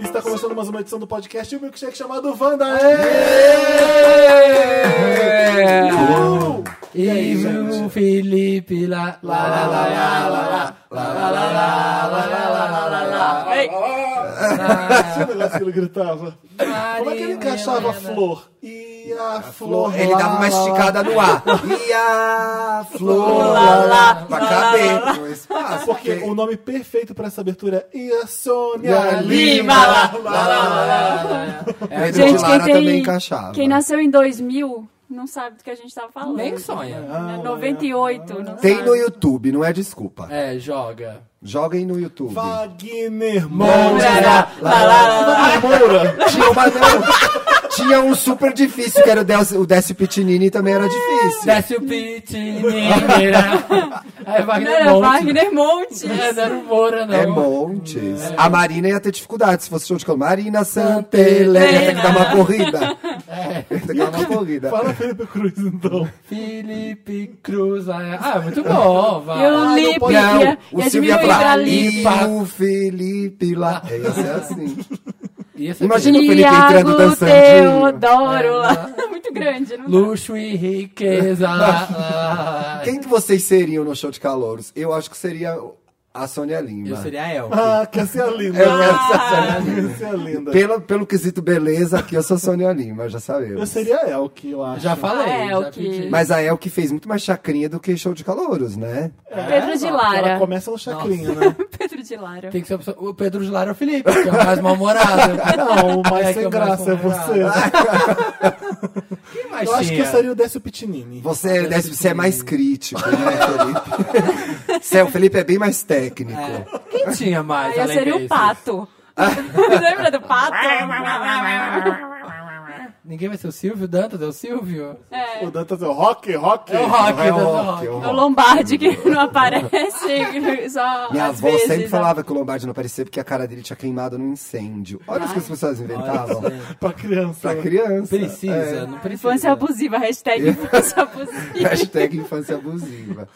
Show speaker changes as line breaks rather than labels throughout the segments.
Está começando mais uma edição do podcast e o milkshake chamado Wanda.
É.
Aê! Uhul!
E o Felipe lá, lá, lá, lá, lá, lá, lá, lá, lá, lá, lá, lá, lá, lá, lá, lá.
é
Sabe o negócio que ele gritava? Como é que ele encaixava a flor? E a flor.
Ele
lá,
dava uma
lá,
esticada no ar. E a flor
Lá, lá,
pra
lá,
caber
lá, lá.
no
lá.
espaço.
Porque o nome perfeito para essa abertura é E a Sônia
Lima,
Lima.
lá, lá, Pedro
Gente,
de
quem,
Lara também
tem,
encaixava.
quem nasceu em 2000 não sabe do que a gente tava falando.
Nem sonha.
É 98, não
Ah. Tem
sabe.
no YouTube, não é desculpa.
É, joga.
Joguem no YouTube.
Wagner
Lá,
Moura.
lá, lá, lá, lá.
Wagner Moura.
Tinha uma não. Tinha um super difícil, que era o Des- o Décio Pitinini, também era difícil.
Desce o pit, mineira. Aí
Não
Wagner
era
Monte.
Wagner Montes.
É, não era o Moura, não.
É montes.
É.
A Marina ia ter dificuldade se fosse show de canto. Marina Santelena. Ia ter que dar uma corrida. Ia ter que dar uma corrida.
Fala Felipe Cruz, então.
Felipe Cruz. lá. Ah, muito bom,
E
vai.
o Lipe,
Ah, Não,
ia,
o
ia
Silvio ia
diminuir
falar,
pra
e
Lipe.
o Felipe lá. É, ia ser assim.
Ia ser
Imagina o Felipe entrando
Iago
dançando.
Teodoro
É,
lá. Muito grande, não
bem. Luxo e riqueza.
Quem que vocês seriam no show de calouros? Eu acho que seria a Sônia Lima.
Eu seria a Elke.
Ah, que essa é a linda.
Eu quero ser a Sônia Lima.
Essa é a linda.
Pelo, pelo quesito beleza, aqui eu sou a Sônia Lima, já sabemos.
Eu seria El, que eu acho.
Já falei,
A
já
Elke.
pedi.
Mas a Elke fez muito mais chacrinha do que show de calouros, né?
Pedro de
Ela
Lara.
começa no chacrinha, né?
Pedro de Lara.
Tem que ser a pessoa- o Pedro de Lara é o Felipe, que é o mais mal-humorado.
Não, o mais
É, que
sem
eu
graça é
mais
você.
Quem mais
Eu acho que eu
tinha?
seria o Décio Pitinini.
Você, é- deve- você é mais crítico, né, Felipe? Você é- o Felipe é bem mais técnico.
É.
Quem tinha mais?
Aí eu
além
seria Ah, o
desses?
Pato. Lembra do Pato?
Ninguém vai ser o Silvio? Dantas é o Silvio?
É.
O Dantas é o rock, rock.
É o Rock,
É
é
o
Rock.
rock, é o
É o
rock.
Lombardi que não aparece. Só
Minha
às
avó
vezes, né?
sempre
ó.
falava que o Lombardi não aparecia porque a cara dele tinha queimado num incêndio. Olha as coisas que as pessoas inventavam.
Pra criança.
Pra criança.
Precisa,
É.
não precisa.
Infância abusiva, hashtag infância abusiva.
Hashtag infância abusiva.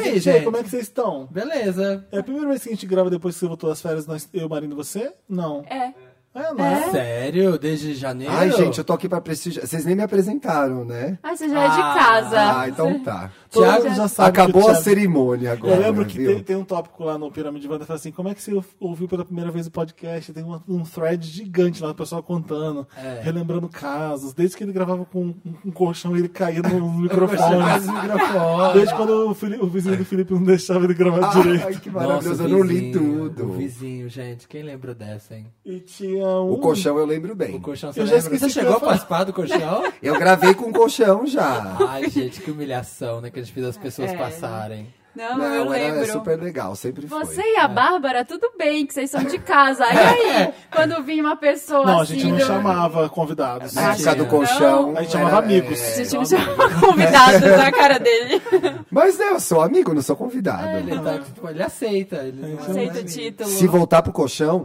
E aí,
gente,
gente?
como é que vocês estão?
Beleza.
É a primeira vez que a gente grava depois que você voltou das férias, nós, eu, Marina e você? Não.
É.
É, não. É.
Sério? Desde janeiro?
Ai, gente, eu tô aqui pra prestigiar. Vocês nem me apresentaram, né?
Ah, você já é de
Ah,
casa.
Ah, então tá.
Todo
Thiago
mundo já sabe
Acabou
que o
a
Thiago-
cerimônia agora.
Eu lembro que
né, viu?
tem, tem um tópico lá no Pirâmide Wanda, fala assim, como é que você ouviu pela primeira vez o podcast? Tem um, um thread gigante lá do pessoal contando,
É.
relembrando casos, desde que ele gravava com um, um colchão ele caía no
Poxa, quase
microfone.
o microfone.
Desde quando o, Fili- o vizinho
É.
do Felipe não deixava ele gravar direito.
Ai, que
Nossa,
maravilhoso.
o
eu não li
vizinho, O
tudo.
vizinho, gente. Quem lembrou dessa, hein?
E tinha um...
O colchão eu lembro bem.
O colchão, você
Eu já
lembra?
esqueci
Você
que eu
chegou
ia
a
falar.
participar do colchão?
Eu gravei com o colchão já.
Ah,
Ai, gente, que humilhação, né? Que a gente fez as pessoas
É.
passarem.
Não, eu
Não, era
lembro.
super legal, sempre foi. né? É.
Você e a Bárbara, tudo bem, que vocês são de casa. E aí, quando vinha uma pessoa
Não, a
assim...
gente não
do-
né?
chamava convidados.
Na época do
Não.
colchão.
A gente chamava amigos.
A
É,
gente não chamava convidados na cara dele.
Mas é, eu sou amigo, não sou convidado.
É,
Ele, tá, tipo, ele aceita. Ele não
Aceita o
é.
título.
Se voltar pro colchão,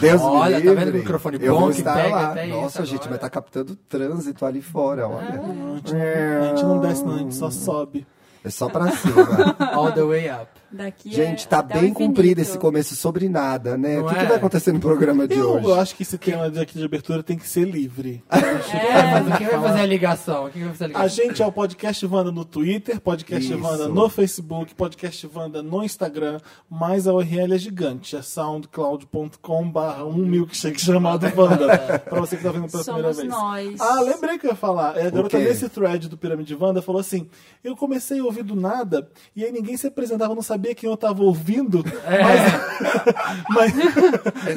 Deus
Olha,
me
tá
livre.
vendo que o microfone
eu
bom
vou
que
estar
pega
lá.
até isso
Nossa, gente,
agora.
mas tá captando trânsito ali fora, olha.
A gente, não, a gente não desce, não, a gente só sobe.
É só pra cima.
All the way up.
Daqui
Gente,
é
tá
até o
bem
infinito.
comprido esse começo sobre nada, né?
Não
o que,
é?
que vai acontecer no programa de
Eu,
hoje?
eu acho que esse tema de aqui de abertura tem que ser livre.
É,
Mas Quem vai fazer a ligação? Quem vai fazer a
tá
A
ligação?
gente é o Podcast Vanda no Twitter, Podcast
Isso.
Vanda no Facebook, Podcast Vanda no Instagram, mas a URL é gigante, é soundcloud.com.br um milkshake chamado
É.
Vanda, pra você que tá vendo pela primeira
Somos
vez.
nós.
Ah, lembrei que eu ia falar. É, A garota
quê?
nesse thread do Pirâmide Wanda falou assim: Eu comecei a ouvir do nada, e aí ninguém se apresentava, eu não sabia quem eu tava ouvindo.
É.
Mas,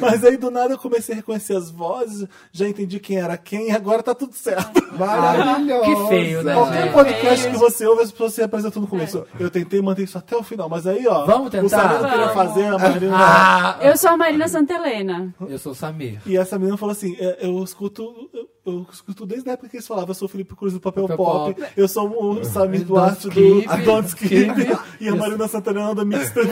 mas, mas aí do nada eu comecei a reconhecer as vozes, já entendi quem era quem, e agora tá tudo certo.
Maravilhoso.
que feio, né,
Qualquer
gente?
podcast que você ouve, as pessoas se apresentam no começo. Eu tentei manter isso até o final, mas aí, ó.
Vamos tentar?
O Sabino queria
Vamos.
fazer, a Marina.
Ah,
Eu sou a Marina Santelena.
eu sou o Samir.
E essa menina falou assim: é, eu escuto, eu, eu escuto desde a época que eles falavam, eu sou o Felipe Cruz do Papel
Papel
Pop, eu sou o Samir
Don't
Duarte do
Skip.
Don't Skip,
Skip.
e a Marina Santarena da Mix TV.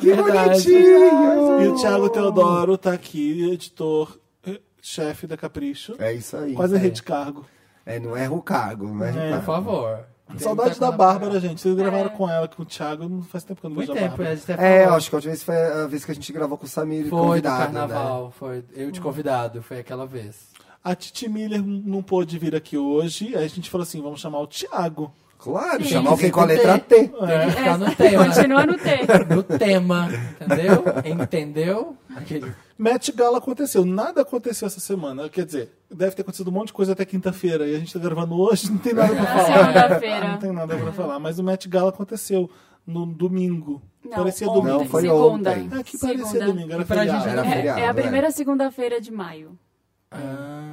Que bonitinho.
E o Thiago Teodoro tá aqui, editor, eh, chefe da Capricho.
É isso aí.
Quase errei de cargo.
É, não erra o cargo, não erra o
É.
cargo.
Por favor.
tá
Saudade da Bárbara, gente. Vocês gravaram com ela, com o Thiago, não faz tempo que eu não vejo
Muito
a
tempo, a
Bárbara.
gente até
É, eu
falou.
acho que a última vez foi a vez que a gente gravou com o Samir e
Foi do
convidado, né?
carnaval, foi eu de convidado, foi aquela vez.
A Titi Miller não pôde vir aqui hoje, aí a gente falou assim, vamos chamar o Thiago.
Claro,
Sim.
chamar alguém com a letra T.
Tem que
Tá
ficar no
É,
tema. né?
continua no T.
No tema, entendeu? Entendeu? Aquele...
Met Gala aconteceu, nada aconteceu essa semana. Quer dizer, deve ter acontecido um monte de coisa até quinta-feira e a gente tá gravando hoje, não tem nada pra
Na
falar.
segunda-feira.
Não tem nada pra falar, mas o Met Gala aconteceu no domingo.
Não,
parecia
ontem,
domingo.
Não, foi
segunda.
ontem.
É que parecia
Segunda.
domingo, era
E pra gente
feriado.
era-
É,
Feriado,
é a
é.
primeira segunda-feira de maio.
Ah,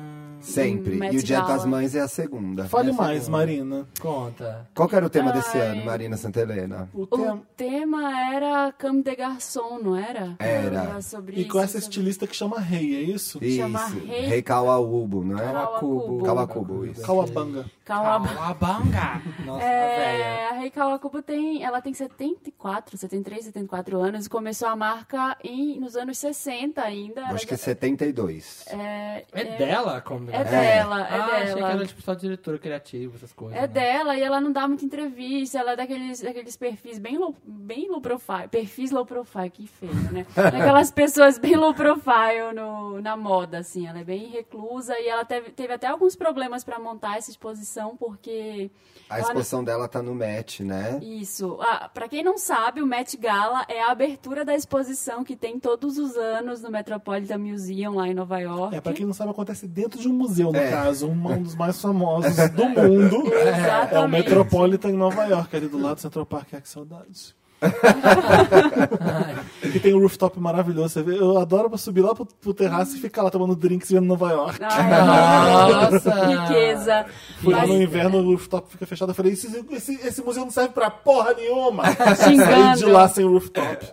Sempre.
Met
E o Dia
Gala.
das Mães é a segunda.
Fale
Essa
mais,
é boa.
Marina.
conta.
Qual que era o tema desse
Ai.
ano, Marina Santelena?
O
O
tema...
tema era Cam de Garçom, não era?
Era.
sobre
E com
isso,
essa
sobre-
estilista que chama Rei, é isso?
Chama
Isso.
Rei-
Rei Kauaubo, não é?
Kawakubo.
Kawakubo, isso.
Calabanga.
Calma.
Calabanga. Nossa, tá velha.
É, a Rei Kawakubo tem, ela tem 74, 73, 74 anos e começou a marca em, nos anos 60 ainda. Ela
Acho que é
já-
72.
é,
É, dela como
é dela, é
ah, achei que
dela.
era tipo só diretora criativa, essas coisas.
É
né?
dela e ela não dá muita entrevista, ela é daqueles, daqueles perfis bem low, bem low profile, perfis low profile, que feio, né? Aquelas pessoas bem low profile no, na moda, assim, ela é bem reclusa e ela teve, teve até alguns problemas pra montar essa exposição, porque
A
ela não-
exposição dela tá no match, né?
Isso. Ah, para quem não sabe, o Met Gala é a abertura da exposição que tem todos os anos no Metropolitan Museum lá em Nova York.
É, pra quem não sabe, acontece dentro de um museu, no
É.
caso. Um, um dos mais famosos do mundo. É o
Exatamente.
Metropolitan em Nova York, ali do lado do Central Park. Ah, que saudade. que tem um rooftop maravilhoso. Você vê, eu adoro pra subir lá pro, pro terraço e ficar lá tomando drinks vendo Nova York.
Ai,
Nossa!
riqueza.
Fui lá
Mas-
no inverno, o rooftop fica fechado. Eu falei, esse, esse, esse museu não serve pra porra nenhuma. Saí
Xingando. É.
de lá sem rooftop.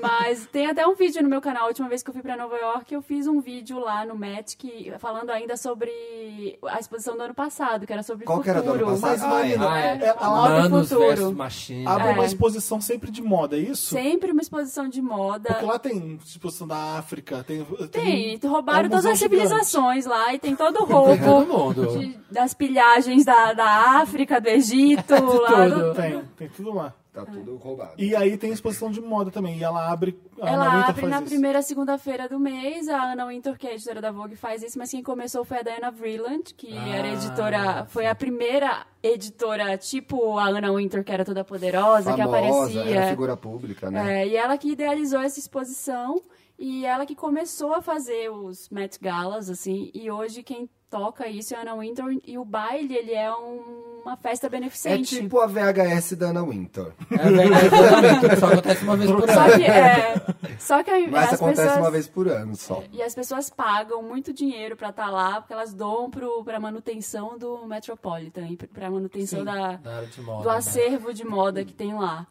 Mas tem até um vídeo no meu canal. A última vez que eu fui pra Nova York, eu fiz um vídeo lá no Met que, falando ainda sobre a exposição do ano passado, que era sobre
Qual que era
futuro.
do ano passado?
Mas, Marina,
Ah, é.
é- ela abre,
Moda e
Manos
futuro.
versus Machine.
abre uma
É.
exposição sempre de moda, é isso?
Sempre uma exposição de moda.
Porque lá tem exposição da África, tem.
Tem,
é
roubaram
um
todas
museu
as
gigante.
civilizações lá e tem todo o
Tem todo
roubo
mundo.
de- das pilhagens da, da África, do Egito, lá do-
É, tudo.
Tem, tem tudo lá.
Tá tudo roubado.
E aí tem exposição de moda também. E ela abre. A Ana
Ela
Winter
abre
faz
na
isso.
primeira segunda-feira do mês. A Ana Winter, que é editora da Vogue, faz isso, mas quem começou foi a Diana Vreeland, que
Ah,
era editora, foi a primeira editora, tipo a Ana Winter, que era toda poderosa, que
Famosa, era
aparecia.
figura pública, né?
É, e ela que idealizou essa exposição e ela que começou a fazer os Met Galas, assim, e hoje quem toca isso é a Anna Wintour e o baile, ele é um- uma festa
É,
beneficente.
tipo a VHS da Ana Winter.
É verdade, exatamente. Só acontece uma vez por
Só
ano.
que, é, só que a-
né? Mas
as
acontece
pessoas...
uma vez por ano só.
E as pessoas pagam muito dinheiro pra estar lá, porque elas doam pro, pra manutenção do Metropolitan e pra manutenção da,
Da área de moda,
do
né?
acervo de moda que tem lá.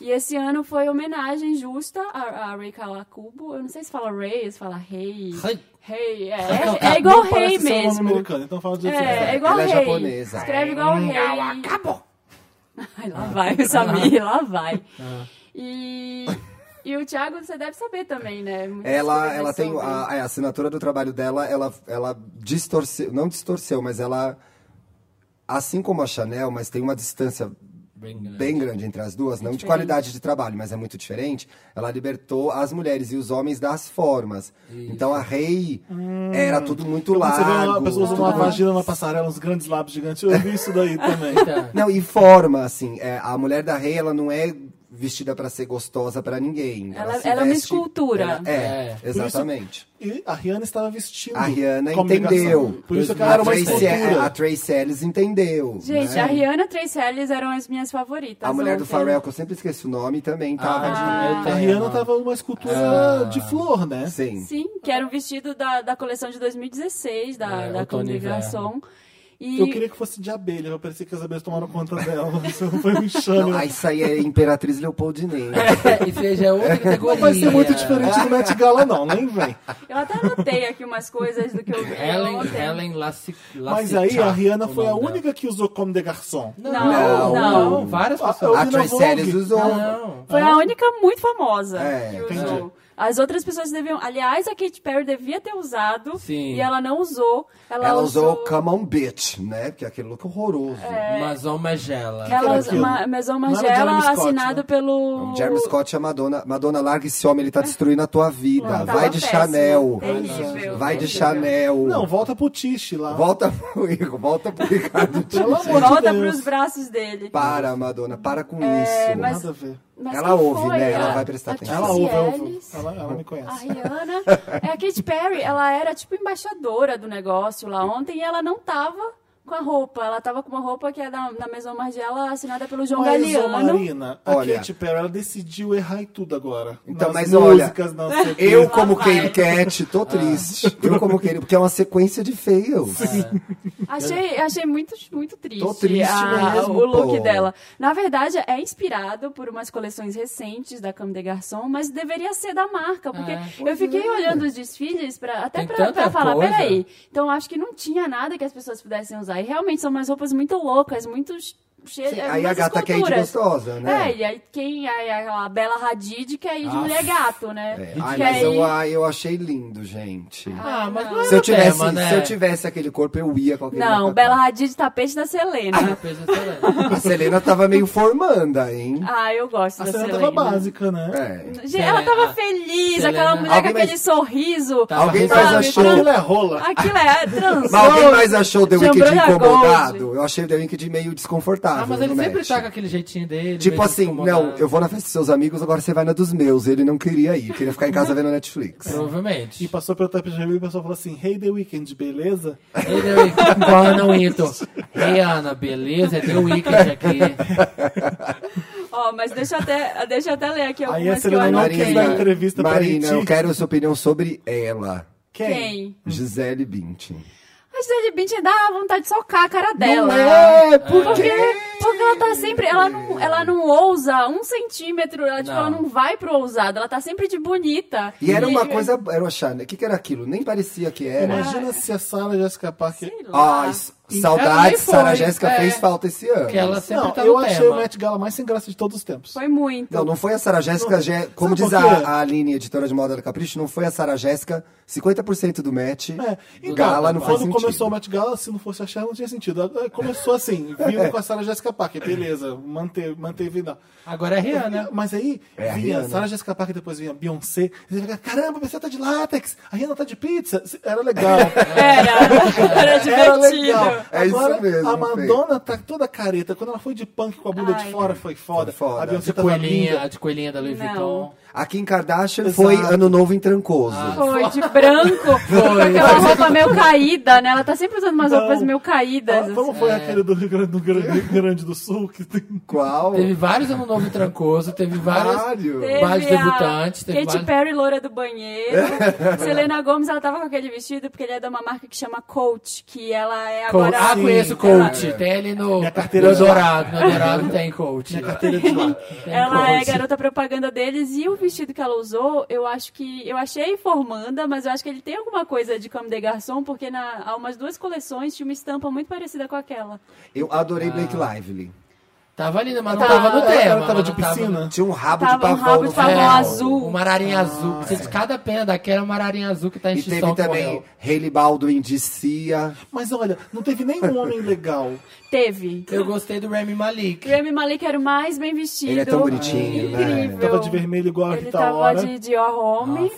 E esse ano foi homenagem justa a, a Ray Kawakubo. Eu não sei se fala Ray, se fala Rei.
Rei.
Rei, é,
Não,
é, é igual
Não
Rei
parece ser um nome
mesmo.
americano, então fala de outro jeito.
É, é igual
Ela é
Rei.
japonesa.
Escreve igual Rei. Acabou! Ai, lá vai o Samir, lá vai. E, e o Thiago, você deve saber também, né? Muitas
Ela,
coisas
ela tem
sobre.
a, a assinatura do trabalho dela, ela, ela distorceu, não distorceu, mas ela, assim como a Chanel, mas tem uma distância
Bem grande.
bem grande entre as duas, não de
diferente.
qualidade de trabalho, mas é muito diferente. Ela libertou as mulheres e os homens das formas. Então a Rei era tudo muito
Hum. Quando Você vê
largo.
uma pessoa usando uma
tudo muito-
vagina na passarela, uns grandes lábios gigantes. Eu vi isso daí também.
Não, e forma, assim, é, a mulher da rei, ela não é vestida pra ser gostosa pra ninguém.
Ela-
se
ela é uma
veste-
escultura.
ela- é,
É.
exatamente.
E a Rihanna estava vestindo.
A Rihanna
como
entendeu.
ligação. Por isso que ela
A
era uma
Tracy, É, a
escultura.
Tracy Ellis entendeu.
Gente,
né?
a Rihanna tá e Trace Ellis eram as minhas favoritas.
A mulher do
ontem.
Pharrell, que eu sempre esqueço o nome, também tava
Ah, eu
A
é.
tenho,
Rihanna
não.
estava uma escultura
Ah.
de flor, né?
de... Sim.
Sim, que era um vestido da, da coleção de 2016, da,
É,
da
outono e
congregação. E
Eu queria que fosse de abelha, mas parecia que as abelhas tomaram conta dela. Isso não foi um enxame.
Não, ah, isso aí é Imperatriz Leopoldinense.
É, e seja outra categoria.
Não vai ser
é.
muito diferente do Met Gala, não, nem vem.
eu até anotei aqui umas coisas do que eu vi
Helen,
ontem.
Helen Lassi,
Mas aí a Rihanna
o
foi a
nome dela.
única que usou Comme des Garçons.
Não,
Não,
não.
várias
Ah,
pessoas.
eu
A
vi na
Tracy
Vogue.
Ellis usou.
Não, não.
Foi a única muito famosa
É,
que usou. As outras pessoas deviam. Aliás, a Katy Perry devia ter usado
Sim.
e ela não usou. Ela,
Ela usou Come On Bitch, né? Porque é aquele look horroroso.
É. Mas uma magela.
Ela
era
usou
aquilo?
é uma Maison
Não era
Margiela
Jeremy Scott,
assinado
né?
pelo.
Jeremy É Scott e a Madonna. Madonna, larga esse homem, ele tá destruindo a tua vida. Vai
Não, tava
de
péssimo.
Chanel.
Terrível,
Vai de
terrível.
Chanel.
Não, volta pro Tiche lá.
Volta pro Igor, volta pro Ricardo.
Pelo amor de
Volta
Deus.
pros braços dele.
Para, Madonna, para com isso.
mas-
Nada a ver.
Mas
Ela
quem
ouve,
foi?
né? Ela
A-
vai prestar
a
atenção.
Ela
Cassie
ouve, ela ouve.
Ellis,
Ela, ela me
A
conhece.
Rihanna, é a Katy Perry, ela era tipo embaixadora do negócio lá ontem e ela não tava com a roupa. Ela tava com uma roupa que é da, da Maison Margiela assinada pelo João
Mas, ô,
Galeano.
Marina,
Olha.
a Katy Perry, ela decidiu errar em tudo agora.
Então,
Nas
mas
músicas,
olha,
não sei o quê.
Eu, como Katy Cat, tô triste. Eu, como Katy, porque é uma sequência de fails.
Achei, achei muito, muito triste,
Tô triste mesmo,
o look
pô.
dela. Na verdade, é inspirado por umas coleções recentes da Comme des Garçons, mas deveria ser da marca, porque
É.
eu fiquei olhando os desfiles pra, até
Tem
pra, pra
tanta
falar,
coisa.
peraí. Então, acho que não tinha nada que as pessoas pudessem usar. E realmente são umas roupas muito loucas, muito cheias
Sim, aí a gata Kate gostosa, né?
É, e aí quem, a, a Bela Hadid quer ir de
Ah,
mulher gato, né?
É.
Que
Ai,
quer
mas eu,
ir-
ai, eu achei lindo, gente.
Ah, mas não
se,
era
eu tivesse,
tema, né?
se eu tivesse aquele corpo, eu ia com aquele
Não,
macacão.
Bela Hadid tapete da
Ah,
Selena.
é,
A Selena tava meio formanda, hein?
ah, eu gosto
A
da
cena
Selena.
tava básica, né?
É.
Gente, ela tava
Selena.
feliz,
Selena.
aquela mulher
Alguém
com aquele
mais-
sorriso.
Tava
Alguém
Mas
mais
sabe?
achou...
Aquilo é rola.
Aquilo é transou.
Mas alguém mais achou o The Wicked
Jambrolha
incomodado?
Gold.
Eu achei o The Wicked meio desconfortável.
Ah, mas ele
no
sempre
match.
tá com aquele jeitinho dele.
Tipo
meio
assim,
incomodado.
não, eu vou na festa dos seus amigos, agora você vai na dos meus. Ele não queria ir, queria ficar em casa vendo Netflix.
E
Provavelmente.
passou pelo tapete vermelho e o pessoal falou assim: Hey, The Weeknd, beleza?
Hey, The Weeknd. Bora no Ito. Hey, Ana, beleza? É The Weeknd aqui.
Ó, mas deixa eu até, deixa eu até ler aqui
a
algumas que eu
Selena não
anotei.
quis né? dar entrevista pra
Marina,
Haiti.
eu quero a sua opinião sobre ela.
Quem?
Gisele Bündchen.
A Gisele Bündchen dá vontade de socar a cara dela.
é, por
Porque,
quê?
porque ela tá sempre. Ela não, ela não ousa um centímetro. Ela, tipo,
Não.
ela não vai pro ousado. Ela tá sempre de bonita.
E era uma coisa, era uma Chanel. O que, que era aquilo? Nem parecia que era.
Imagina
Ah.
se a Sarah Jessica Parker.
Sei lá.
Ai,
Ela nem
saudades,
foi,
Sarah Jéssica
é.
fez falta esse ano.
Porque ela sempre
Não,
tá
eu
no
achei o
tema.
Met Gala mais sem graça de todos os tempos.
Foi muito.
Não, não foi a Sarah Jéssica, Jé- como
Sabe por
diz a,
quê?
a Aline, editora de moda da Capricho, não foi a Sarah Jéssica, 50% do match,
É, então,
gala não faz
quando
sentido.
começou o Met Gala, se não fosse a Cher, não tinha sentido. Eh, Começou assim, viu com a Sarah Jessica Parker, beleza, manteve, manteve não.
Agora é a Rihanna.
Mas aí
É, a
vinha
Rihanna.
Sarah Jessica Parker, depois vinha Beyoncé, e você fica, caramba, a pessoa tá de látex, a Rihanna tá de pizza, era legal.
É, Era, era
Era
divertido.
legal.
É isso
Agora,
mesmo,
A Madonna tá toda careta. Quando ela foi de punk com a bunda
Ai.
de fora, foi foda.
Foi foda.
A Beyoncé
De
tava
coelhinha,
linda.
de coelhinha da Louis
Não.
Vuitton.
A Kim Kardashian
Exato. Ah.
foi ano novo em Trancoso.
Foi de branco, com aquela roupa meio caída, né? Ela tá sempre usando umas roupas meio caídas.
Ah, Como
assim.
foi aquele do Rio Grande do, Rio Grande do Sul? Que tem...
Qual?
Teve vários Ano Novo em Trancoso,
Ah,
teve vários...
Vário.
Teve
Vários
a
debutantes, teve
Katy
vários-
Perry, loura do banheiro. Selena Gomes, ela tava com aquele vestido porque ele é de uma marca que chama Coach, que ela é
Coach.
agora.
Ah, conheço coach. Tem ele no,
Minha carteira
no
de lá.
Dourado. No Dourado tem coach. Minha carteira de lá.
Ela é garota propaganda deles e o vestido que ela usou, eu acho que. Eu achei formanda, mas eu acho que ele tem alguma coisa de Comme des Garçons, porque na, há umas duas coleções tinha uma estampa muito parecida com aquela.
Eu adorei Blake Lively.
Tava ali, mas
Tá.
não tava no
Ela-
tema.
Ela Ah. tava
mas
de
não tava-
piscina.
Tinha um rabo de
Tava um
pavão
rabo
no
de pavão
final.
azul.
Uma ararinha
Ah,
azul. Você diz, cada pena daquela é uma ararinha azul que tá em
E
extinção
teve
com
também
ela.
Hailey Baldwin de Cia.
Mas olha, não teve nenhum homem legal.
Teve.
Eu gostei do Remy Malik.
Remy Malek era o mais bem vestido.
Ele é tão bonitinho, né?
Incrível.
Tava de vermelho igual a
Ele
Rita
tava
Ora.
de Dior Homem.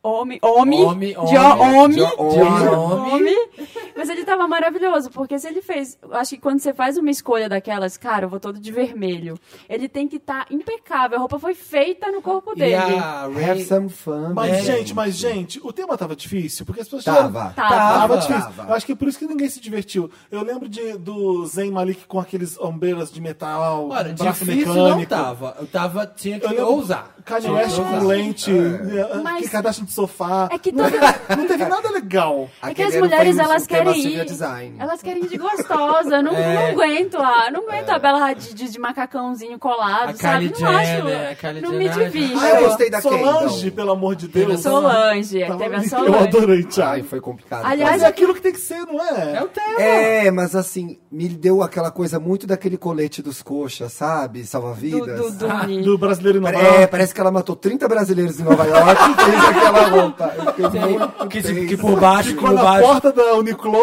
Homem, homem,
Homem,
Dior
homem,
homem,
Dior homem.
Mas ele tava maravilhoso, porque se ele fez. eu Acho que quando você faz uma escolha daquelas, cara, eu vou todo de vermelho. Ele tem que estar impecável. A roupa foi feita no corpo
E
dele.
a
Have
Ray...
some fun.
Mas,
baby.
gente, mas, gente, o tema tava difícil, porque as pessoas
Tava.
Tava.
Tava
Tava.
difícil.
Tava.
Eu acho que por isso que ninguém se divertiu. Eu lembro de, do Zayn Malik com aqueles ombreiras de metal,
Olha,
um braço
difícil não
mecânico.
tava. Eu tava, tinha que
Eu lembro-
ousar.
Kanye
Tinha
West
que
com
ousar.
lente,
É.
eh,
Mas-
que cadastro de sofá.
É que
não,
toda-
não teve nada legal.
É que
Aquele
as
ano foi
mulheres,
um- um
elas
tema
querem querem
assim
Silvia
ir.
Design.
Elas querem ir de gostosa. Não,
É.
não aguento a, não aguento a Bela Hadid de macacãozinho colado,
A
sabe?
Kylie
não
Jenner, né? a
acho.
Kylie
não
Jenner,
me
ai,
divirto.
Ah, eu gostei da
Solange,
Kendall.
pelo amor de Deus.
Solange, é que teve a
Eu
Solange.
adorei, Thiago.
Ai, foi complicado.
Aliás,
Mas é aquilo que tem que ser, não é?
É o tema.
É, mas assim, me deu aquela coisa muito daquele colete dos coxas, sabe?
Do,
Salva-vidas.
do, do
Ah,
Ni.
Do brasileiro não
É, parece que ela matou 30 brasileiros em Nova York e fez aquela roupa. Eu fiquei
é.
muito
Que,
tenso.
que por baixo, que
Ficou
por
na
baixo.
porta da Uniqlo,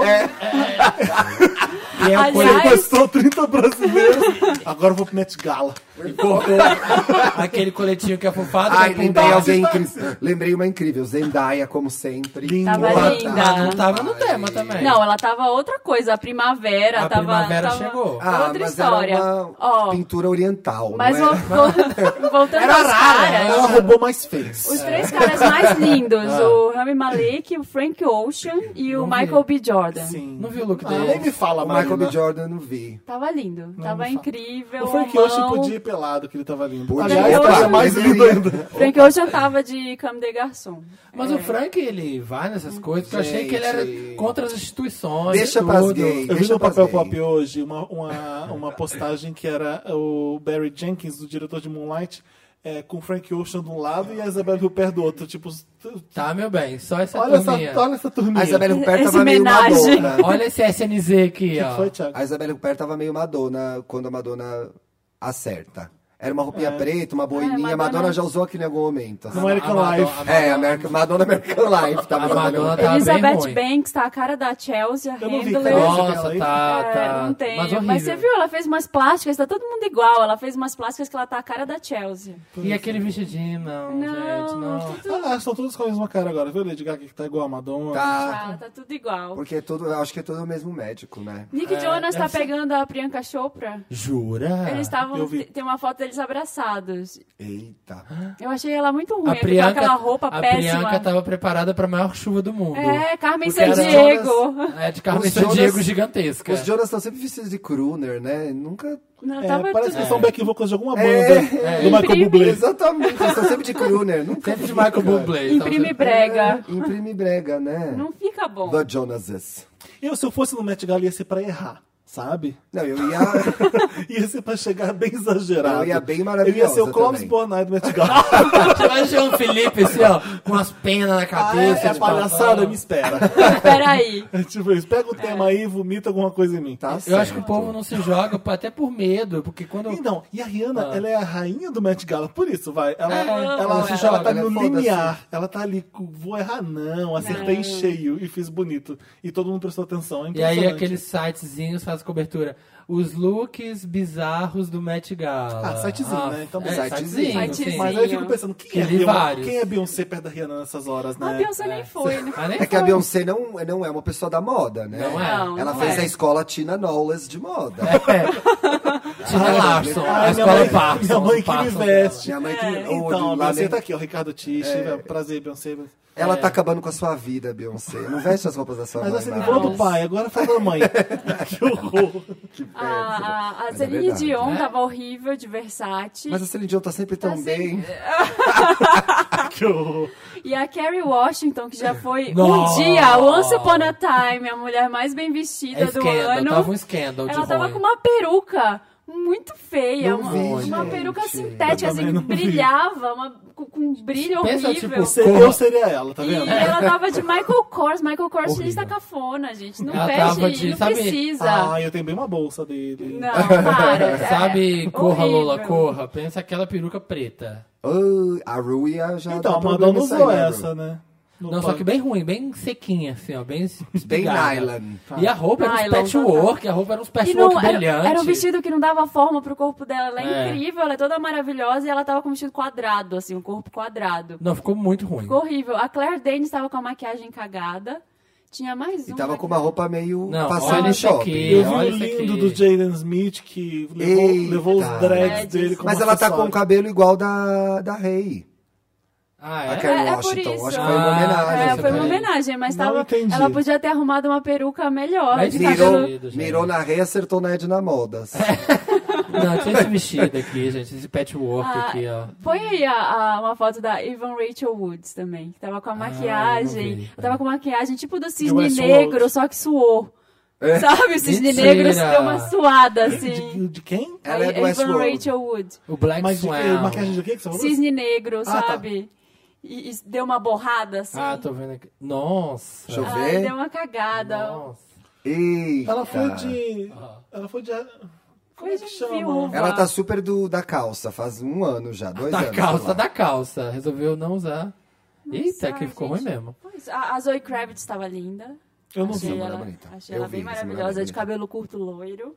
E é uma coisa-
Aliás,
sequestrou 30 brasileiros. Agora eu vou pro Met Gala.
Cortou aquele coletinho que é fofado.
Ai,
Tá
que é
lembrei
pompado.
alguém incrível. Lembrei uma incrível, Zendaya, como sempre.
Linda.
Tava
é
Boa
linda.
tarde.
Não tava no tema também.
não, ela tava outra coisa. A primavera
A
tava.
primavera
tava
chegou.
Ah,
Outra
mas
história.
era uma
Ó,
pintura oriental, né?
mas
né?
não
vo-
era?
vo- voltando aos caras.
Ela roubou mais fez.
Os três caras mais lindos,
Ah.
o Rami Malek, o Frank Ocean e o Michael B. Jordan.
Sim.
Não viu o look
Ah,
dele.
nem me fala,
O Michael B.
Marina.
Jordan eu não vi.
Tava lindo, tava incrível.
O Frank
homão.
Ocean podia ir pelado, que ele tava lindo.
Podia,
Aliás,
claro,
tava mais
deveria.
lindo ainda.
Frank Ocean tava de Cam de Garçom. É.
Mas o Frank, ele vai nessas coisas. porque eu achei que ele
Gente.
era contra as instituições.
Deixa
tudo.
pras gays.
é Eu vi
Deixa
no
pra
Papel
ver.
Pop hoje uma, uma, uma postagem que era o Barry Jenkins, o diretor de Moonlight, é, com o Frank Ocean de um lado e a Isabelle Huppert do outro. Tipo, os-
Tá, meu bem. Só essa
olha, essa,
turminha.
olha essa turminha.
A Isabelle Huppert
Esse
tava meio
homenagem.
Madonna.
Olha esse SNSD aqui, ó.
Foi, Thiago?
A Isabelle Huppert tava meio Madonna quando a Madonna acerta. Era uma roupinha preta, uma boininha.
É. Madonna-
A Madonna já usou aquilo em algum momento.
No American
Madonna-
Life.
a-
É, American, Madonna American Life. Tava
A
na
Madonna
Isabelle
tá bem
Elizabeth
ruim.
Banks tá a cara da Chelsea
Eu não vi,
Handler.
cara.
Nossa,
Essa
tá,
É,
tá.
não
Mas
tem. Mas,
horrível.
você viu, ela fez umas plásticas, tá todo mundo igual. Ela fez umas plásticas que ela tá a cara da Chelsea.
E aquele vestidinho, não,
Não,
gente, não.
Ah, estão todos com a mesma cara agora, viu? Lady Gaga que tá igual a Madonna.
Tá.
Tá, tá tudo igual.
Porque é tudo, eu acho que é todo o mesmo médico, né?
Nick
É,
Jonas tá
deve ser-
pegando a Priyanka Chopra.
Jura?
Eles estavam.
É, eu vi.
Tem uma foto deles abraçados.
Eita.
Eu achei ela muito ruim,
A
aquela-
Priyanka,
aquela roupa
a
péssima.
Priyanka tava preparada pra maior chuva do mundo.
É, Carmen
Porque era-
Sandiego.
É de Carmen
Os Jonas-
Sandiego gigantesca.
Os Jonas estão sempre vestidos de crooner, né? Nunca.
Não,
É,
tava
parece
tudo...
que são back vocals de alguma banda
É,
do Michael
Imprime.
Bublé.
Exatamente, eles estão sempre de crooner. Nunca.
Sempre de Michael Bublé. então,
Imprime
tava-
brega.
É, imprime brega, né?
Não fica bom.
The Jonases.
Eu, se eu fosse no Met Gala, ia ser pra errar, sabe?
Não, eu ia.
Ia ser pra chegar bem exagerado.
Eu ia bem
Eu ia ser o
maravilhosa
Clóvis
também.
Bornai do Met Gala.
Imagina o Felipe, assim, ó, com as penas na
Ah,
cabeça. tipo,
é, é
de
palhaçada,
papão.
me espera.
Peraí.
É tipo isso, pega o tema aí e vomita alguma coisa em mim.
Tá
Eu acho
certo.
que o povo não se joga pô, até por medo, porque quando...
Então, e a Rihanna, ela é a rainha do Met Gala, por isso, vai. Ela,
É,
ela,
ela
ela,
se joga,
tá
né?
no
Foda-se.
limiar. Ela tá ali, com, vou errar não, acertei cheio e fiz bonito. E todo mundo prestou atenção, é
E aí
impressionante.
aqueles sitezinhos fazem cobertura. Os looks bizarros do Met Gala.
Ah, sitezinho, né? Então,
é,
sitezinho.
sitezinho, sim.
Sitezinho.
Mas aí eu fico pensando, quem é,
Que li
Beyoncé,
vários.
quem é Beyoncé perto da Rihanna nessas horas, né?
A Ah, Beyoncé nem foi, né?
Ah, nem
É que a
foi.
Beyoncé não, não é uma pessoa da moda, né?
Não é.
Não,
Ela
não
fez
é.
a escola Tina Knowles de moda.
Tina Larson, É. a
Ai, minha
escola
mãe,
Parsons.
minha mãe que me
Parsons
É
veste.
Minha mãe que. ou
Então, a
lá
Beyoncé
nem-
tá aqui, ó, Ricardo Tiche. Prazer, Beyoncé.
Ela tá acabando com a sua vida, Beyoncé. Não veste as roupas da sua
Mas assim,
mãe.
você
mais.
livrou do pai, agora fala da mãe. que horror.
A, a, a
Mas é
Celine
verdade,
Dion tava horrível de Versace.
Mas a Celine Dion tá sempre tão
assim, Tá
bem.
Que horror.
E a Kerry Washington, que já foi
Nossa.
um dia, Once Upon a Time, a mulher mais bem vestida
É
do
scandal,
ano.
tava um scandal de
Ela tava
ruim.
com uma peruca muito feia,
Não
uma,
vi,
uma
gente.
peruca
Eu
sintética,
também
assim,
não
que
vi.
brilhava, uma, com, com um brilho
Pensa,
horrível.
tipo,
Você- Eu seria ela, tá
E
vendo?
É.
ela tava de Michael Kors, Michael Kors está cafona, gente. Não
Ela tava
perde,
de-
não
sabe-
precisa.
Ah, eu tenho bem uma bolsa dele. Então,
Não, para. é
Sabe, corra,
horrível.
Lola, corra. Pensa aquela peruca preta.
Oh, a Ruia já
Então,
dá
a Madonna
problema isso aí,
usou
né, Ru?
essa, né? No
Não, só
palco.
que bem ruim, bem sequinha, assim, ó. Bem
Bem
espigada.
nylon.
E a roupa era uns
Nylon, tá.
patchwork, a roupa era uns
E
patchwork
não, era,
brilhantes.
era um vestido que não dava forma pro corpo dela. Ela é,
É.
incrível, ela é toda maravilhosa e ela tava com um vestido quadrado, assim, um corpo quadrado.
Não, ficou muito ruim.
Ficou horrível. A Claire Danes tava com a maquiagem cagada. Tinha mais
E
um.
tava
aqui.
com uma roupa meio
Não,
passando
olha
no
isso
shopping.
aqui,
Eu vi o
olha isso
lindo
aqui.
do Jaden Smith que levou,
Eita.
levou os dreads
Dreads.
dele como
Mas ela tá com o
acessório.
cabelo igual da, da Rei.
Ah,
A
é?
Kerry
É, é por
Washington.
isso.
Acho que foi uma
Ah,
homenagem.
É, foi uma
Peraí.
homenagem, mas
Não
tava,
entendi.
ela podia ter arrumado uma peruca melhor.
Mas
de
virou-
Tá cabelo-
Querido,
Mirou,
gente.
mirou na Rei acertou na Edna Modas.
Não, tinha esse vestido aqui, gente. Esse patchwork
Ah,
aqui, ó.
Põe aí a- a- uma foto da Evan Rachel Woods também, que tava com a
eu Ah, não
maquiagem.
vi.
Eu tava com maquiagem tipo do cisne
Westworld.
negro, só que suou. Sabe? O cisne
Mentira.
negro deu uma suada assim.
De, de quem?
Ela é do
Evan
Westworld.
Rachel Wood.
O Black
Mas de,
Swan.
que- maquiagem de quê que você falou?
Cisne negro,
tá.
sabe? E, e deu uma borrada assim.
Ah, tô vendo aqui. Nossa.
Deixa eu
Ai,
ver.
deu uma cagada.
Nossa.
Eita.
Ela foi de. Ela foi de. Como é
Foi
que
de
chama?
viúva.
Ela tá super do, da calça, faz um ano já, dois
Da
anos. sei
calça,
lá.
da calça. Resolveu não usar. Eita,
ai,
que ficou
gente.
ruim mesmo.
Pois, a, a Zoe Kravitz estava linda.
Eu não
achei
vi.
mulher
ela,
bonita.
achei
Eu
ela
vi,
bem
essa mulher
maravilhosa,
é
de
bonita.
cabelo curto loiro.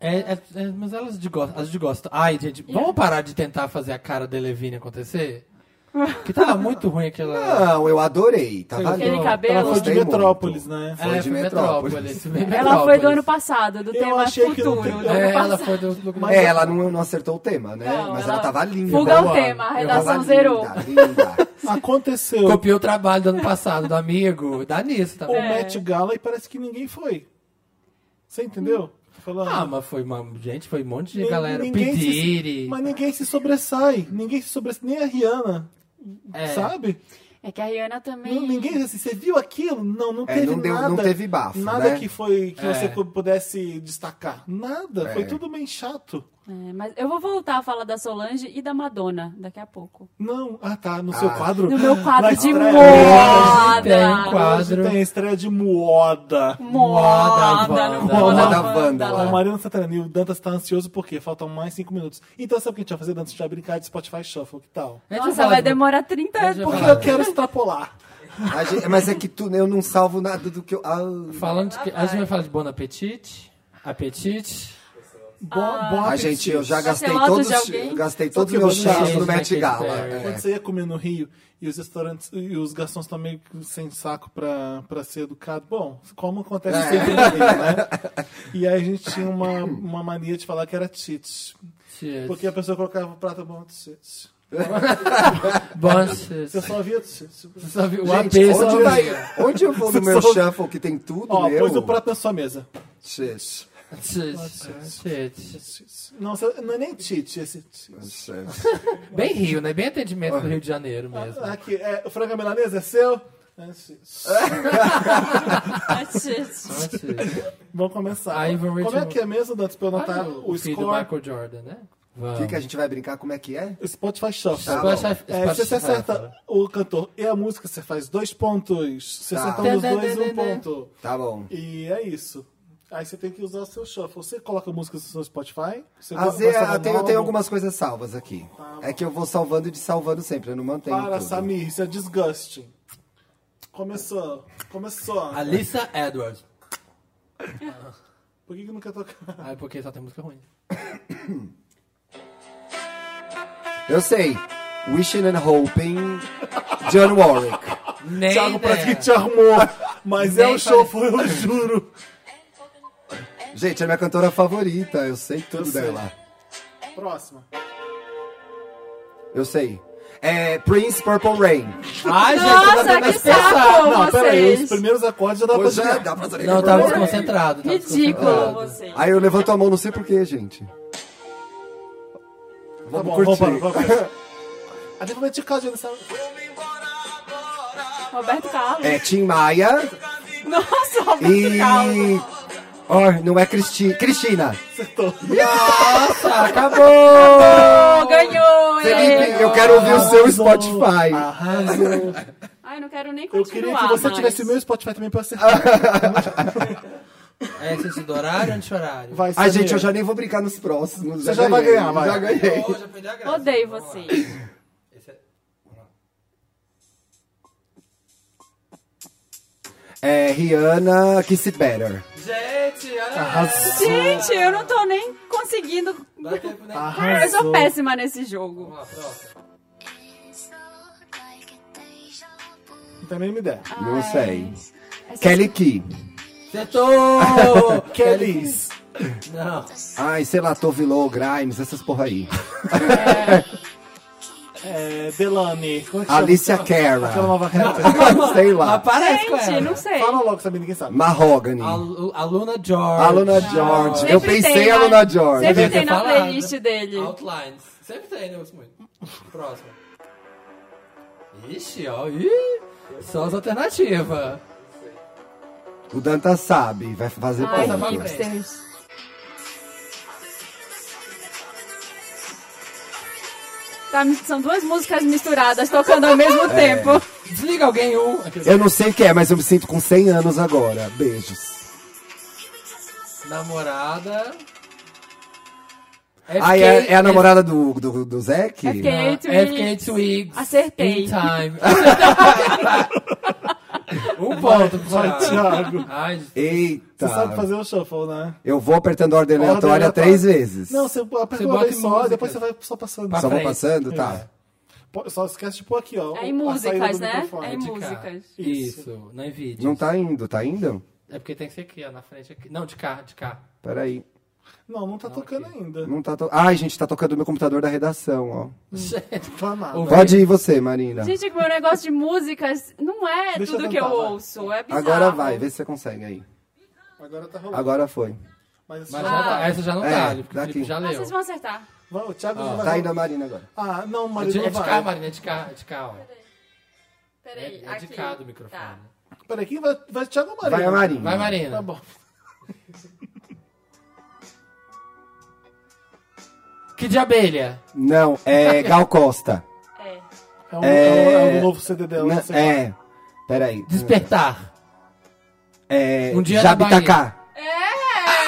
É, é- é, mas elas de gosto. As de gosto. Ai, gente, vamos parar de tentar fazer a cara da Levine acontecer? Que tava muito ruim aquela.
Não, eu adorei, tá
Você
Aquele
Não,
valendo.
cabelo.
Ela foi de
Gostei muito.
Metrópolis, né?
foi de Metrópolis.
foi de
Ela foi do ano
Metrópolis.
passado, do
Eu
tema
achei que não
futuro.
tem-
do
É,
ano
ela
passado.
foi do do-
É, ela não, não acertou o tema, né?
Não,
Mas ela,
ela
tava linda.
Fuga
Ela
o tema, a
tava
redação
linda,
zerou.
linda.
É.
Aconteceu
Copiou o trabalho do ano passado do amigo. Dá nisso
o
também.
É.
Met Gala e parece que ninguém foi. Você entendeu?
Hum.
Tô Falando.
Ah, mas foi uma. Gente, foi um monte de
Nin-
galera.
ninguém se-
Pedire.
mas ninguém se sobressai. Ninguém se sobressai. Nem a Rihanna,
É.
sabe?
É que a Rihanna também.
Não, ninguém assim, você viu aquilo? Não, não
É,
teve
não deu-
nada.
não teve bafo,
Nada
né?
que foi que
É.
você pudesse destacar. Nada.
É.
Foi tudo bem chato.
É, mas eu vou voltar a falar da Solange e da Madonna daqui a pouco.
Não. Ah, tá. No seu quadro.
No meu quadro
Na
de
estreia.
Tem
moda.
Hoje
quadro.
tem a estreia de Moda.
Moda,
Moda, no
Wanda.
moda,
Moda,
Wanda.
Wanda.
O Mariano Santanani, o Dantas tá ansioso porque faltam mais cinco minutos. Então sabe o que a gente vai fazer, Dantas? A gente vai brincar de Spotify Shuffle, que tal?
A gente vai
Nossa,
falar
vai
de-
demorar 30
A gente vai
anos.
Porque
falar
eu quero extrapolar.
A gente- mas é que tu, eu não salvo nada do que eu. Ah,
Falando de que- a gente vai falar de Bon Appetit. Apetite.
Bom, bom
a
apetite.
gente, eu já
Tá
gastei
selado
todos,
de alguém?
gastei
Só
todos
que
os meus
eu não
chás
sei,
no
né,
Met
que
Gala.
é-
Quando
é.
você ia comer no Rio e os restaurantes e os garçons estão meio que sem saco pra, pra ser educado, bom, como acontece sempre no Rio, né? E aí a gente tinha uma, uma mania de falar que era tite.
Cheers.
Porque a pessoa colocava o prato bom tite.
Bon cheers.
Eu só via tite.
Você só viu o
Gente,
AP só
onde,
vai.
vai- onde eu vou no meu shuffle que tem tudo
Ó,
meu?
pôs o prato na sua mesa.
Tchê,
Cheers. Cheers.
Não, não é nem tite, esse tite.
tchê.
Bem Rio, né? Bem atendimento do Rio de Janeiro mesmo.
Aqui, é, o frango à milanesa é seu? É, sim.
Gente,
Vamos começar.
Ah, Ivan
Como é
Rachel-
que é mesmo, Dantas, pra eu anotar
o,
o
filho do
score?
Michael Jordan, né?
O
Tá.
Vamos.
que, que a gente vai brincar? Como é que é?
Spotify Shuffle.
Tá
Splash-
bom.
É, se
Splash-
você
né?
acerta o cantor e a música, você faz dois pontos. Se
Tá.
acerta um dos dois, um ponto.
Tá bom.
E é isso. Aí você tem que usar o seu shuffle. Você coloca músicas no seu Spotify? Você
Às
vai
vezes,
salvar
Ah, eu tenho, eu
novo?
tenho algumas coisas salvas aqui. É que eu vou salvando e desalvando sempre, eu não mantenho
Para,
tudo.
Samir, isso é disgusting. Começou, começou.
Alissa Edwards.
Por que, que não quer tocar?
Ah, é porque só tem música ruim.
Eu sei. Wishing and Hoping, John Warwick.
Nem
Thiago, parece que
ideia.
te armou. Mas é
Nem
o shuffle, eu juro.
Gente, é minha cantora favorita, eu sei tudo
Eu sei.
dela.
Próxima.
Eu sei. É Prince Purple Rain.
Ai, gente,
Nossa, que saco
Não, peraí, os
vocês.
primeiros acordes já dá pra
Pois é. já
jogar.
dá pra saber.
Não, tava desconcentrado. tava
Ridículo
desconcentrado.
vocês.
tá. Aí eu levanto a mão, não sei porquê, gente.
Tá
Vamos
bom,
curtir.
vamos para, vamos para. Até vou meter casa nessa.
Roberto Carlos.
É Tim Maia
Nossa, Roberto
e...
Carlos.
Oh, não é Cristi... Cristina.
Acertou. Tá.
Nossa,
Acabou!
Pô, ganhou,
Felipe,
hein?
eu quero ouvir o seu
Arrasou.
Spotify.
Ah, Arrasou.
Ai, não quero nem
Eu
continuar
queria que você
mais.
tivesse o meu Spotify também pra acertar.
Ah,
É excesso do horário ou anti-horário?
Vai,
Ai,
Samir.
gente, eu já nem vou brincar nos próximos.
é Você já vai
ganhei,
ganhar, vai.
Já ganhei.
Hoje eu perdi a graça.
Odeio vocês.
É Rihanna Kiss It Better.
Gente, olha
Gente, eu não tô nem conseguindo.
Dá tempo,
Ah.
né?
Cara, eu sou péssima nesse jogo.
Vamos lá, próximo.
Não tem a mínima ideia.
Não sei.
Essa-
Kelly Key.
Acertou!
Kellys.
Não.
Ai, sei lá, Tovilô, Grimes, essas porra aí.
É, Delane. como é que chama?
Alicia Cara.
Aquela nova rapper.
Sei lá.
Ah,
Aparece com
Gente,
ela.
não sei.
é? Fala logo, sabe? Ninguém sabe.
Mahogany.
A Lu- a Luna George.
Aluna George. Eu
Sempre
pensei
tem,
em
né?
Aluna George.
Sempre
Devia ter
tem na
falado.
playlist dele.
Outlines. Sempre tem, né? Muito. Próximo. Ixi, ó. Ih, só as alternativas.
O Danta sabe, vai fazer
Ai,
Passa pra
perguntas.
frente.
hipsters. Tá, são duas músicas misturadas, tocando ao mesmo
É.
tempo.
Desliga alguém um. Aqueles-
Eu não sei o que é, mas eu me sinto com 100 anos agora. Beijos.
Namorada.
Ah, é, é a namorada do, do, do Zac?
FK.
Ah, FK
Twigs.
Twigs.
Acertei.
In time. um ponto, pro
Vai,
Thiago.
Thiago.
Ai,
Você
Eita.
sabe fazer o shuffle, né?
Eu vou apertando ordem
Ordem
aleatória
aleatória.
três vezes.
Não, você aperta
Você
uma
bota
vez
em
só,
músicas.
depois você vai só passando.
Pra
Só vou
frente.
passando? Tá.
Pô, Só esquece de pôr aqui, ó.
Aí
o- a saída
músicas,
do
né?
microfone.
Aí
de cá.
músicas.
Isso, na Nvidia.
Não tá indo, tá indo?
É porque tem que ser aqui, ó, na frente aqui. Não, de cá, de cá.
Peraí.
Não,
Ah,
não tá tocando ainda.
Não tá to... Ai, gente, tá tocando o meu computador da redação, ó.
Gente,
Hum.
Tá nada.
Ouvi.
Pode ir você, Marina.
Gente, que meu negócio de músicas não é
Deixa eu
tudo
tentar,
que eu
vai.
ouço. É bizarro.
Agora vai, vê se você consegue aí.
Agora tá rolando.
Agora foi.
Mas, ah, isso já-
mas já tá- essa já não
É,
tá, porque o
daqui.
Felipe já
Ah,
leu.
vocês vão acertar.
Vai, o Thiago já vai.
Tá indo a Marina agora.
Ah, não,
É de,
Marina,
é de cá,
vai.
Marina, é de cá, é de cá, ó. É,
Peraí,
é de
aqui.
cá do microfone.
Tá.
Peraí, quem vai? Vai Thiago ou Marina?
Vai a Marina.
Vai, Marina.
Tá bom.
Que de abelha?
Não, é Gal Costa.
É.
É um,
É-
é um novo CD dela.
Na-
não sei lá.
é. Peraí.
Despertar.
É.
Um dia na
Jabitacá.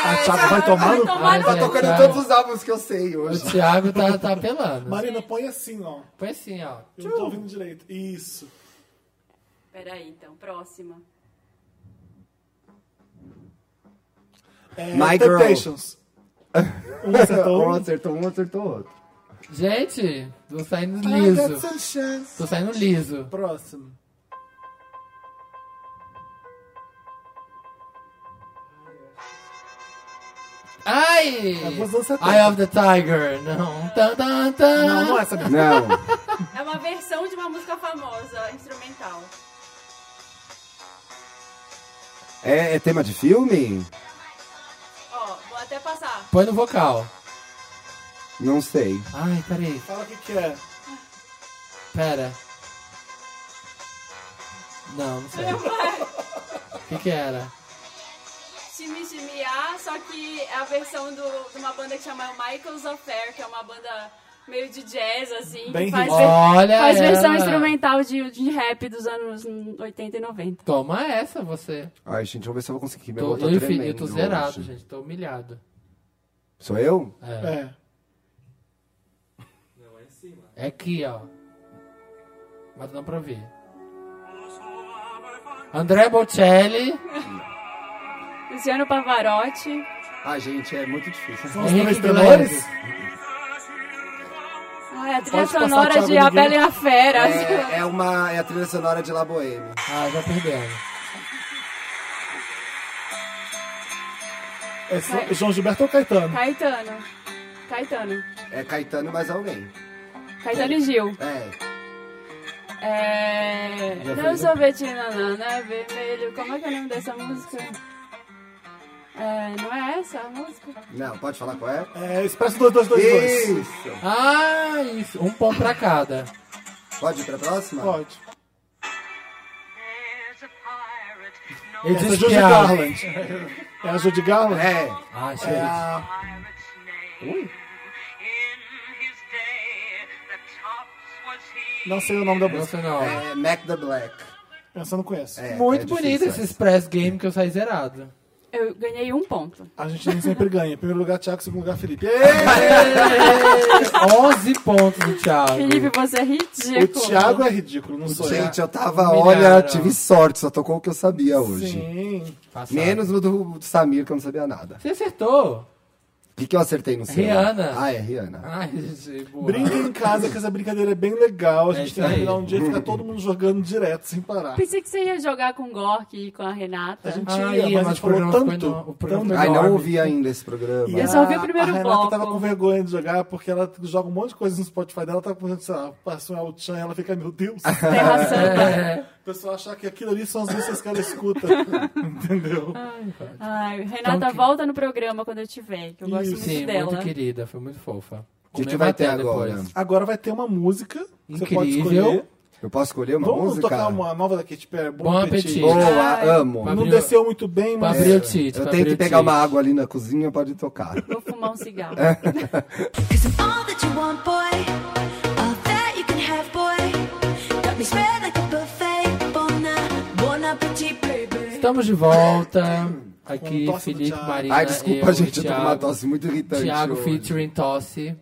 A Thiago então. vai tomar no
Tomara
Vai,
É,
que-
vai. Tocando todos
tá os álbuns que eu sei
É.
O Thiago tá, tá apelando.
Marina, põe assim, ó.
Põe assim, ó.
Eu não tô ouvindo direito. Isso.
Peraí, então, próxima.
É,
My Girl.
Temptations. Um acertou.
Um acertou um, acertou outro.
Gente, tô saindo
I got
liso.
some chance.
Tô saindo liso.
Próximo.
Ai!
Vamos dançar
Eye of the Tiger. Não. Tan, tan,
tá
tan.
Não, não é essa.
Não.
É uma versão de uma música famosa, instrumental.
É, é tema de filme?
Ó, vou até passar.
Põe no vocal.
Não sei.
Ai, peraí.
Fala o que que é.
Pera. Não, não sei. O que que era?
Shimi Shimi A, só que é a versão do- de uma banda que chama Michael's Affair, que é uma banda meio de jazz, assim.
Bem
que faz,
ritmo.
ver-
Olha
faz
ela.
versão instrumental de, de rap dos anos 80 e 90.
Toma essa, você.
Ai, gente, vamos ver se eu vou conseguir. Meu
Tô,
tô, tá
eu, e Felipe,
tremendo
eu tô zerado,
hoje.
gente. Tô humilhado.
Sou eu?
É.
É.
É aqui, ó. Mas não pra ouvir. André Bocelli.
Luciano Pavarotti.
Ah, gente, é muito difícil.
São os três
Henrique
tenores?
Ah, é a trilha
Pode passar,
sonora
Thiago,
de A
ninguém-
Bela e a Fera.
É, é uma. É a trilha sonora de La Boheme.
Ah, já perdemos.
É São- João Gilberto ou Caetano?
Caetano. Caetano.
É Caetano e mais alguém.
Caetano e Gil.
É.
É. Não sorvete nanana vermelho. Como é que é o nome dessa música? É, não é essa a música?
Não, pode falar qual é?
É Expresso 2222.
Isso!
Ah, isso. Um ponto pra cada.
Pode ir pra próxima?
Pode.
Ele
Essa é a
disse
Judy
que a-
Garland. É a Judy Garland?
É.
Ah, gente.
É a... Não sei o nome da música.
Nossa, não.
É Mac the Black.
Essa eu não conheço.
É,
Muito
é
bonito
difícil
esse Express Game que eu saí zerado.
Eu ganhei um ponto.
A gente nem sempre ganha. Primeiro lugar, Thiago. Segundo lugar, Felipe. Ei!
11 pontos do Thiago.
Felipe, você é
O
ridículo.
Thiago é ridículo, não sou
Gente, eu tava,
Humilharam.
olha, tive sorte, só tocou o que eu sabia
eu.
hoje.
Sim.
Passado.
Menos no do, do Samir, que eu não sabia nada.
Você acertou.
O que, que eu acertei no seu?
Rihanna.
Ah, é, Rihanna.
Ai, gente, boa.
Brinca em casa que essa brincadeira é bem legal. A
É
gente
isso
tem que
aí.
virar um dia e ficar todo mundo jogando direto, sem parar.
Pensei que você ia jogar com o Gork e com a Renata.
A gente
Ah,
ia,
ia,
mas a
mas
gente
o
falou
programa ficou
tanto.
enorme. O programa
tanto.
ficou
Ai, não
enorme.
ouvi ainda esse programa.
E é-
Eu só ouvi o
a-
primeiro
A Renata
bloco.
tava com vergonha de jogar porque ela joga um monte de coisa no Spotify dela, tá com, sei lá, passa um El-Chan e ela fica, meu Deus.
Terra Santa.
É.
O pessoal achar que aquilo ali são as músicas que ela escuta. Entendeu?
Ai, Renata,
Então que-
volta no programa quando eu tiver, que eu gosto
Isso,
muito
Sim,
dela.
muito querida, foi muito fofa.
O que, que
Comeu
vai ter
até depois.
agora? É,
Agora vai ter uma música que você pode
Incrível.
escolher.
Eu posso escolher uma
Vamos
música?
tocar uma nova da Katy Perry, Bom,
Bom
Apetite.
Apetite.
Boa,
Ai.
amo.
Pra
Não
abrir-
desceu muito bem,
pra
mas...
abrir o Tite.
Eu
pra
tenho
abrir
que
o
pegar uma
Tite.
água ali na cozinha, pode tocar.
Vou fumar um cigarro.
É.
Cause I'm all that you want, boy. All that you can have, boy. Got me spread like a buffet. Bona, bon appetit, baby.
Estamos de volta. Aqui,
Com tosse do
Felipe,
Thiago.
Marina.
Ai, desculpa,
é, eu,
gente, eu tô com uma
Thiago.
tosse muito irritante.
Thiago
hoje.
featuring tosse.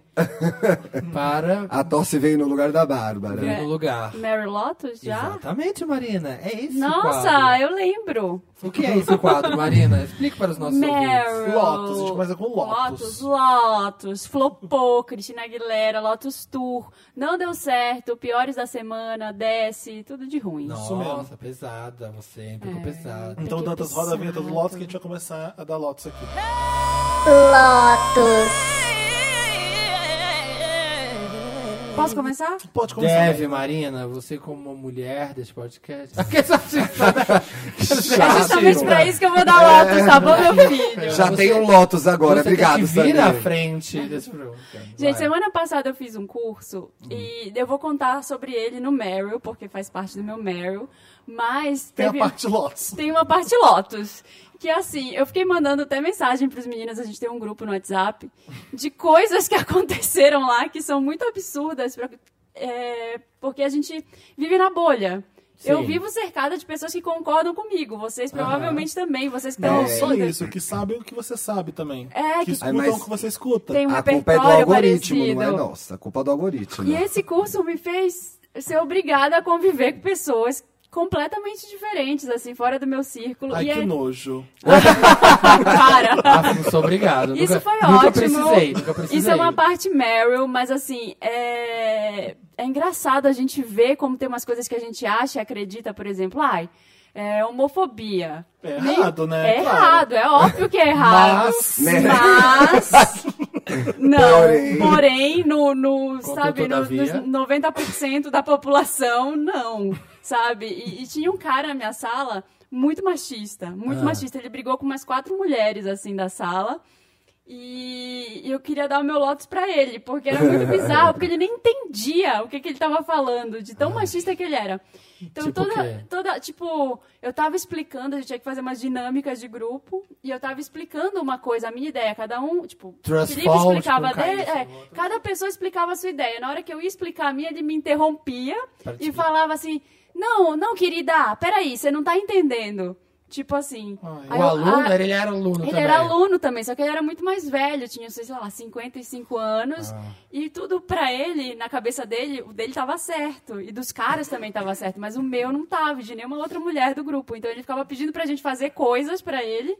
para
A tosse veio no lugar da Bárbara.
É.
vir no lugar.
Mary Lotus já?
Exatamente, Marina. É esse
Nossa,
quadro.
eu lembro.
O que é esse quadro, Marina? Explique para os nossos ouvintes.
Meryl.
Lotus, a gente começa com Lotus.
Lotus, Lotus, flopou, Cristina Aguilera, Lotus Tour, não deu certo, piores da semana, desce, tudo de ruim.
Nossa, pesada você, hein? Pegou
É.
pesada.
Então,
Que
Dantas, roda a vinheta do
pesado.
Lotus que a gente vai começar a dar Lotus aqui.
Posso começar?
Pode começar.
Deve, Marina, você como uma mulher deste podcast. Já,
é justamente
sim.
pra isso que eu vou dar
É.
Lotus, tá bom, meu filho?
Já
Você-
tem um Lotus agora,
você
obrigado,
tem que vir à
Samir.
frente desse programa.
Gente, é semana passada eu fiz um curso
Hum.
e eu vou contar sobre ele no Meryl, porque faz parte do meu Meryl, mas
Tem a
teve- um
parte Lotus.
tem uma parte Lotus. Que assim, eu fiquei mandando até mensagem pros meninos, a gente tem um grupo no WhatsApp, de coisas que aconteceram lá que são muito absurdas, pra- é, porque a gente vive na bolha. Eu
Sim.
vivo cercada de pessoas que concordam comigo, vocês provavelmente também, vocês que estão
Não, Então, só
ouvindo.
isso, que sabem o que você sabe também.
É,
que,
que-
escutam
Mas-
o que você escuta.
Tem um
A culpa é do
repertório
algoritmo,
parecido.
não é nossa. A culpa é do algoritmo.
E esse curso me fez ser obrigada a conviver com pessoas completamente diferentes, assim, fora do meu círculo.
Ai,
e
que
é...
nojo. Tá
Para!
Ah, não sou obrigado.
Isso
nunca,
foi
nunca
ótimo.
Precisei, nunca precisei.
Isso é uma parte Meryl, mas assim, é... é engraçado a gente ver como tem umas coisas que a gente acha e acredita, por exemplo, ai, é homofobia.
É errado, né?
É
Claro.
errado, é óbvio que é errado.
Mas,
né?
Mas, não,
Porém.
porém, no, no,
Contudo,
sabe, no, nos
todavia.
90% da população, não, sabe? E, e tinha um cara na minha sala muito machista, muito
Ah.
machista. Ele brigou com umas quatro mulheres, assim, da sala. E eu queria dar o meu lotus pra ele, porque era muito bizarro, porque ele nem entendia o que, que ele tava falando, de tão machista que ele era. Então,
Ah. Tipo o quê?
toda, toda. Tipo, eu tava explicando, a gente tinha que fazer umas dinâmicas de grupo, e eu tava explicando uma coisa, a minha ideia. Cada um, tipo,
Trust
Felipe
falls,
explicava
tipo, um cara
dele,
desse
é, cada pessoa explicava a sua ideia. Na hora que eu ia explicar a minha, ele me interrompia
Para te
e
explicar.
falava assim: Não, não, querida, peraí, você não tá entendendo. Tipo assim.
Ai.
aí
O
eu-
aluno, é
ah,
ele era aluno
ele
também.
era aluno também, só que ele era muito mais velho, tinha, sei lá, 55 anos.
Ah.
E tudo pra ele, na cabeça dele, o dele tava certo. E dos caras também tava certo, mas o meu não tava, e de nenhuma outra mulher do grupo. Então ele ficava pedindo pra gente fazer coisas pra ele.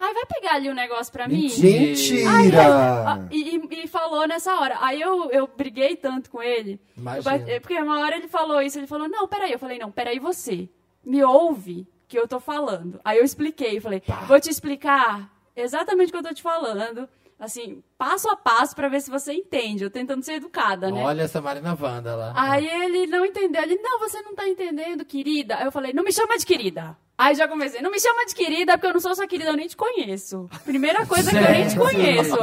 Aí vai pegar ali um negócio pra mim. Aí, aí,
Mentira!
ah, e, e- e falou nessa hora. Aí eu, eu briguei tanto com ele.
Imagino.
Eu bate- é, Porque uma hora ele falou isso, ele falou, não, peraí. Eu falei, não, peraí você. Me ouve que eu tô falando. Aí eu expliquei, falei, vou te explicar exatamente o que eu tô te falando. Assim, passo a passo pra ver se você entende. Eu tentando ser educada, né?
Olha essa Marina Wanda lá.
Aí ele não entendeu. Ele, não, você não tá entendendo, querida. Aí eu falei, não me chama de querida. Aí já comecei, não me chama de querida, porque eu não sou sua querida, eu nem te conheço. Primeira coisa que eu nem te
Gente.
conheço.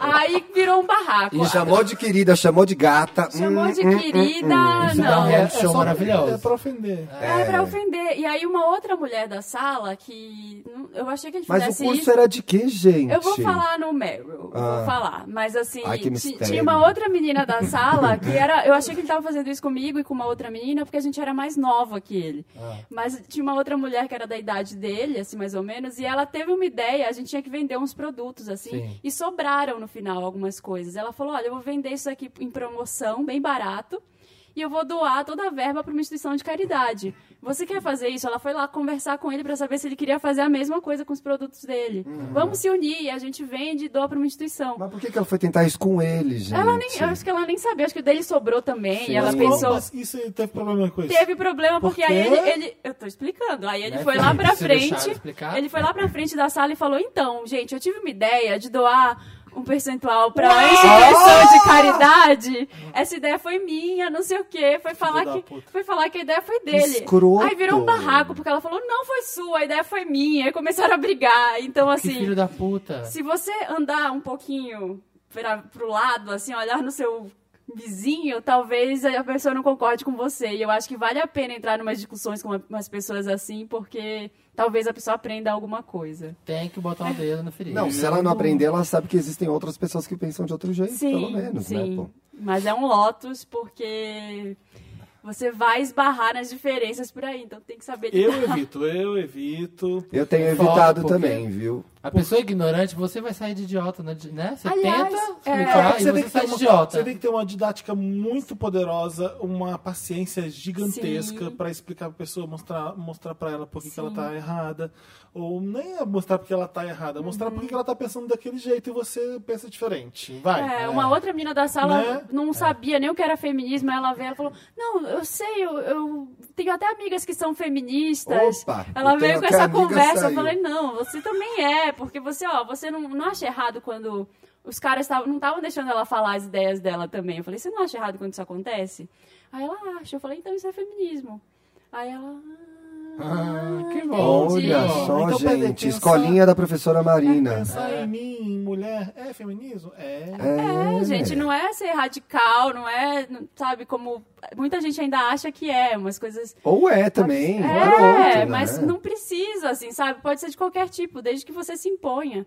Aí virou um barraco.
E chamou de querida, chamou de gata.
Chamou
Hum,
de
hum.
querida,
Isso dá um
não.
reality show maravilhoso.
É pra ofender.
É pra ofender. E aí uma outra mulher da sala que. hum, Eu achei que ele
Mas o
fizesse
curso
isso.
era de quê, gente?
Eu vou falar no Meryl,
Ah.
vou falar. Mas assim,
Ai, que
ti-
mistério.
tinha uma outra menina da sala que era. Eu achei que ele tava fazendo isso comigo e com uma outra menina, porque a gente era mais nova que ele.
Ah.
Mas tinha uma outra mulher que era da idade dele, assim, mais ou menos, e ela teve uma ideia, a gente tinha que vender uns produtos, assim,
Sim.
e sobraram no final algumas coisas. Ela falou: olha, eu vou vender isso aqui em promoção, bem barato. e eu vou doar toda a verba para uma instituição de caridade. Você quer fazer isso? Ela foi lá conversar com ele para saber se ele queria fazer a mesma coisa com os produtos dele. Vamos se unir, a gente vende e doa para uma instituição.
Mas por que, que ela foi tentar isso com ele, gente?
Ela nem, eu acho que ela nem sabia, acho que o dele sobrou também.
Sim.
E ela
Mas
pensou.
Mas isso aí teve problema com isso.
Teve problema porque aí
quê?
ele, ele- Eu tô explicando. Aí ele
Né,
foi lá
Felipe?
pra
Se deixar
frente.
explicar.
Ele foi lá pra frente da sala e falou: Então, gente, eu tive uma ideia de doar um percentual pra instituição de caridade. Essa ideia foi minha, não sei o quê. Foi falar
da
que,
puta.
foi falar que a ideia foi dele.
escroto.
Aí virou um barraco, porque ela falou: Não foi sua, a ideia foi minha. Aí começaram a brigar. Então,
Que
assim.
filho da puta.
Se você andar um pouquinho pra, pro lado, assim, olhar no seu vizinho, talvez a pessoa não concorde com você. E eu acho que vale a pena entrar em umas discussões com uma- umas pessoas assim, porque talvez a pessoa aprenda alguma coisa.
Tem que botar o dedo na ferida.
Não, se ela não aprender, ela sabe que existem outras pessoas que pensam de outro jeito, pelo menos,
sim.
né? Pô?
Mas é um lotus, porque você vai esbarrar nas diferenças por aí, então tem que saber
Eu
lidar.
evito, eu evito.
Eu tenho
Foda,
evitado
porque-
também, viu?
A pessoa ignorante, você vai sair de idiota, né? De- né? Você
Aliás,
tenta
é,
explicar e
Você tem,
você
que ter
sai de
uma,
idiota.
você tem que ter uma didática muito poderosa, uma paciência gigantesca
Sim.
pra explicar pra pessoa, mostrar, mostrar pra ela por que que ela tá errada. Ou nem é mostrar porque ela tá errada, é mostrar
Uhum.
por que que ela tá pensando daquele jeito e você pensa diferente. Vai.
É, uma outra menina da sala
Né?
não sabia nem o que era feminismo, ela veio e falou: Não, eu sei, eu, eu tenho até amigas que são feministas.
Opa,
Tá, ela
Então, eu
veio
tenho
com
até
essa
amiga
conversa,
saiu.
eu falei: Não, você também é, porque você, ó, você não, não acha errado quando os caras tavam- não estavam deixando ela falar as ideias dela também. Eu falei: Você não acha errado quando isso acontece? Aí ela acha, eu falei: Então isso é feminismo. Aí ela.
Ah, que
"Ah,
bom,
entendi."
Olha
Então,
só,
peraí,
gente.
pensar-
Escolinha da professora Marina.
Pensar em mim, em mulher, é feminismo? É.
É, gente, não é ser radical, não é, não- sabe, como muita gente ainda acha que é, umas coisas.
Ou é também. um ou
é,
outro, né?
mas não precisa, assim, sabe? Pode ser de qualquer tipo, desde que você se imponha.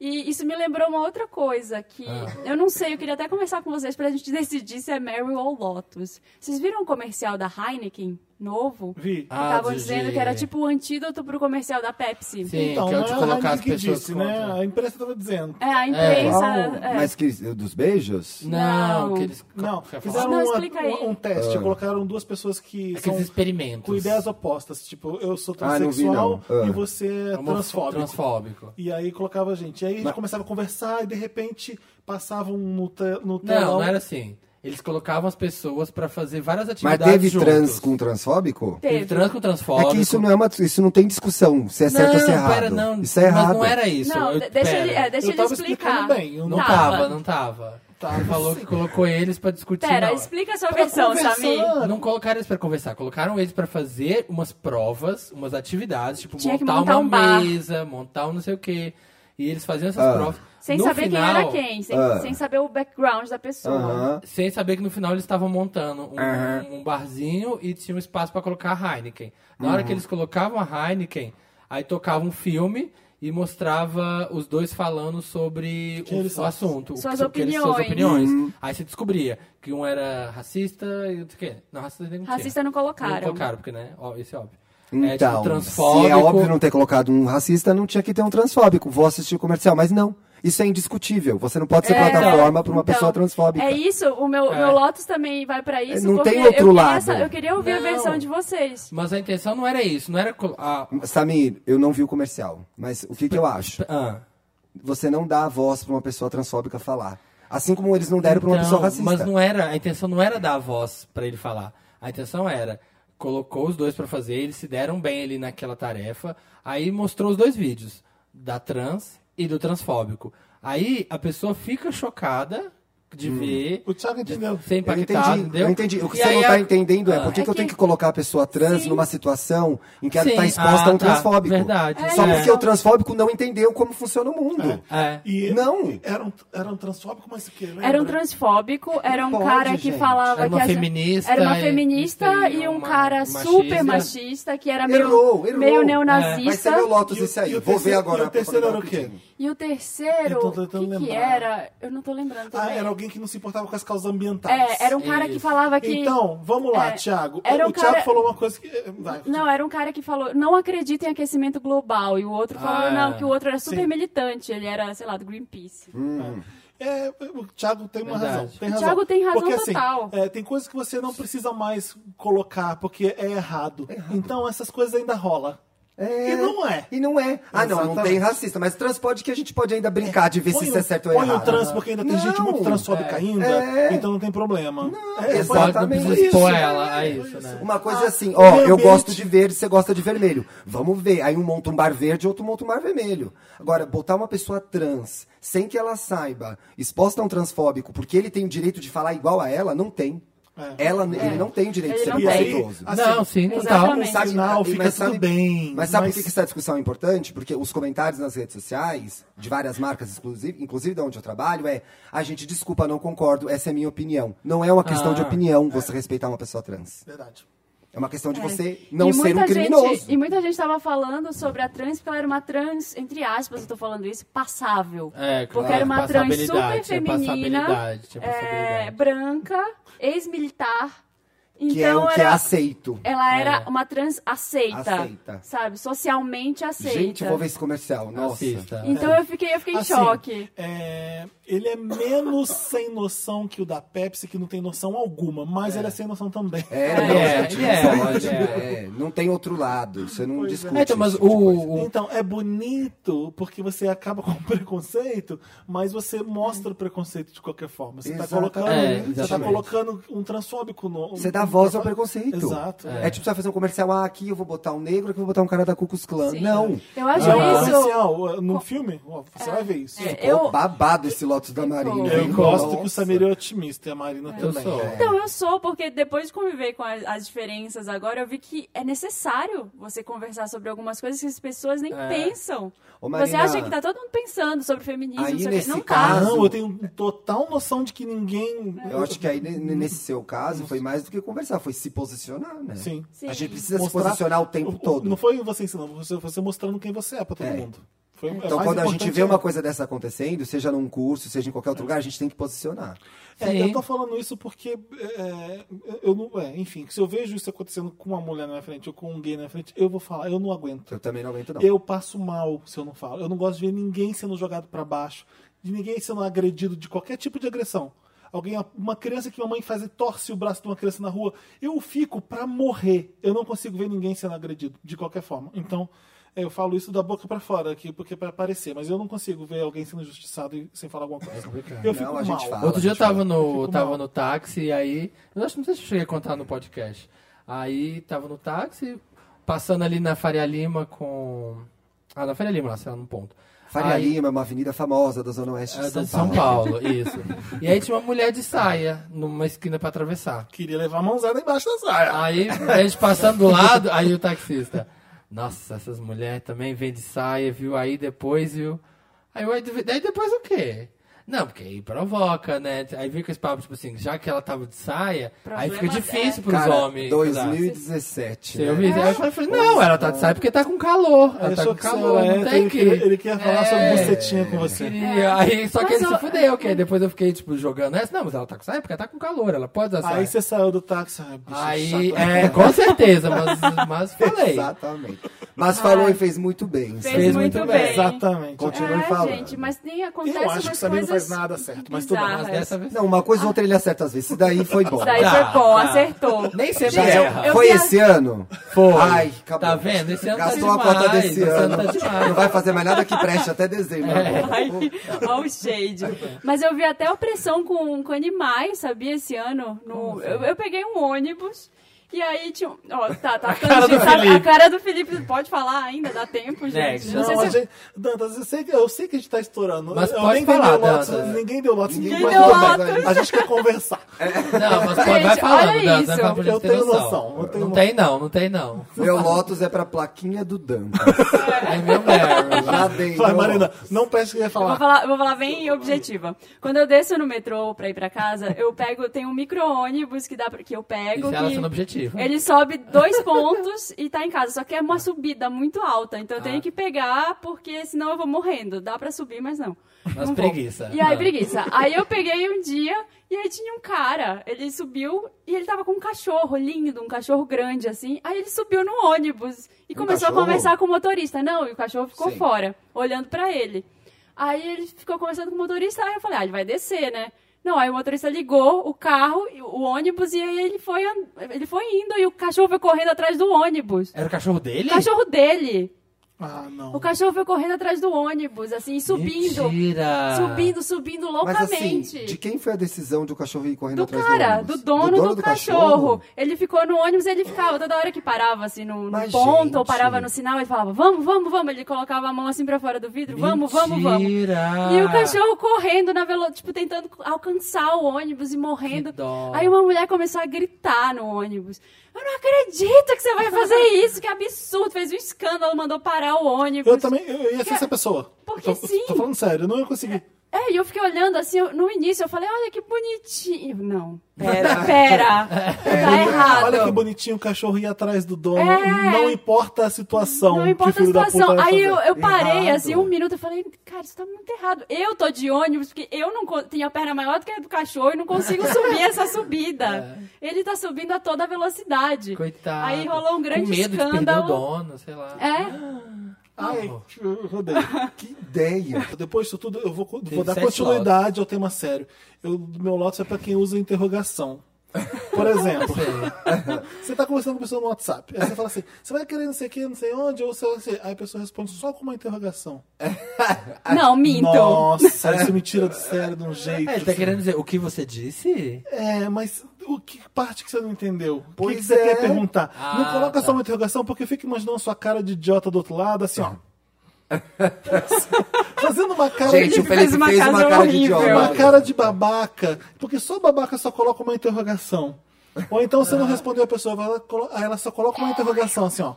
E isso me lembrou uma outra coisa que
Ah.
eu não sei, eu queria até conversar com vocês pra gente decidir se é Meryl ou Lotus. Vocês viram o comercial da Heineken novo?
Vi.
Ah,
Estavam
de-
dizendo que era tipo o antídoto pro comercial da Pepsi.
Sim,
então,
que é o
não
de
é a
colocar
Heineken
as
que
pessoas
disse, né?
contra.
A imprensa tava dizendo.
É, a
Uau,
imprensa. é.
Mas que, dos beijos?
Não,
Não.
que eles...
Não,
Quer falar? É
fizeram
Não,
uma-
explica aí.
um, um
Ah.
teste, colocaram duas pessoas que são
Aqueles experimentos.
com ideias opostas. Tipo, eu sou
Ah, não vi,
transexual
não. Ah.
e você é
Homo-
transfóbico.
transfóbico.
E aí colocava a gente. E aí a gente começava a conversar e de repente um passavam no, te, no telão.
Não, não era assim. Eles colocavam as pessoas pra fazer várias
Mas
atividades
teve
juntos.
trans com transfóbico?
Teve trans com
É
transfóbico.
que isso não é uma. Isso não tem discussão se é certo ou se é
Não,
errado.
pera, não.
isso é errado.
Mas não era isso.
Não,
Eu-
de- deixa
pera.
ele, é, deixa
Eu
ele
tava
explicar. Tá.
explicando bem, eu
Não tava, não tava. Falou que colocou eles pra discutir.
Pera,
não.
explica a sua versão,
conversar.
Samir.
Não colocaram eles pra conversar, colocaram eles pra fazer umas provas, umas atividades, tipo
Tinha que
montar,
montar um
uma
bar.
mesa, montar um não sei o quê. E eles faziam essas
Ah.
provas.
Sem
No
saber
final,
quem era quem, sem,
Ah.
sem saber o background da pessoa.
Aham.
Sem saber que no final eles estavam montando um, um barzinho e tinha um espaço pra colocar a Heineken. Na hora que
Uhum.
eles colocavam a Heineken, aí tocava um filme e mostrava os dois falando sobre
Que
o,
eles
o
são.
assunto.
Suas
o que eles-
opiniões.
suas opiniões.
Uhum.
Aí você descobria que um era racista e o que? Não, racista nem tinha.
Racista não colocaram.
Não colocaram, porque, né? Ó, isso é óbvio. é,
Então,
tipo, transfóbico.
se é óbvio não ter colocado um racista, não tinha que ter um transfóbico. Vou assistir o comercial, mas não. Isso é indiscutível. Você não pode ser
É,
plataforma pra uma
então,
pessoa transfóbica.
É isso, o meu,
É.
meu Lotus também vai pra isso.
É, não
porque
tem outro
eu queria
lado.
essa- eu queria ouvir a
Não.
versão de vocês.
Mas a intenção não era isso, não era... col- a-
Samir, eu não vi o comercial, mas o que, que eu acho?
ah.
Você não dá a voz pra uma pessoa transfóbica falar. Assim como eles não deram pra uma
Então,
pessoa racista.
Mas não era, a intenção não era dar a voz pra ele falar. A intenção era colocou os dois pra fazer, eles se deram bem ali naquela tarefa. Aí mostrou os dois vídeos, da trans e do transfóbico. Aí a pessoa fica chocada de ver
O Thiago entendeu.
ser
Hum. Eu
impactado,
entendi,
entendeu?
eu entendi. O que
E
você
aí Ah.
não
a-
tá entendendo é por que,
É
que eu tenho
que-
que colocar a pessoa trans
Sim.
numa situação em que
Sim,
ela tá exposta a
ah,
um
tá,
transfóbico.
verdade.
É,
Só
é.
porque o transfóbico não entendeu como funciona o mundo.
É.
E
Não.
Era um, era um transfóbico, mas o que? Lembra?
Era um transfóbico, era um
pode,
cara que
gente.
falava
Era uma
que a-
feminista
era uma
e-
feminista
e
e um
uma
cara
machista.
super machista que era meio,
Errou, É, errou.
meio
Mas
neonazista.
você viu Lotus
E o-
isso aí.
e o
Vou ver
terceiro-
agora. tá
e o terceiro
um
era o quê?
rapidinho.
E o terceiro,
Eu tô
o
tentando
que, que
lembrar.
era? Eu não tô lembrando
Ah,
também.
um
era alguém que não se importava com as causas ambientais.
É, era um cara que
Isso.
falava que
Então, vamos lá,
É,
Thiago.
era
o
um
Thiago
cara-
falou uma coisa que. eh, Vai.
Não, era um cara que falou, não acredita em aquecimento global. E o outro falou,
Ah,
não, que o outro era super
sim.
Hum,
militante. Ele era, sei lá, do Greenpeace.
É, o Thiago tem uma
Verdade.
razão. Tem
O
razão.
Thiago tem razão
porque,
total.
Assim, é, tem coisas que você não precisa mais colocar, porque é errado. Então essas coisas ainda rola.
É.
E não é.
E não é. Ah, não, não
Exatamente.
tem racista, mas trans pode que a gente pode ainda brincar de ver se
Põe
isso é
um-
certo ou
põe
errado.
um trans, porque ainda tem gente
Não,
muito transfóbica ainda,
É.
então não tem problema. É, Não,
Pode, não
Exatamente
precisa expor
isso.
ela a isso, né?
Uma coisa
Ah,
assim,
o
ó,
meio
eu gosto
ambiente.
de verde, você gosta de vermelho. Vamos ver. Aí um monta um bar verde, outro monta um bar vermelho. Agora, botar uma pessoa trans, sem que ela saiba, exposta a um transfóbico, porque ele tem o direito de falar igual a ela, não tem. Ela, Ele não tem o direito de
Ele
ser
não
E aí,
preconceituoso.
assim,
não, sim, total.
Exatamente.
sabe, sinal,
e-
fica
mas
tudo
sabe-
bem.
Mas sabe por que que essa discussão é importante? Porque os comentários nas redes sociais, de várias marcas, exclusive, inclusive de onde eu trabalho, é a gente desculpa, não concordo, essa é minha opinião. Não é uma questão de opinião você respeitar uma pessoa trans.
Verdade.
É uma questão de você não
E
ser um
muita
criminoso.
Gente, e muita gente estava falando sobre a trans, porque ela era uma trans, entre aspas, eu tô falando isso, passável.
É, claro,
porque era uma trans
passabilidade,
super
tinha
feminina,
passabilidade, tinha
é,
passabilidade.
branca, ex-militar. Então
que é o que é
era,
aceito.
ela era uma trans aceita,
Aceita.
sabe? Socialmente aceita.
Gente, vou ver esse comercial. Nossa.
Assista.
Então eu fiquei, eu fiquei
Assim,
em choque.
é, ele é menos sem noção que o da Pepsi, que não tem noção alguma, mas ele é sem noção também.
É,
É,
não,
é,
gente,
é,
não,
olha,
é, não tem outro lado. Você não discute.
É, então, mas
esse tipo de coisa.
o, o-
Então, é bonito porque você acaba com o preconceito, mas você mostra o preconceito de qualquer forma. Você está
Exatamente.
colocando,
É,
você tá
exatamente.
colocando um transfóbico no.
Você dá voz ao
no-
preconceito.
Exato.
É. tipo, você vai fazer um comercial, ah, aqui eu vou botar um negro, aqui eu vou botar um cara da Ku Klux Klan. Não.
Eu acho
Já é um
isso.
comercial, num filme, ó, você vai ver isso.
Tipo,
É,
Eu...
eu-
babado esse Lotus da Marina.
Eu
hein?
gosto que o
Nossa.
Samir é otimista e a Marina
eu
também.
sou.
É.
Então, eu sou, porque depois de conviver com as, as diferenças agora, eu vi que é necessário você conversar sobre algumas coisas que as pessoas nem pensam.
Ô,
você
É. Marina,
acha que tá todo mundo pensando sobre feminismo,
aí
não sei o
nesse
que. Não
Ah,
tá.
caso-
não, eu tenho total noção de que ninguém.
Eu acho que aí, ne- ne- nesse seu caso, foi mais do que conversar, foi se posicionar, né?
Sim.
Sim.
A gente precisa
Mostrar-
se posicionar o tempo
o- o-
todo.
Não foi você ensinando, você, você mostrando quem você é pra todo mundo. Foi, é
Então,
mais
quando a gente
importante
vê uma
ainda.
coisa dessa acontecendo, seja num curso, seja em qualquer outro lugar, a gente tem que posicionar.
É,
Sim.
eu tô falando isso porque é, eu não, é, enfim, se eu vejo isso acontecendo com uma mulher na minha frente ou com um gay na minha frente, eu vou falar, eu não aguento.
Eu também não aguento, não.
Eu passo mal se eu não falo. Eu não gosto de ver ninguém sendo jogado pra baixo, de ninguém sendo agredido de qualquer tipo de agressão. Alguém, uma criança que mamãe faz e torce o braço de uma criança na rua, eu fico pra morrer. Eu não consigo ver ninguém sendo agredido de qualquer forma. Então, é, eu falo isso da boca pra fora aqui, porque para aparecer, mas eu não consigo ver alguém sendo injustiçado e- sem falar alguma coisa. eu fico
É, Não, a gente
mal.
fala.
Outro dia eu
Fala,
tava no,
Fico
tava
mal.
no táxi e aí. Eu acho que não sei se eu cheguei a contar no podcast. Aí tava no táxi, passando ali na Faria Lima com. Ah, na Faria Lima, lá, sei lá, no ponto.
Faria
Aí-
Lima é uma avenida famosa da Zona Oeste
É,
de São,
de São Paulo, isso. E aí tinha uma mulher de saia numa esquina pra atravessar.
Queria levar a mãozada embaixo da saia.
Aí a gente passando do lado, aí o taxista. Nossa, essas mulheres também vêm de saia, viu? Aí depois, viu? Aí, eu, aí de- daí depois o quê? Não, porque aí provoca, né? Aí vem com esse papo, tipo assim, já que ela tava de saia, aí fica
Problema
difícil pros
Cara,
homens. cuidar.
2017.
Você
né?
ouviu isso? Aí eu falei, falei, não, ela tá de saia porque tá com calor. Ela tá
Achou
com
que
calor,
você era
não
hétero,
tem
ele,
que...
queria, ele queria falar sobre
É.
bucetinha com você.
E aí, só que
Mas
ele se
eu-
fudeu, que aí depois eu fiquei, tipo, jogando essa. Não, mas ela tá com saia porque tá com calor, ela pode usar saia.
Aí você saiu do táxi. ah, bicho né?"
Aí,
chato.
é, com certeza, mas, mas falei.
Exatamente. Mas falou e fez muito bem.
Fez,
Fez
muito,
muito
bem.
bem.
Exatamente. É,
Continue
é,
falando.
gente, mas nem acontece
Eu acho que o
umas
Samir não
coisas...
faz nada certo, mas tudo bem.
bizarras.
Mas dessa vez.
Não, uma coisa ou outra ele acerta às vezes. Isso daí foi bom.
Isso daí
Tá,
foi bom,
tá.
acertou.
Nem sempre
Ah. Mas eu-
erra.
eu
foi
via-
esse ano?
Foi.
Ai, acabou.
Tá vendo? Esse ano tá
Gastou a conta
demais,
desse
esse ano
ano.
tá demais. É.
Não vai fazer mais nada que preste até dezembro. agora.
Ai, olha o shade. Mas eu vi até opressão com, com animais, sabia, esse ano. No, eu, eu peguei um ônibus. E aí tinha um. Ó, tá, tá ficando
cara do
gente, tá- a
Felipe.
cara do Felipe pode falar ainda, dá tempo, gente.
Next.
Não sei
Não, a
se
gente, Dantas, eu sei, que, eu sei que a gente tá estourando.
Mas
eu
pode
nem dei
falar,
meu lotus,
Dantas.
Ninguém deu lotes.
Ninguém
mas
deu
tudo bem.
lotus.
A gente quer conversar.
Não, mas pode, vai
Gente,
falando,
olha
Dan, vai
isso.
falando pra gente
Eu
ter
tenho noção, eu tenho
Não tem não, não tem não.
Meu Lotus é pra plaquinha do Dan.
É meu Meryl.
Já dei.
Vai,
meu
Marina,
Lotus.
não peça que eu ia
Eu vou
falar.
falar, eu vou falar bem objetiva. Quando eu desço no metrô pra ir pra casa, eu pego, tem um micro-ônibus que, dá pra- que eu pego.
Isso é
que
ela sendo objetiva.
Ele sobe dois pontos e tá em casa. Só que é uma subida muito alta. Então eu tenho que pegar, porque senão eu vou morrendo. Dá pra subir, mas não.
Mas
Não vou.
preguiça.
E aí,
Não.
preguiça. Aí eu peguei um dia e aí tinha um cara. Ele subiu e ele tava com um cachorro lindo, um cachorro grande assim. Aí ele subiu no ônibus e começou
cachorro?
a conversar com o motorista. Não, e o cachorro ficou
Sim.
fora, olhando pra ele. Aí ele ficou conversando com o motorista, aí eu falei, ah, ele vai descer, né? Não, aí o motorista ligou o carro, e o ônibus, e aí ele foi, an- ele foi indo e o cachorro foi correndo atrás do ônibus.
Era o cachorro dele?
O cachorro dele.
Ah, não.
O cachorro foi correndo atrás do ônibus, assim, subindo.
Mentira.
Subindo, subindo
Mas assim,
loucamente.
de quem foi a decisão de o cachorro ir correndo
Do
atrás
cara,
do ônibus?
do dono do, cachorro. Ele ficou no ônibus e ele ficava toda hora que parava, assim, no, no
Mas,
ponto, ou
gente.
parava no sinal, ele falava, vamos, vamos, vamos. Ele colocava a mão assim pra fora do vidro, vamos, vamos, vamos.
Mentira.
E o cachorro correndo na velo, tipo, tentando alcançar o ônibus e morrendo.
Que dó.
Aí uma mulher começou a gritar no ônibus. Eu não acredito que você vai fazer isso, que absurdo. Fez um escândalo, mandou parar o ônibus.
Eu também, eu ia ser essa pessoa.
Porque
tô,
sim.
Tô falando sério, eu não ia conseguir.
É, e eu fiquei olhando assim, eu- no início eu falei, olha que bonitinho. Não, pera, pera. tá errado.
É. Olha que bonitinho o cachorro ir atrás do dono.
É.
Não importa a situação.
Não importa
que o
a
filho Da
situação.
puta vai
Aí eu,
fazer.
eu parei,
Errado.
assim, um minuto, eu falei, cara, isso tá muito errado. Eu tô de ônibus, porque eu não co- tenho a perna maior do que a do cachorro e não consigo subir essa subida.
É.
Ele tá subindo a toda velocidade.
Coitado.
Aí rolou um grande
Com medo de perder o
escândalo.
dono, sei lá.
É,
Ai, Ah,
Não.
eu odeio.
Que ideia!
Depois disso tudo, eu vou, vou
Teve
dar
sete
continuidade ao tema sério. Eu, meu lote é pra quem usa interrogação. Por exemplo, você tá conversando com a pessoa no WhatsApp. Aí você fala assim: você vai querer não sei o que, não sei onde, ou sei lá, assim. Aí a pessoa responde só com uma interrogação.
não, minto.
Ah, Nossa, isso me tira do sério de um jeito.
É, ele tá
assim.
querendo dizer, o que você disse?
É, mas o que parte que você não entendeu? O que,
Pois
que você
é.
quer perguntar? não
Ah,
coloca
tá.
só uma interrogação, porque fica imaginando a sua cara de idiota do outro lado, assim, ó. Fazendo uma cara
Gente,
de.
o Felipe
fez uma
fez uma
casa
cara de
horrível.
idiota.
Uma cara de babaca. Porque só babaca só coloca uma interrogação. Ou então
Ah.
você não respondeu a pessoa, ela colo- aí ela só coloca uma interrogação, assim, ó.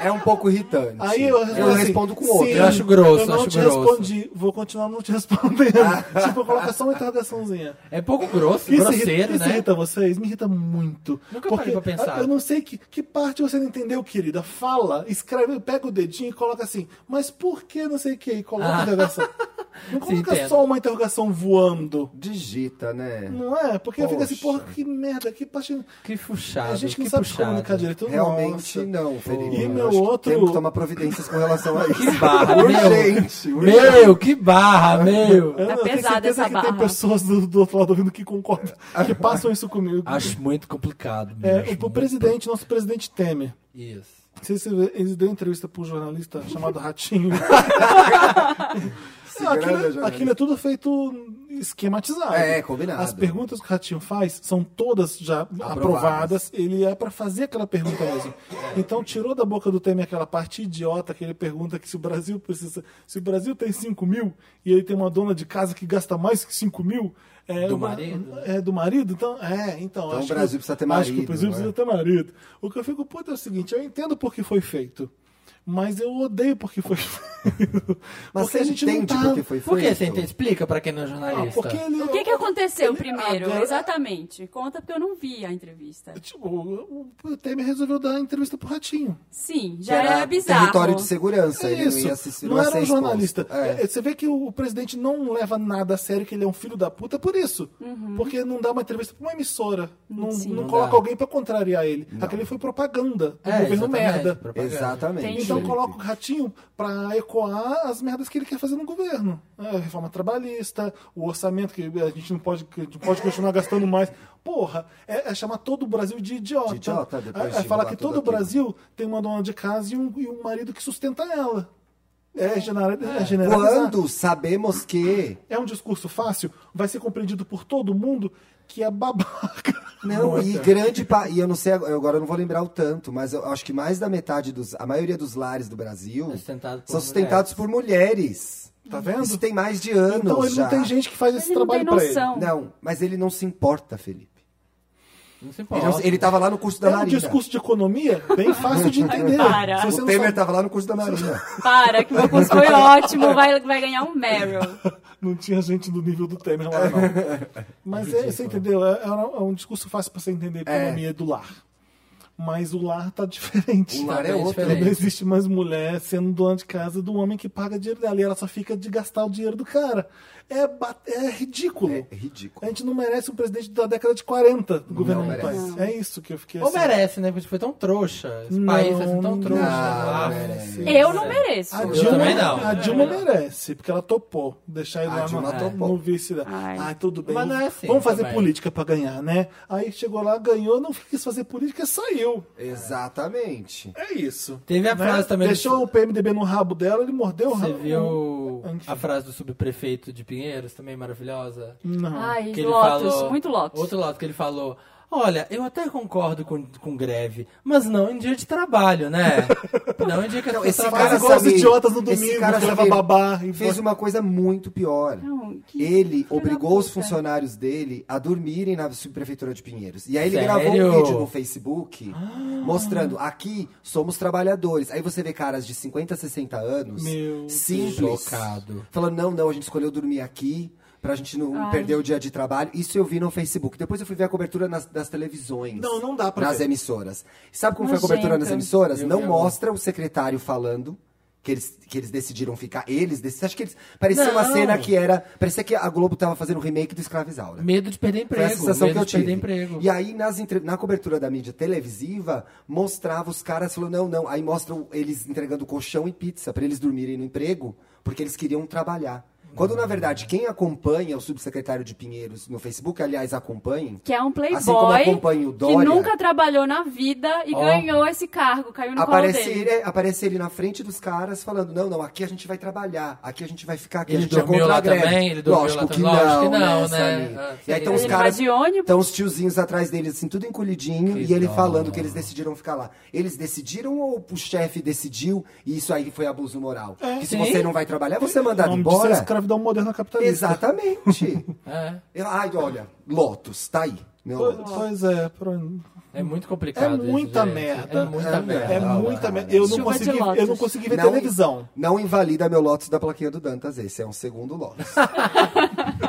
É um pouco irritante.
Aí eu, respondo assim,
respondo com
sim,
outro.
Eu acho grosso,
Eu não
acho
te
grosso. Ah.
respondi, vou continuar não te respondendo. tipo, coloca só uma interrogaçãozinha.
É pouco grosso,
Isso,
grosseiro,
irrita, isso
né?
irrita vocês? Me irrita muito.
Nunca parei pra pensar.
Eu não sei que, que parte você não entendeu, querida. Fala, escreve, pega o dedinho e coloca assim. Mas por que não sei o que? E coloca a interrogação. Não coloca
Ah. entendo.
só uma interrogação voando.
Digita, né?
Não é? Porque fica assim,
Poxa.
porra, que merda, que parte.
Que fuchado.
a gente que
Ah, que
não sabe se
puxado.
comunicar direito.
Realmente né?
Nossa.
não, Felipe.
E
Eu
meu
acho que
outro-
Temos que tomar providências com relação a isso.
barra, meu.
urgente, urgente.
Meu, que barra, meu.
Eu
Tá
não, eu tenho
pesada
certeza
essa
que tem
barra.
pessoas do, do outro lado ouvindo que concordam, que passam isso comigo.
Acho muito complicado. meu.
É,
Acho
o
muito-
presidente, nosso presidente Temer.
Isso.
Não sei se ele deu entrevista para um jornalista chamado Ratinho. Não,
grande
aquilo, é-
jornalista.
aquilo é tudo feito esquematizado.
É, combinado.
As perguntas que o Ratinho faz são todas já aprovadas. Ele é para fazer aquela pergunta mesmo. Então tirou da boca do Temer aquela parte idiota que ele pergunta que se o Brasil precisa. Se o Brasil tem 5 mil e ele tem uma dona de casa que gasta mais que 5 mil. É,
Do
o Bra-
marido, né?
É, do marido? Então, é, então.
Então
acho
o Brasil
que-
precisa ter
Acho que o
marido,
Brasil
né?
precisa ter marido. O que eu fico puto é o seguinte, eu entendo por que foi feito. Mas eu odeio porque foi feito.
Mas
porque
você entende
não tá...
porque foi feito?
Por que você entende? Explica pra quem não é jornalista.
Ah, porque ele... Ah,
O que, que aconteceu primeiro?
Agora-
Exatamente. Conta porque eu não vi a entrevista.
Tipo, o o Temer resolveu dar entrevista pro Ratinho.
Sim,
Que
já
era
era bizarro.
Território de segurança,
É
ele
isso.
não ia assistir.
não
ia
era
ser
um
exposto.
jornalista.
É.
É, Você vê que o, o presidente não leva nada a sério, que ele é um filho da puta por isso. Porque não dá uma entrevista pra uma emissora. Não,
Uhum. Sim.
não
Não
coloca
dá.
alguém pra contrariar ele. Aquele foi propaganda. do
É,
governo
exatamente,
merda.
propaganda.
Exatamente.
Entendi.
um Então
Felipe.
coloca o ratinho pra ecoar as merdas que ele quer fazer no governo. A reforma trabalhista, o orçamento que a gente não pode, que a gente não pode continuar gastando mais. Porra, é, é chamar todo o Brasil de idiota.
De idiota, depois
é, é
de
falar
enrolar
que
tudo
todo o
aquilo.
Brasil tem uma dona de casa e um, e um marido que sustenta ela. É, genera- é generalizar.
Quando sabemos que.
É um discurso fácil, vai ser compreendido por todo mundo que é babaca.
Não, e grande pa... e eu não sei agora, agora eu não vou lembrar o tanto, mas eu acho que mais da metade dos, a maioria dos lares do Brasil
É sustentado por
são sustentados
mulheres.
por mulheres.
Tá vendo?
Isso tem mais de anos
Então ele
já.
não tem gente que faz esse
Ele não
trabalho
tem
pra ele.
noção.
Não, mas ele não se importa, Felipe.
Não se
Ele,
importa.
não, ele tava lá no curso da
é um
Marina.
discurso de economia bem fácil de entender.
Para.
Se você
O
não
Temer
sabe-
tava lá no curso da Marina.
Para, que meu curso foi ótimo, vai, vai ganhar um Meryl.
Não tinha gente do nível do Temer lá, não.
É.
Mas é, você entendeu? É, é um- é um discurso fácil pra você entender a economia do lar. Mas o lar tá diferente.
O lar é
Tá bem
outro.
Não
diferente.
existe mais mulher sendo dona de casa do homem que paga dinheiro dela. E ela só fica de gastar o dinheiro do cara. É, ba- é ridículo.
É ridículo.
A gente não merece um presidente da década de 40 do governo do
merece.
país. É isso que eu fiquei
Ou
assim.
merece, né? Porque foi tão trouxa. Esse
Não,
país é tão trouxa.
não,
Ah,
merece.
Eu não mereço.
A
Eu
Dilma,
também não.
a Dilma merece, porque ela topou deixar ele
A
lá
Dilma
no,
topou.
no vice dela.
Ai.
Ai, tudo bem.
Mas não é
vamos-
assim
vamos fazer
também.
política pra ganhar, né? Aí chegou lá, ganhou, não quis fazer política e saiu.
Exatamente.
É isso.
Teve a
Né?
frase também do-
Deixou o PMDB no rabo dela, ele mordeu o
Você
rabo.
viu
Enfim.
a frase do subprefeito de Pinheiros, também maravilhosa?
Não.
Ai,
Que ele
Lotus,
falou-
muito Lotus.
Outro Lotus que ele falou. Olha, eu até concordo com, com greve, mas não em dia de trabalho, né? não em dia que as
Não,
pessoas
esse
Faz
cara
trabalham.
igual os
Samir,
idiotas no
esse
domingo,
cara
que leva
Samir
babá e
Fez
vai-
uma coisa muito pior.
Não, que
Ele
filho da
obrigou os
puta.
funcionários dele a dormirem na subprefeitura de Pinheiros. E aí ele
Sério?
gravou um vídeo no Facebook mostrando aqui somos trabalhadores. Aí você vê caras de 50, 60 anos,
Meu
simples,
Chocado.
falando não, não, a gente escolheu dormir aqui pra gente não perder o dia de trabalho. Isso eu vi no Facebook. Depois eu fui ver a cobertura nas, das televisões.
Não, não dá pra
Nas
ver.
emissoras. Sabe como foi a
Nojento.
cobertura nas emissoras?
Eu
não
vi algumas.
mostra o secretário falando que eles, que eles decidiram ficar. Eles decidiram. Acho que eles. Parecia
Não.
uma cena que era. Parecia que a Globo tava fazendo um remake do Escravizaura.
Medo de perder
Foi
emprego.
a sensação
medo
que eu
de
tive.
perder emprego.
E aí, nas entre- na cobertura da mídia televisiva, mostrava os caras falando, não, não. Aí mostram eles entregando colchão e pizza pra eles dormirem no emprego, porque eles queriam trabalhar. Quando, na verdade, quem acompanha o subsecretário de Pinheiros no Facebook, aliás, acompanhem,
Que é um playboy
Assim como acompanha o
que
Dória.
nunca trabalhou na vida e
Ó.
ganhou esse cargo, caiu no
aparece
colo dele.
ele, aparece ele na frente dos caras falando, não, não, aqui a gente vai trabalhar, aqui a gente vai ficar, aqui
Ele
a gente é
dormiu
contra a
lá
greve.
também? Ele dormiu
lógico
lá
que
também?
não,
Lógico que não, né?
Samir?
Ah,
e aí estão
sim.
os
Ele
caras,
vai de ônibus.
estão os tiozinhos atrás dele, assim, tudo encolhidinho,
Que
e ele
dó.
falando que eles decidiram ficar lá. Eles decidiram ou o chefe decidiu, e isso aí foi abuso moral?
É.
que se
Sim.
você não vai trabalhar, você é mandado
nome disso é
embora?
escravidão moderna capitalista.
Exatamente.
É,
Eu- Ai, olha, Lotus, tá aí. Meu
Pois,
Lotus.
pois é, pro-
é muito
é
complicado. isso,
muita
gente.
merda.
É muita merda.
É muita merda. Eu não
Chuva de
consegui, eu
lotus.
não consegui ver
Não-
televisão.
Não invalida meu Lotus da plaquinha do Dantas, esse é um segundo Lotus.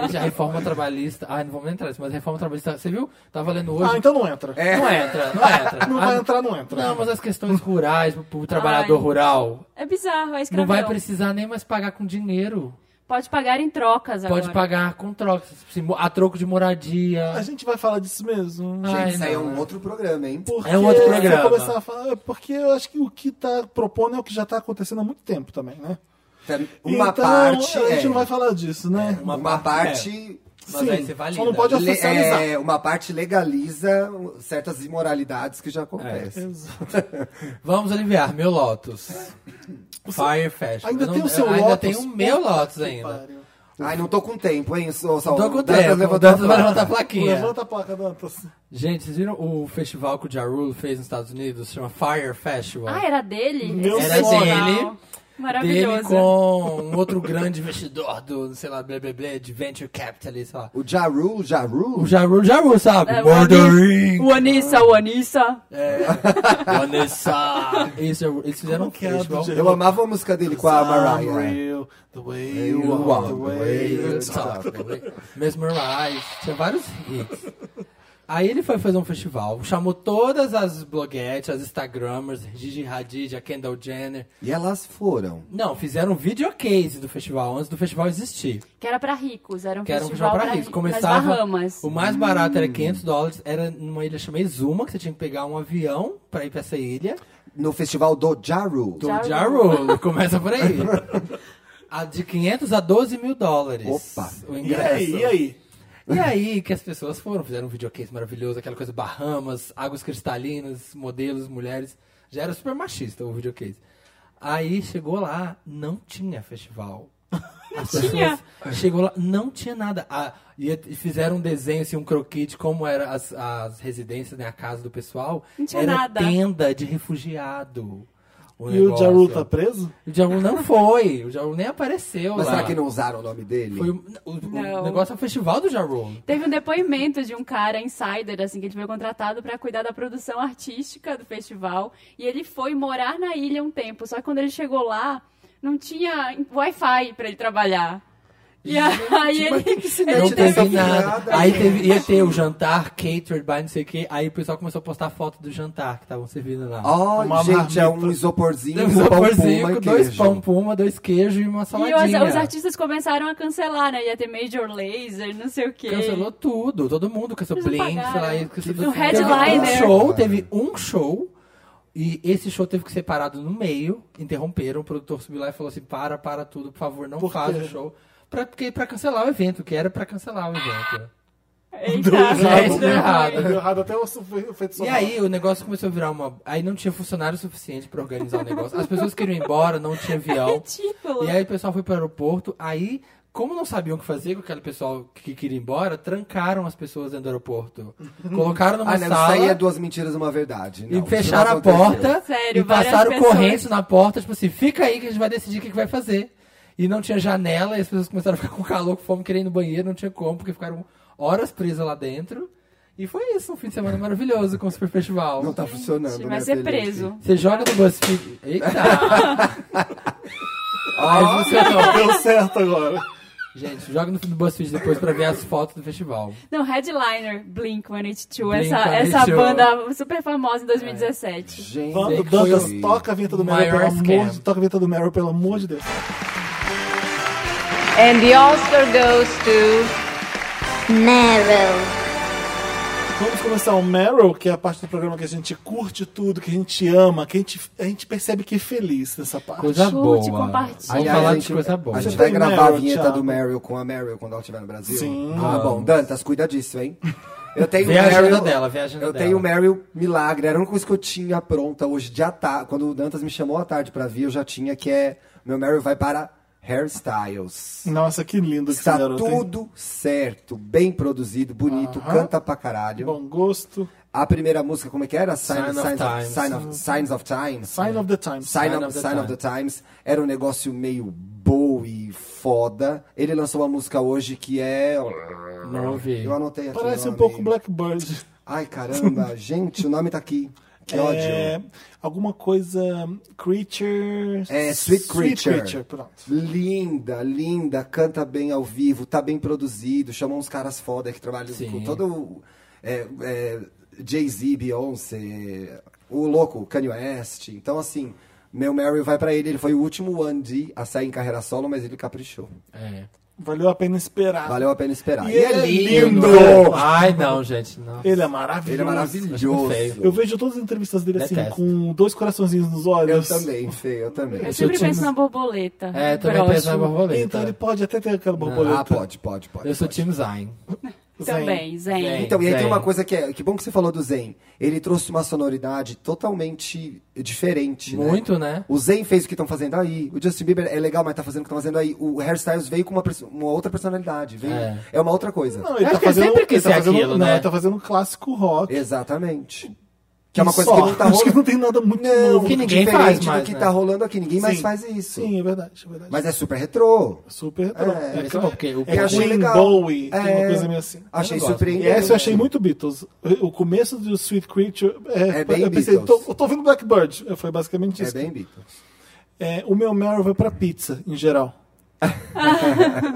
Gente, a reforma trabalhista. Ah, não vamos nem entrar nisso, mas a reforma trabalhista. Você viu? Tava lendo hoje.
Ah, então não entra.
Não entra, não entra.
Não
Ah,
vai entrar, não entra.
É. Não, mas as questões rurais, pro- pro trabalhador
Ai.
rural,
É bizarro, é
não
escravidão.
vai precisar nem mais pagar com dinheiro.
Pode pagar em trocas agora.
Pode pagar com trocas, se mo- a troco de
A
moradia.
gente vai falar disso mesmo.
Ah,
Gente, isso aí é
não,
um
né?
outro programa, hein?
Porque
É um outro
se eu
programa.
começar a falar- "Ah, porque eu acho que o que tá propondo é o que já tá acontecendo há muito tempo também, né?
Tá, Uma
então,
parte.
A gente
é,
não vai falar disso, né?
uma,
é.
parte.
Mas aí você valida.
só não pode
le-
oficializar.
é, uma parte legaliza certas imoralidades que já acontecem.
Exato.
Vamos aliviar, meu Lotus. Fire Fashion.
ainda
Eu não-
tem o seu
eu Ainda
Lotus?
tem o meu
Puta
Lotus
que
ainda.
pariu.
Ai, não tô com tempo, hein? Sou, só,
É. Tô com
o Dantas
tempo, o
levantou a
Dantas vai
placa.
levantar a plaquinha.
Levanta a placa, Dantas.
Gente, vocês viram o festival que o Ja Rule fez nos Estados Unidos? Chama Fire Festival.
Ah, era dele?
Meu
Esse
Era
festival.
dele.
Maravilhoso.
Dele com um outro grande investidor do, sei lá, blá, blá, blá, de Venture Capitalist, sei lá.
O Ja Rule, Ja Rule?
O Ja Rule, Ja Rule, sabe?
É, o
Murdering!
Anissa, o Anissa, o Anissa.
Vanessa! Isso, eles fizeram um
Como que é a do
festival.
Ja
Eu amava a música dele com a Mariah.
Unreal, the way you are, the way you talk.
Mesmerize. né? Tinha vários hits. Aí ele foi fazer um festival, chamou todas as bloguetes, as Instagrammers, Gigi Hadid, a Kendall Jenner.
E elas foram.
Não, fizeram um videocase do festival, antes do festival existir.
Que era pra ricos, era um
Que era um
festival
festival pra
pra
ricos.
ri-
Começava,
nas Bahamas.
O mais barato
Hum.
era 500 dólares, era numa ilha chamada Izuma, que você tinha que pegar um avião pra ir pra essa ilha.
No festival do Ja Rule.
Do
Ja
Ja Rule, começa por aí. A de 500 a 12 mil dólares.
Opa.
O
E
ingresso.
aí, e aí?
E aí que as pessoas foram, fizeram um videocase maravilhoso, aquela coisa Bahamas, águas cristalinas, modelos, mulheres. Já era super machista o videocase. Aí chegou lá, não tinha festival. As
tinha.
pessoas chegou lá, não tinha nada. Ah, e e fizeram um desenho, assim, um croquis de como eram as, as residências, né, a casa do pessoal.
Não tinha
era
nada.
tenda de refugiado.
E o
negócio.
Jaru tá preso?
O Jaru não foi, o Jaru nem apareceu
Mas
lá.
será que não usaram o nome dele?
Foi o, o- o
Não.
negócio é o festival do Jaru.
Teve um depoimento de um cara insider, assim, que ele foi contratado pra cuidar da produção artística do festival. E ele foi morar na ilha um tempo. Só que quando ele chegou lá, não tinha Wi-Fi pra ele trabalhar. E aí
mas tem que se
ele,
meter
ele
Não
teve
teve
essa
nada.
piada,
Aí
gente.
teve, ia ter o jantar catered by não sei o que. Aí o pessoal começou a postar foto do jantar que estavam servindo lá.
Ó,
Uma
gente, é
marmita.
um isoporzinho,
Temos
um
um
pão
porzinho
puma
com
e
dois
queijo.
pão puma, dois queijos e uma
E
saladinha.
os, os artistas começaram a cancelar, né? Ia ter Major Laser, não sei o quê.
Cancelou tudo, todo mundo cancelou
Eles não
Blink, sei lá,
pagaram.
isso, isso,
No
isso.
headliner.
Teve um show, teve um show, e esse show teve que ser parado no meio, interromperam, o produtor subiu lá e falou assim, para, para tudo, por favor, não
Por
faz
quê?
o show. Pra, porque, pra cancelar o evento, que era pra cancelar o evento. né?
Eita,
errado,
isso
deu
é
errado.
ruim.
Deu errado até o su- o efeito
E
sonoro.
aí o negócio começou a virar uma... Aí não tinha funcionário suficiente pra organizar o negócio. As pessoas queriam ir embora, não tinha avião.
Ridículo.
E aí o pessoal foi pro aeroporto, aí, como não sabiam o que fazer com aquele pessoal que queria ir embora, trancaram as pessoas dentro do aeroporto. Colocaram numa
Ah, não, isso
sala
aí é duas mentiras e uma verdade. Não,
e
isso
fecharam
não
a
aconteceu.
porta
Sério,
e
várias
passaram
pessoas.
correntes na porta, tipo assim, fica aí que a gente vai decidir o que, que vai fazer. E não tinha janela, e as pessoas começaram a ficar com calor, com fome, querendo ir no banheiro, não tinha como, porque ficaram horas presas lá dentro. E foi isso, um fim de semana maravilhoso com o Super Festival.
Não tá funcionando,
Gente,
né,
Vai ser
Felipe?
preso.
Você joga no BuzzFeed. Eita! Mas funcionou.
Deu certo agora.
Gente, joga no BuzzFeed depois pra ver as fotos do festival.
Não, Headliner, Blink-182,
Blink
essa, essa
182.
banda super famosa em 2017.
Gente,
Vando,
que foi
Dantas,
o
toca a vinheta do Meryl,
maior
pelo amor
scam.
de Toca a vinheta do Meryl, pelo amor de Deus.
And the Oscar goes to.
Meryl.
Vamos começar o Meryl, que é a parte do programa que a gente curte tudo, que a gente ama, que a gente, a gente percebe que é feliz nessa parte.
Coisa
Curte,
boa.
compartilha.
Vamos
Aliás,
falar
a
de
gente-
coisa boa.
A gente
Você
vai
tem
gravar
Meryl,
a vinheta
Thiago?
do Meryl com a Meryl quando ela estiver no Brasil?
Sim.
Ah, bom. Dantas, cuida disso, hein? Eu tenho
Vê a
Meryl-
agenda dela, vê a agenda
Eu
dela.
tenho Meryl Milagre. Era a única coisa que eu tinha pronta hoje de tarde. Quando o Dantas me chamou à tarde pra vir, eu já tinha que é... Meu Meryl vai para Hairstyles.
Nossa, que lindo que
Está
esse garoto, hein?
tudo certo, bem produzido, bonito, canta pra caralho.
Bom gosto.
A primeira música, como é que era? Sign-
Sign of
signs, of
Times.
sign of- signs of Time.
Sign of the Times.
Sign, of, Sign of the Times era um negócio meio Bowie foda. Ele lançou uma música hoje que é.
Não ouvi.
Eu anotei aqui.
Parece
o
um
nome.
pouco Blackbird.
Ai caramba, gente, o nome tá aqui. Que
É,
ódio.
alguma coisa. Creature.
É, Sweet Creature.
pronto.
Linda, linda, canta bem ao vivo, tá bem produzido, chamou uns caras foda que trabalham
Sim.
com todo. o- É, é, Jay-Z, Beyoncé, o louco, Kanye West. Então, assim, meu Mary vai pra ele. Ele foi o último Andy a sair em carreira solo, mas ele caprichou.
É.
Valeu a pena esperar.
Valeu a pena esperar.
Ah. E
E é
ele é
lindo!
lindo!
Ai, não, gente. Não.
Ele é maravilhoso.
Ele é
Acho
maravilhoso.
feio.
Eu vejo todas as entrevistas dele assim,
Detesto.
com dois coraçõezinhos nos
Eu
olhos.
também, feio, eu também.
Eu
Esse
sempre
eu tinha-
penso na borboleta.
É, também
Broche.
pensa na borboleta.
Então ele pode até ter aquela borboleta.
Ah, pode, pode, pode.
Eu sou
pode.
time Zayn.
Zen.
Também, Zen.
Zen.
Então, e aí tem
Zen.
uma coisa que é. Que bom que você falou do Zen. Ele trouxe uma sonoridade totalmente diferente. né?
Muito, né?
O Zen fez o que estão fazendo aí. O Justin Bieber é legal, mas tá fazendo o que estão fazendo aí. O Hairstyles veio com uma, perso- uma outra personalidade. Veio,
É.
é. uma outra coisa.
Não, ele
Acho
tá
que ele
fazendo,
sempre quis
ele tá
ser
fazendo-
aquilo,
não,
né?
ele tá fazendo um clássico rock.
Exatamente. Que é uma coisa
Só.
que não tá
Acho que
rolando.
não tem nada muito novo.
que ninguém
diferente
faz
do
mais,
que
né?
tá rolando aqui. Ninguém mais
Sim.
faz isso.
Sim, é verdade, é verdade.
Mas é super retrô.
Super retrô.
É,
É, isso bom, porque o
É
Eu
que
achei
Queen
legal.
Bowie, tem uma
É.
coisa meio assim.
Achei
Eu gosto.
E
surpreendente.
essa eu achei muito Beatles. O começo do Sweet Creature. É,
É bem
eu pensei,
Beatles.
tô, eu tô ouvindo Blackbird. Foi basicamente
É
isso.
bem Beatles.
É, o meu Meryl vai pra pizza, em geral.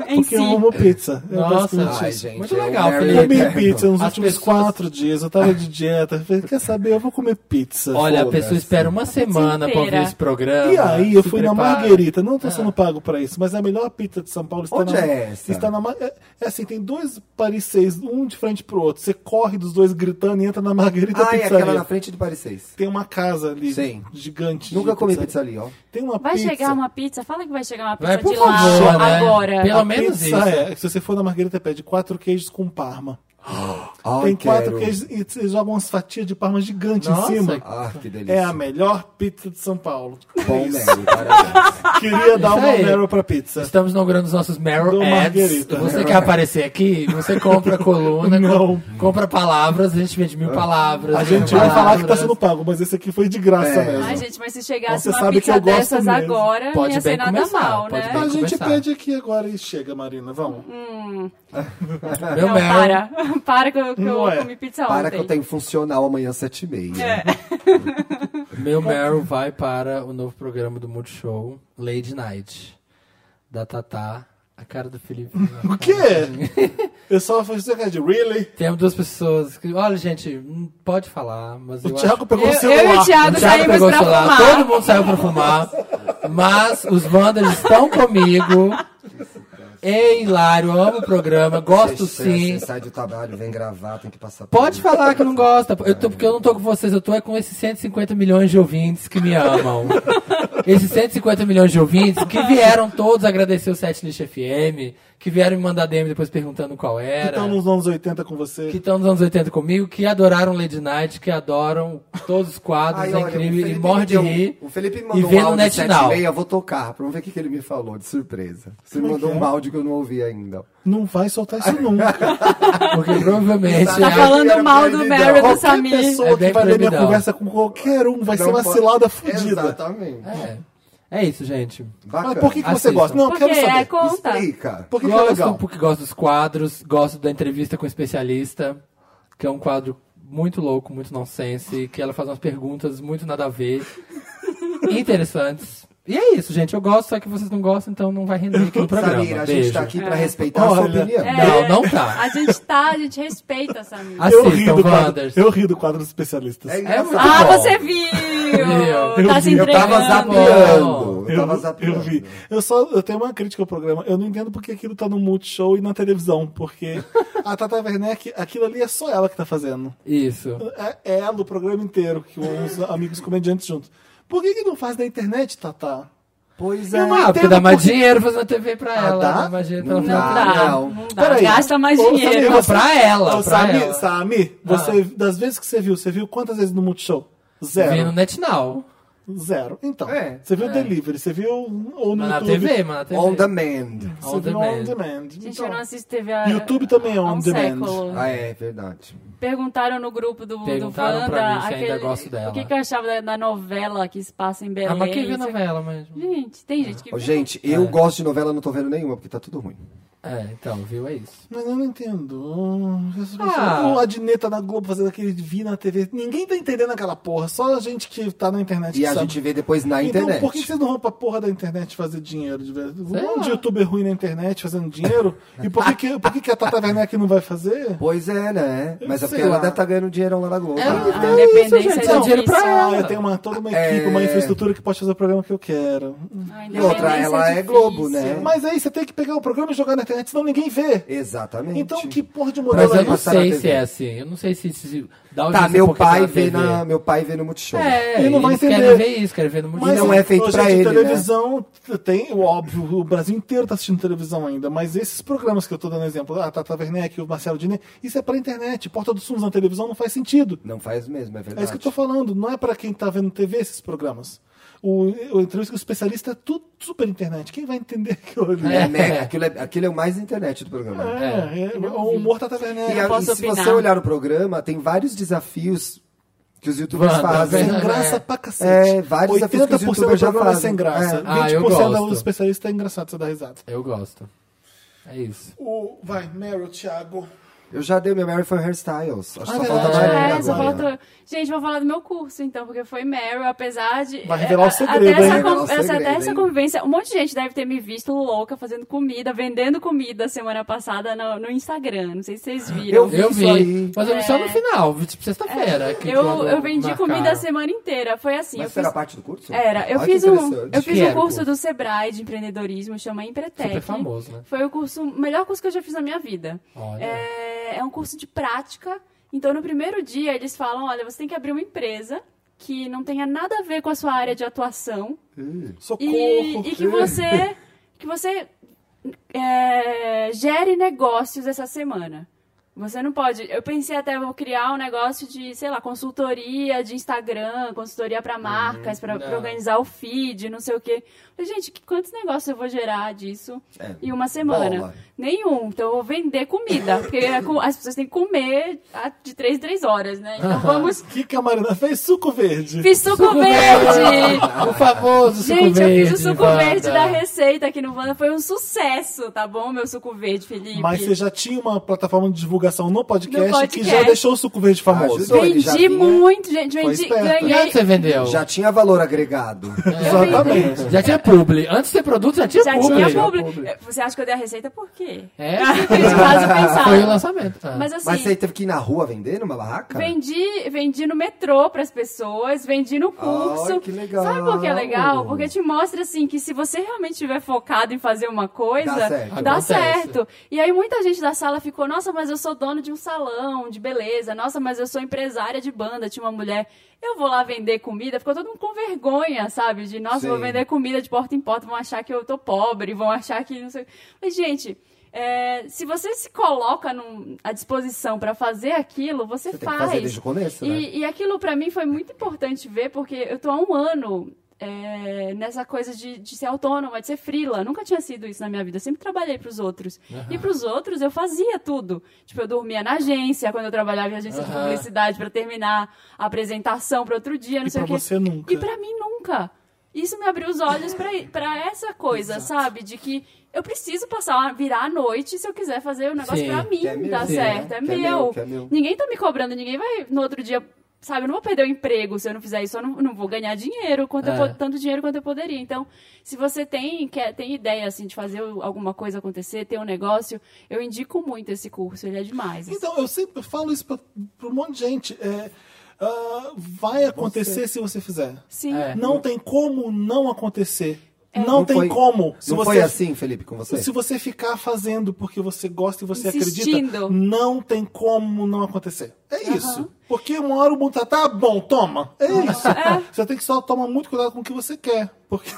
Em
Porque
si.
eu amo pizza. É
Nossa,
basicamente
ai,
isso.
gente, Muito legal,
é um
Eu
Felipe.
comi
Mary Kay.
pizza nos
As
últimos
pessoas-
quatro dias, eu tava de dieta. Eu Falei, quer saber? Eu vou comer pizza.
Olha, a
foda-se.
pessoa espera uma semana pra ouvir
inteira.
esse programa.
E aí, eu
se
fui na
prepara.
Marguerita. Não tô sendo pago pra isso, mas é a melhor pizza de São Paulo está
Ah. Onde
na.
é essa?
Está na Mar- é, é assim, tem dois pariseis, um de frente pro outro. Você corre dos dois gritando e entra na Marguerita
Ah, é
Pizzaria.
aquela na frente do Paris 6.
Tem uma casa ali,
Sim.
gigante.
Nunca
de
comi
pizzaria.
pizza ali, ó.
Tem uma
Vai
pizza.
chegar uma pizza? Fala que vai chegar uma pizza
Vai, por
de lá
favor, né?
agora.
Pelo
A
menos
pizza
isso.
é. Se você for na Marguerita, pede quatro queijos com parma.
Ai,
tem quatro
quero.
queijos e você joga umas fatias de parma gigante
Nossa,
em cima.
Ah, que delícia.
É a melhor pizza de São Paulo.
Bom, né? Mary, parabéns.
Queria dar
Isso
uma
aí.
Meryl pra pizza.
Estamos inaugurando os nossos Meryl
Do
Ads.
Marguerita.
Você quer aparecer aqui? Você compra a coluna,
Não.
com- compra palavras, a gente vende mil palavras.
A
mil
gente vai falar que tá
palavras.
sendo pago, mas esse aqui foi de graça
É.
mesmo.
Ai, gente, mas se chegasse
Você
uma
sabe que eu
pizza
gosto
dessas
mesmo.
agora, não
Pode
ia ser
bem
nada
começar,
mal,
pode
né?
a
bem.
gente
começar.
pede aqui agora e chega, Marina. Vamos.
Meu
não,
Meryl.
para. Para que eu, que
Não
eu
é.
comi pizza ontem.
Para que eu tenho funcional amanhã às 7h30.
Meu Meryl vai para o novo programa do Multishow, Lady Night, da Tatá A cara do Felipe.
O quê? Eu só fiz isso, cara de really?
Tem duas pessoas que. Olha, gente, hum, pode falar, mas eu
O Thiago
acho...
pegou o
Eu-
celular.
eu e o Thiago-
O Thiago
saímos
pegou o
pra
celular,
fumar.
todo mundo saiu pra fumar, mas os Wanders estão comigo. Ei, Hilário, amo o programa, gosto
Você-
sim.
Você sai do trabalho, vem gravar, tem que passar por
Pode
isso.
falar que não gosta. Eu tô, porque eu não tô com vocês, eu tô é com esses 150 milhões de ouvintes que me amam. esses 150 milhões de ouvintes que vieram todos agradecer o Setlist FM, que vieram me mandar DM depois perguntando qual
Que
era.
estão nos anos 80 com você.
Que estão nos anos 80 comigo, que adoraram Lady Night, que adoram todos os quadros,
Ai,
é
olha, o
incrível, e
Felipe
morre de
me deu-
rir.
O Felipe me
e
mandou
vê
um
no
áudio de
NetNow.
7 meia, eu vou tocar. Vamos ver o que que ele me falou, de surpresa. Você me
Como é
mandou
que
um
é?
áudio que eu não ouvi ainda.
Não vai soltar isso nunca.
Porque provavelmente. é
Tá
Tá
a-
falando mal do
proibidão.
Meryl do
qualquer
Samir.
pessoa
É
que
bem
vai ler minha
proibidão.
conversa com qualquer um vai ser
Não
uma
pode-
cilada fudida.
Exatamente.
é, é isso, gente.
Bacana. Assim,
Mas por que, que você
Assistam.
gosta? Não, eu
Porque
quero
é
saber.
conta.
Explica.
Por que, que é
gosto
legal?
porque gosto dos quadros, gosto da entrevista com o especialista, que é um quadro muito louco, muito nonsense, que ela faz umas perguntas muito nada a ver, interessantes. E é isso, gente. Eu gosto, só que vocês não gostam, então não vai render aqui no programa.
Samir, a gente
Beijo.
tá aqui pra respeitar a sua
É. Olha.
opinião.
É.
Não, não tá.
A gente tá, a gente respeita, Samir.
Eu ri,
Assistam,
do quadro,
Wanders.
eu ri do quadro dos especialistas.
É
É
engraçado.
muito
Ah,
bom.
você viu!
Eu
Tá se
vi, eu
entregando.
tava zapeando. Eu
Eu,
tava
eu
zapeando.
vi. Eu só eu tenho uma crítica ao programa. Eu não entendo porque aquilo tá no Multishow e na televisão. Porque a Tata Werneck, aquilo ali é só ela que tá fazendo.
Isso.
É, é ela o programa inteiro, que uns amigos comediantes juntos. Por que, que não faz na internet, Tata?
Pois
Eu
é.
não
Ah, porque
entendo
dá mais
porque-
dinheiro fazendo a TV pra ela. né? então,
dá?
Dá mais dinheiro pra
Não
ela.
Não
fazer-
dá,
Não.
não
Ah,
dá.
Peraí.
Gasta mais
Ô,
dinheiro.
Samir,
Não, pra ela.
Ô,
pra
Samir,
ela. Ah.
Samir, você, das vezes que você viu, você viu quantas vezes no Multishow?
Vi no
Zero.
tá NetNow.
Zero. Então,
É.
você viu delivery, você viu ou no
Mas na
YouTube.
TV, mas na TV.
On demand.
Você
On
viu on
demand.
demand.
Gente,
Então,
eu não assisto TV há,
YouTube também é
há
on
um
demand.
século.
Ah, é, verdade.
Perguntaram no grupo do, do
Perguntaram
Wanda
pra mim se ainda
aquele-
gosto dela.
o que, que eu achava da, da novela que se passa em Belém.
Ah, mas quem vê
Isso-
novela mesmo?
Gente, tem gente que
Ô,
vê.
gente,
É.
eu gosto de novela, não tô vendo nenhuma, porque tá tudo ruim.
É, então, viu? É isso.
Mas eu não entendo. As pessoas-
Ah.
O Adnet tá na Globo fazendo aquele vi na TV. Ninguém tá entendendo aquela porra. Só a gente que tá na internet
E
que
a
sabe.
gente vê depois na
então,
internet.
por que que vocês não vão pra porra da internet fazer dinheiro de verdade? Um monte de youtuber ruim na internet fazendo dinheiro. E por que, que, por que, que a Tata Werneck não vai fazer?
Pois é, né? Mas
sei
é porque ela
lá. É
deve tá ganhando dinheirão lá na Globo.
Ah,
A independência
gente,
é
dá é dinheiro pra
difícil.
ela.
Ah, eu tenho uma, toda uma
É.
equipe, uma infraestrutura que pode fazer o programa que eu quero.
A
E outra,
Ah, independência
ela é
difícil.
Globo, né?
Mas aí você tem que pegar o programa e jogar na internet, senão ninguém vê.
Exatamente.
Então que porra de
Mas
modelo
Ela
eu
é
vai
não
esse?
passar na
sei
TV.
se é assim. Eu não sei se isso. Se dá
Tá,
audiência
meu
porque tá
pai,
na
vê
TV.
né?
na, meu pai vê no Multishow.
É,
Ele
ele
não vai entender.
querem ver isso, querem ver no
Mas
Multishow.
E não é feito
hoje,
pra
gente,
ele,
televisão tem, o óbvio, o Brasil inteiro tá assistindo televisão ainda, mas esses programas que eu tô dando exemplo, a Tata Werneck, o Marcelo Dine, isso é pra internet. Porta dos Fundos na televisão não faz sentido.
Não faz mesmo, é verdade.
É isso que eu tô falando, não é pra quem tá vendo TV esses programas. O, o entrevista com o especialista é tudo super internet. Quem vai entender aquilo ali?
É, né? Aquilo é, aquilo é o mais internet do programa.
É, é, o humor Tata Werneck.
E, a-
posso
e se
opinar.
você olhar o programa, tem vários desafios que os youtubers
Wanda,
fazem.
Sem
É.
graça pra cacete.
É, vários desafios que os
80% do
youtubers já
programa é
fazem.
sem graça.
É.
Ah, eu
20%
gosto.
do especialista é engraçado, você dá risada.
Eu gosto. É isso.
O, vai, Meryl, Thiago.
Eu já dei o meu Mary for Hairstyles. Acho que só
Ah,
falta
verdade.
Maria
É,
agora.
só falta- Gente, vou falar do meu curso, então, porque foi Meryl, apesar de.
Vai revelar o
é,
segredo,
até
hein?
essa,
Revelar o
con- essa-
segredo,
até essa
hein?
convivência. Um monte de gente deve ter me visto louca fazendo comida, vendendo comida semana passada no, no Instagram. Não sei se vocês viram.
Eu vi
Eu
isso
vi,
aí.
mas eu vi só no
É.
final, vi, tipo sexta-feira. que
Eu,
quando
eu vendi
marcaram.
comida a semana inteira. Foi assim.
Mas
eu fiz...
será parte do curso?
Era. Eu
Ai, que
fiz um,
interessante.
eu fiz
Que
um
era o
curso
curso?
do Sebrae de empreendedorismo, chama Empretec.
Super famoso, né?
Foi o curso, o melhor curso que eu já fiz na minha vida.
Olha.
É, é um curso de prática. Então, no primeiro dia, eles falam: olha, você tem que abrir uma empresa que não tenha nada a ver com a sua área de atuação
Hum.
Socorro.
e, e que você que você é, gere negócios essa semana. Você não pode. Eu pensei até vou criar um negócio de, sei lá, consultoria de Instagram, consultoria para marcas, pra para
não.
organizar o feed, não sei o quê. Falei, gente, que- quantos negócios eu vou gerar disso
É,
em uma semana?
bola.
Nenhum. Então eu vou vender comida, porque é com- as pessoas têm que comer a- de três em três horas, né? Então vamos.
O que, que a Marina fez? Suco verde.
Fiz suco verde!
O famoso suco
Gente,
verde.
eu fiz o suco
Wanda.
verde da receita aqui no Wanda. Foi um sucesso, tá bom, meu suco verde, Felipe?
Mas você já tinha uma plataforma de divulgação no podcast,
No
que
podcast.
já deixou o suco verde famoso.
Ah, Ajudou. Ele já
Vendi
vinha-
muito, gente.
Foi
Vendi,
esperto.
Já
ganhei.
que você vendeu.
Já tinha valor agregado.
É.
Exatamente.
Já tinha publi. Antes de ter produto, já tinha
Já
publi.
tinha público. Você acha que eu dei a receita por quê?
É.
Eles quase pensaram.
Foi o lançamento. Ah.
Mas assim,
Mas você teve que ir na rua vender numa barraca?
vendi, vendi no metrô pras pessoas, vendi no curso.
Ai, Ah, que legal.
Sabe por que é legal? Porque te mostra assim que se você realmente estiver focado em fazer uma coisa,
Dá certo.
dá
Acontece.
certo. E aí muita gente da sala ficou, nossa, mas eu sou dono de um salão de beleza, nossa, mas eu sou empresária de banda, tinha uma mulher. Eu vou lá vender comida, ficou todo mundo com vergonha, sabe? De, nossa,
Sim.
vou vender comida de porta em porta, vão achar que eu tô pobre, vão achar que não sei. Mas, gente, é, se você se coloca num- à disposição pra fazer aquilo, você,
Você tem que
faz.
fazer desde o começo,
e,
né?
e aquilo pra mim foi muito importante ver, porque eu tô há um ano é, nessa coisa de, de ser autônoma, de ser frila. Nunca tinha sido isso na minha vida. Eu sempre trabalhei pros outros. E pros outros eu fazia tudo. Tipo, eu dormia na agência, quando eu trabalhava em agência de
Aham.
publicidade pra terminar a apresentação pra outro dia, não
E
sei
pra
o quê.
você nunca.
E pra mim nunca. Isso me abriu os olhos pra- pra essa coisa, sabe? De que eu preciso passar, virar a noite se eu quiser fazer o negócio
Sim,
pra mim,
que é meu,
dar
sim,
certo. É,
que é
meu.
meu, que é meu.
Ninguém tá me cobrando, ninguém vai no outro dia. Sabe, eu não vou perder o emprego se eu não fizer isso, eu não, não vou ganhar dinheiro, quanto eu
É.
po- tanto dinheiro quanto eu poderia. Então, se você tem, quer, tem ideia assim, de fazer o- alguma coisa acontecer, ter um negócio, eu indico muito esse curso, ele é demais.
Então, eu sempre falo isso pra, pra um monte de gente. é, ah, vai acontecer se você fizer.
Sim.
É.
Não tem como não acontecer.
É.
Não, tem
foi-
como. Se
não
você
foi assim, Felipe, com você?
Se você ficar fazendo porque você gosta e você acredita,
Insistindo.
não tem como não acontecer. É isso. Porque uma hora o mundo tá, tá bom, toma. É isso. Você tem que só tomar muito cuidado com o que você quer. Porque,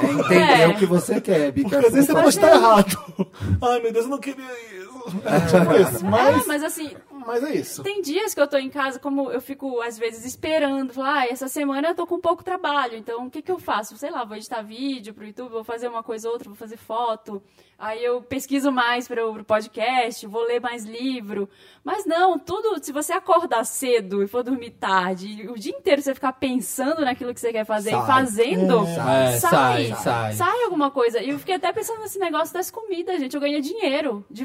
É entender
É.
o que você quer, Bica.
porque às
assim,
vezes você
Não
né?
pode
faz-
estar errado. Ai, meu Deus, eu não queria isso. É tipo isso.
É,
Mas,
mas assim,
mas é isso.
Tem dias que eu tô em casa, como eu fico às vezes esperando, falar, ah, essa semana eu tô com pouco trabalho, então o que que eu faço? Sei lá, vou editar vídeo pro YouTube, vou fazer uma coisa ou outra, vou fazer foto. Aí eu pesquiso mais pro, pro podcast, vou ler mais livro. Mas não, tudo, se você acordar cedo e for dormir tarde, e o dia inteiro você ficar pensando naquilo que você quer fazer
Sai.
e fazendo,
É, sai,
sai,
sai.
sai alguma coisa. E eu fiquei até pensando nesse negócio das comidas, gente. Eu ganhei dinheiro, de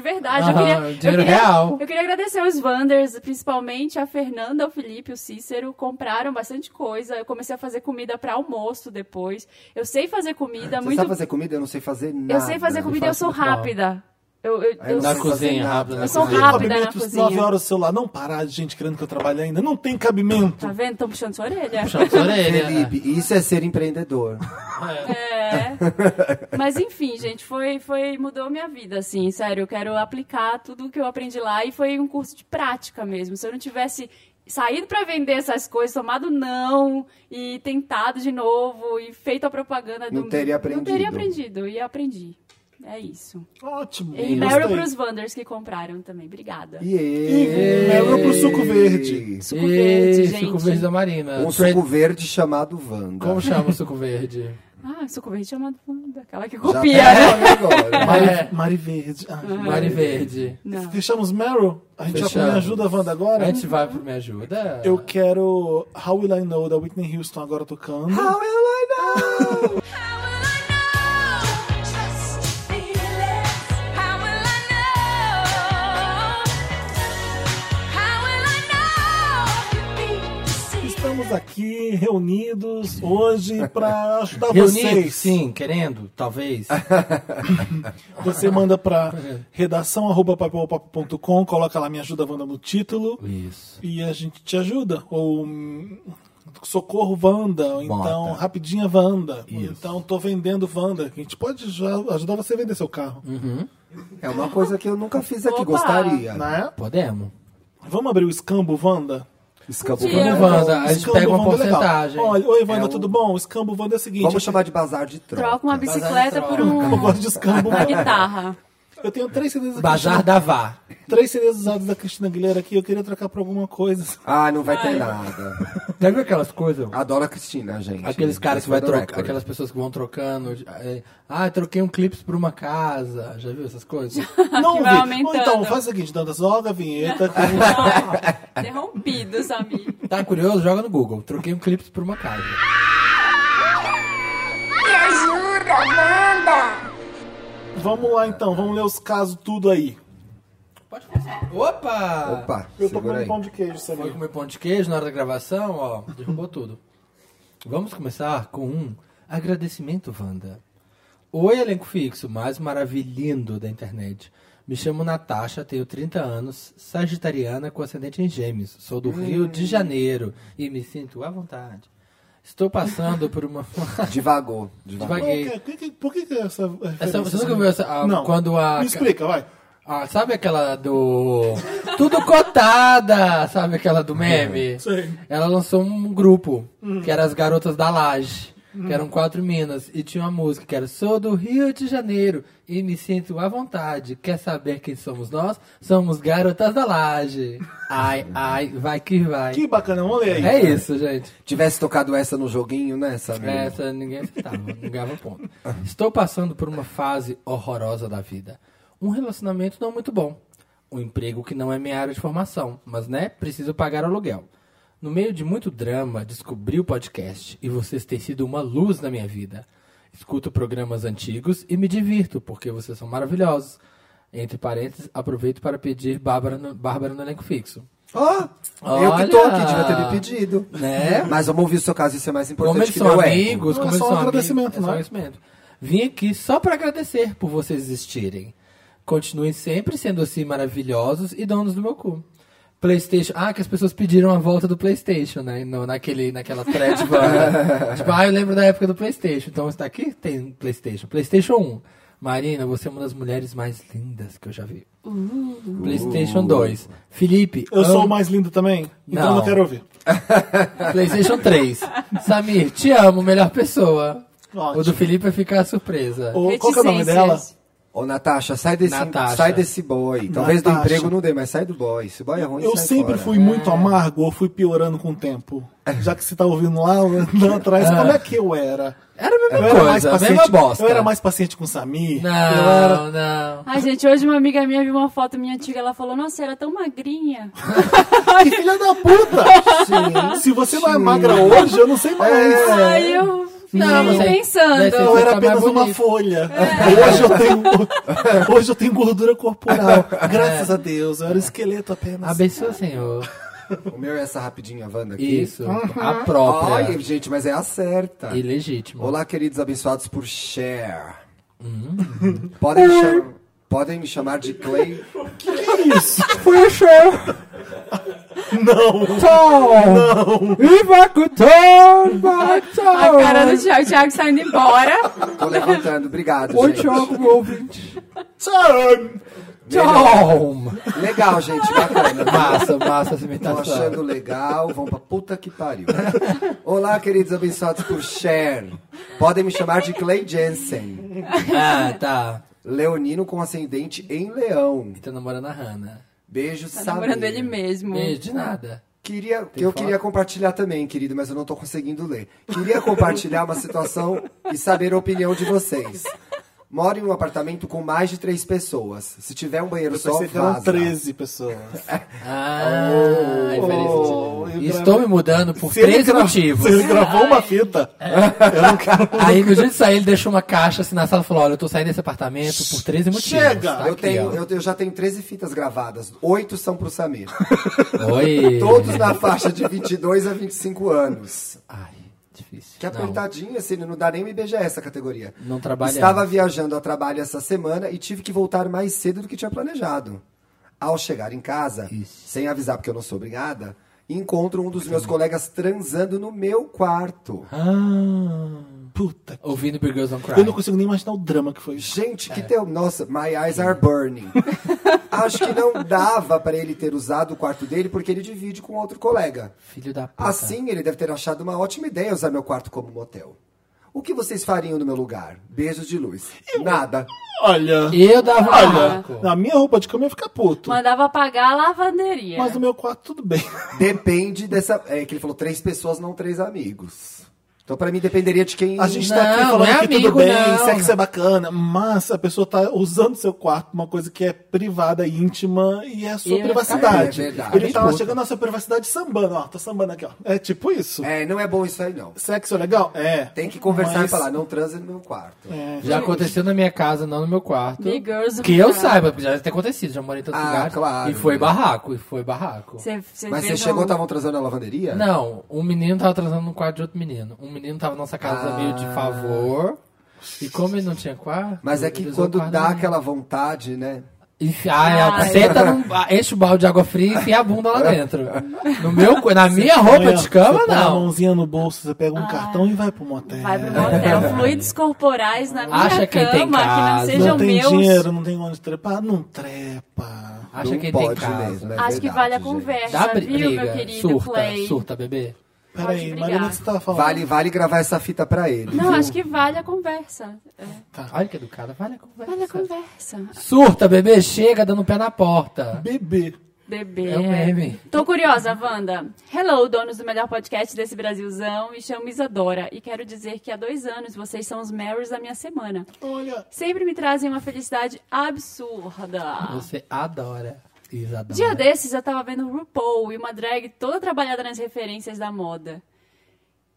Aham,
verdade. eu queria, eu
dinheiro
queria-
real.
eu queria agradecer aos Wanders, principalmente a Fernanda, o Felipe, o Cícero, compraram bastante coisa. Eu comecei a fazer comida para almoço depois. Eu sei fazer comida,
Você
muito.
sabe fazer comida? Eu não sei fazer nada.
Eu sei fazer comida, eu
faço
sou
muito mal.
rápida. Eu, eu,
Aí eu
eu-
não
Na
sei
cozinha,
fazer
rápido,
nada.
na Eu sou
Não tem
rápida na
cabimento
né, cozinha.
9 horas do celular. Não parar de gente querendo que eu trabalhe ainda. Não tem cabimento.
Tá vendo? Estão puxando sua orelha.
Puxando sua orelha. né?
Felipe, isso é ser empreendedor.
É. Mas enfim, gente, foi, foi mudou minha vida, assim, sério. Eu quero aplicar tudo o que eu aprendi lá e foi um curso de prática mesmo. Se eu não tivesse saído para vender essas coisas, tomado não e tentado de novo e feito a propaganda do
Não teria
Não teria
aprendido.
aprendido e aprendi. É isso.
Ótimo.
E
gostei.
Meryl pros Wanders que compraram também. Obrigada.
E é.
E Meryl pro suco verde.
Suco
Ei,
verde, é gente.
Suco verde da Marina.
Um
Trade-
suco verde chamado Wanda.
Como chama o suco verde?
Ah, suco verde chamado Wanda. Aquela que
Já
copia,
tá
né?
falando agora.
Mari,
É.
Mari Verde. Ai,
Mari verde.
Não.
Fechamos Meryl? A gente já
Fechamos.
me ajuda, Wanda, agora?
A gente vai pro Me Ajuda.
Eu quero How Will I Know, da Whitney Houston, agora tocando.
How
é,
will I know?
How will I know? Just feel it. How will I know? How will I know? You've been
Estamos aqui reunidos hoje para ajudar
Reunir?
vocês.
Sim, querendo, talvez.
Você manda para redação arroba papelpop.com, coloca lá Me Ajuda Wanda no título
Isso.
e a gente te ajuda. Ou hum, Socorro Wanda, ou então
Bota.
Rapidinha Wanda, ou então Tô Vendendo Wanda. A gente pode já ajudar você a vender seu carro,
Uhum.
É uma coisa que eu nunca fiz aqui,
Opa.
gostaria.
né?
Podemos.
Vamos abrir o escambo Wanda?
Escampo
Vamos,
Podia. Eu-
Wanda. A gente
Escambo
pega uma
Wanda é legal.
porcentagem.
Olha, oi, Wanda,
É o-
tudo bom? O escambo Wanda é o seguinte.
Vamos chamar de bazar de troca.
Troca uma bicicleta por um,
Eu gosto de escambo.
uma guitarra.
Eu tenho três CDs da
Bazar
Cristina,
da Vá.
três CDs usados da Cristina Aguilera aqui. Eu queria trocar por alguma coisa.
Ah, não vai ter nada.
Sabe aquelas coisas?
Adoro a Cristina, gente.
Aqueles caras que
For
vai
the
trocar,
record.
aquelas pessoas que vão trocando. de- é, ah, troquei um clipe por uma casa. Já viu essas coisas?
Não
vai
vi. Ou
aumentando.
então, faz o seguinte, Danda, joga a vinheta. que-
Ó, Derrompido, sabe?
Tá curioso? Joga no Google. Troquei um clipe por uma casa.
Me ajuda, Wanda!
Vamos lá então, vamos ler os casos tudo aí.
Pode começar. Opa!
Opa,
Eu tô
segura
comendo
aí.
pão de queijo, sabia?
Foi comer pão de queijo na hora da gravação, ó, derrubou tudo. Vamos começar com um agradecimento, Wanda. Oi, elenco fixo, mais um maravilhindo da internet. Me chamo Natasha, tenho 30 anos, sagitariana com ascendente em gêmeos. Sou do Rio de Janeiro e me sinto à vontade. Estou passando por uma...
Devagou. Devagou.
Por
Devaguei.
que, por que- por que que essa
Essa,
referência
você nunca
assim?
viu essa? a-
Não.
Quando a...
Me explica, vai.
Ah, sabe aquela do. Tudo cotada! Sabe aquela do meme?
É. Sei. Hum.
Ela lançou um grupo, que era as Garotas da Laje, que eram quatro minas, e tinha uma música que era Sou do Rio de Janeiro e me sinto à vontade. Quer saber quem somos nós? Somos Garotas da Laje. Ai, ai, vai que vai.
Que bacana, vamos ler aí.
É isso, gente.
Tivesse tocado essa no joguinho, né, Samir?
É, Essa ninguém acertava, não ganhava ponto. Estou passando por uma fase horrorosa da vida. Um relacionamento não muito bom. Um emprego que não é minha área de formação, mas né, preciso pagar aluguel. No meio de muito drama, descobri o podcast e vocês têm sido uma luz na minha vida. Escuto programas antigos e me divirto, porque vocês são maravilhosos. Entre parênteses, aproveito para pedir Bárbara no, Bárbara no elenco fixo.
Ó, eu que tô
Olha!
aqui, devia ter me pedido.
Né?
Mas vamos ouvir o seu caso, isso é mais
Como
importante
eles
que
são
meu ego.
amigos,
Não, é
como eles
só um
são
agradecimento,
amigos, é só um
né?
agradecimento. Vim aqui só para agradecer por vocês existirem. Continuem sempre sendo assim maravilhosos e donos do meu cu. PlayStation. Ah, que as pessoas pediram a volta do PlayStation, né? No, naquele, naquela thread. tipo, tipo, ah, eu lembro da época do PlayStation. Então está aqui, tem PlayStation. PlayStation 1. Marina, você é uma das mulheres mais lindas que eu já vi.
Uh.
PlayStation 2. Felipe,
Eu sou
amo-
o mais lindo também? Então eu
Não.
não quero ouvir.
PlayStation 3. Samir, te amo, melhor pessoa.
Ótimo.
O do Felipe vai ficar surpresa.
Ô, qual que é o nome dela?
Reticências.
Ô, Natasha, sai desse,
Natasha.
sai desse boy. Talvez do
Natasha.
emprego não dê, mas sai do boy. Esse boy é ruim,
Eu
sai
sempre
fora.
fui muito amargo ou fui piorando com o tempo?
É.
Já que você tá ouvindo lá, lá atrás, como é que eu era?
Era a
Eu
mesma
era mais
coisa, a
paciente.
mesma bosta.
Eu era mais paciente com o Samir. Eu era-
Não, não.
Ai, gente, hoje uma amiga minha viu uma foto minha antiga, ela falou, nossa, era tão magrinha.
Que filha da puta! Se você não é magra hoje, eu não sei mais.
Aí eu fiquei
Não, mas aí- daí É, você-
pensando.
Eu era
Tá mais
apenas uma
bonito. É.
folha. Hoje eu tenho hoje eu tenho gordura corporal.
É.
Graças a Deus, eu era um esqueleto apenas.
Abençoa, Senhor.
O meu é essa rapidinha, Wanda, aqui.
Isso.
Uhum.
A
Olha,
própria.
gente, mas é a certa.
Ilegítima.
Olá, queridos abençoados por Cher.
Hum.
Podem, me cham- podem me chamar de Clay.
Não.
A cara do Thiago, o Thiago saindo embora.
Tô levantando, obrigado,
Oi,
gente.
Thiago, meu ouvinte.
Tchau.
Tchau.
Legal, gente, bacana.
Massa, Tá massa essa
Estão
imitação.
achando legal, vão pra puta que pariu. Olá, queridos abençoados por Cher. Podem me chamar de Clay Jensen.
Ah, tá.
Leonino com ascendente em leão.
Tá namorando a Hannah.
Beijo,
Tá
Samir.
namorando ele mesmo.
Beijo de nada.
Queria, que eu
foto?
queria compartilhar também, querido, mas eu não tô conseguindo ler. Queria compartilhar uma situação e saber a opinião de vocês. Moro em um apartamento com mais de três pessoas. Se tiver um banheiro só,
Você eram
vaza.
13 pessoas.
Ah,
oh,
infelizmente.
eu
Estou
gravei-
me mudando por
Se ele
13
gra-
motivos.
Se ele gravou uma fita.
É. Aí, no dia de sair, ele deixou uma caixa assim na sala e falou: Olha, eu tô saindo desse apartamento por 13 motivos.
Chega!
Tá
Eu,
aqui,
tenho,
ó.
eu, eu já tenho 13 fitas gravadas. Oito são pro Samir.
Oi.
Todos na faixa de 22 a 25 anos.
Ai, difícil.
Que
Não.
apertadinho, assim, não dá nem o IBGE essa categoria.
Não trabalhamos.
Estava viajando a trabalho essa semana e tive que voltar mais cedo do que tinha planejado. Ao chegar em casa,
Isso.
sem avisar porque eu não sou obrigada, encontro um dos meus colegas transando no meu quarto.
Ah,
Puta.
ouvindo Big Girls Don't Cry.
Eu não consigo nem imaginar o drama que foi isso.
Gente, que teu. Nossa, my eyes are burning. Acho que não dava pra ele ter usado o quarto dele porque ele divide com outro colega.
Filho da puta.
Assim, ele deve ter achado uma ótima ideia usar meu quarto como motel. O que vocês fariam no meu lugar? Beijos de luz. Nada.
Olha.
Eu dava um
Olha,
barraco.
na minha roupa de cama eu ia ficar puto.
Mandava pagar a lavanderia.
Mas no meu quarto tudo bem.
Depende dessa. É que ele falou três pessoas, não três amigos. Então, pra mim, dependeria de quem.
A gente
Não,
tá aqui
não
falando
é
que
amigo,
tudo bem,
não.
sexo é bacana, mas a pessoa tá usando seu quarto pra uma coisa que é privada, íntima e é a sua
E é-
privacidade.
é verdade.
Ele tá lá
Puta.
chegando na sua privacidade sambando, ó, tô sambando aqui, ó. É tipo isso.
É, não é bom isso aí, não.
Sexo é legal? É.
Tem que conversar
Mas-
e falar, não transa no meu quarto.
É.
Já aconteceu na minha casa, não no meu quarto.
Big girls
Que eu
who cry.
saiba, porque já deve ter acontecido, já morei em tantos
Ah,
lugares.
claro.
E foi barraco, e foi barraco.
Você, você
Mas você
fez
chegou, tá-
um-
estavam transando na lavanderia?
Não, um menino tava transando no quarto de outro menino. Um menino tava na nossa casa
Ah.
meio de favor. E como ele não tinha quarto.
Mas é
ele
que
usou o
quando
quarto
dá
da
aquela é. vontade, né?
Enfia, ah,
Ai.
senta num. ah, Enche o balde de água fria e enfia a bunda lá dentro. No meu, co- na minha roupa de cama,
você Põe a
não.
mãozinha no bolso, você pega um cartão e vai pro motel.
Vai pro motel. Fluidos corporais na minha
Acha quem
cama,
tem
que não
casa.
sejam
não tem
meus.
dinheiro, não tem onde trepar, não trepa.
Acha
Não
que ele tem
pode
casa.
mesmo, é
Acho que
verdade,
vale a
gente.
conversa,
Dá bri-
viu, meu
briga,
querido
surta,
Play?
surta, bebê.
Peraí,
brigar.
Marina, o que você tava falando?
Vale, vale gravar essa fita pra ele.
Não,
viu?
acho que vale a conversa. É,
Ah, Olha que educada, vale a conversa.
Vale a conversa.
Surta, bebê, chega dando pé na porta.
Bebê.
Bebê.
É um meme.
Tô curiosa, Wanda. Hello, donos do melhor podcast desse Brasilzão. Me chamo Isadora e quero dizer que há dois anos vocês são os Marys da minha semana.
Olha,
Sempre me trazem uma felicidade absurda.
Você adora. Isadora.
Dia desses eu tava vendo RuPaul e uma drag toda trabalhada nas referências da moda.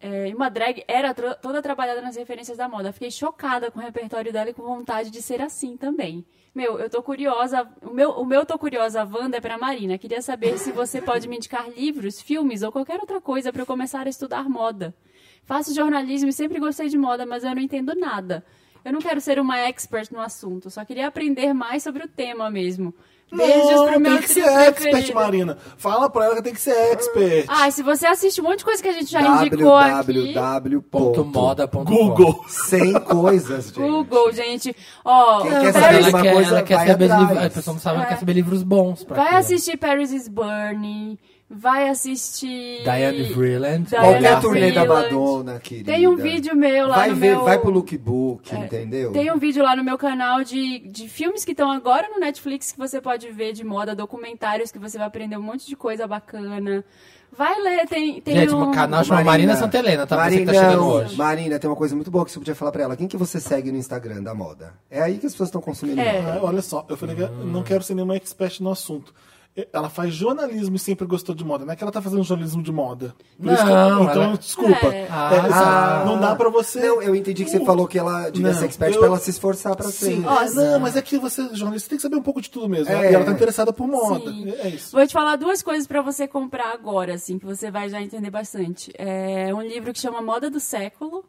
É, e uma drag era tro- toda trabalhada nas referências da moda. Fiquei chocada com o repertório dela e com vontade de ser assim também. Meu, eu tô curiosa. O meu, o meu tô curiosa, Wanda, é pra Marina. Queria saber se você pode me indicar livros, filmes ou qualquer outra coisa pra eu começar a estudar moda. Faço jornalismo e sempre gostei de moda, mas eu não entendo nada. Eu não quero ser uma expert no assunto, só queria aprender mais sobre o tema mesmo. Beijos
não,
pro meu
tem que ser
trio
expert,
preferido.
Marina. Fala pra ela que tem que ser expert.
Ai, se você assiste um monte de coisa que a gente já indicou aqui.
Ponto
www.moda.
moda, ponto com.
Google.
Sem coisas, gente.
Google, gente. Ó,
Quem quer
Paris-
saber
Ela
é Uma
quer,
coisa
ela quer
vai
saber
atrás.
livros. A pessoa não sabe, ela
É.
quer saber livros bons pra
vai
criança.
assistir Paris is Burning. Vai assistir.
Diane
é
Vreeland.
Diane
Qualquer
Olhar
turnê da
freelance.
Madonna, querida.
Tem um vídeo meu lá
vai
no
ver,
meu...
Vai pro lookbook, entendeu?
Tem um vídeo lá no meu canal de, de filmes que estão agora no Netflix que você pode ver de moda, documentários que você vai aprender um monte de coisa bacana. Vai ler, tem, tem
Gente,
um...
um canal chama Marina Santelena, tá? Pra Você que tá chegando hoje.
Marina, tem uma coisa muito boa que você podia falar pra ela. Quem que você segue no Instagram da moda? É aí que as pessoas estão consumindo
É.
moda.
Ah, Olha só, eu falei que eu não quero ser nenhuma expert no assunto. Ela faz jornalismo e sempre gostou de moda. Não é que ela tá fazendo jornalismo de moda. Por isso que eu-
Não,
então,
ela-
desculpa.
É.
É, assim, não dá pra você.
Ah.
Uh.
Não, eu entendi que você falou que ela devia
Não,
ser expert
eu-
pra ela se esforçar pra
Sim.
ser.
Ah, não, mas é que você, jornalista, tem que saber um pouco de tudo mesmo.
É.
E ela tá interessada por moda.
Sim.
É isso.
Vou te falar duas coisas pra você comprar agora, assim, que você vai já entender bastante. É um livro que chama Moda do Século,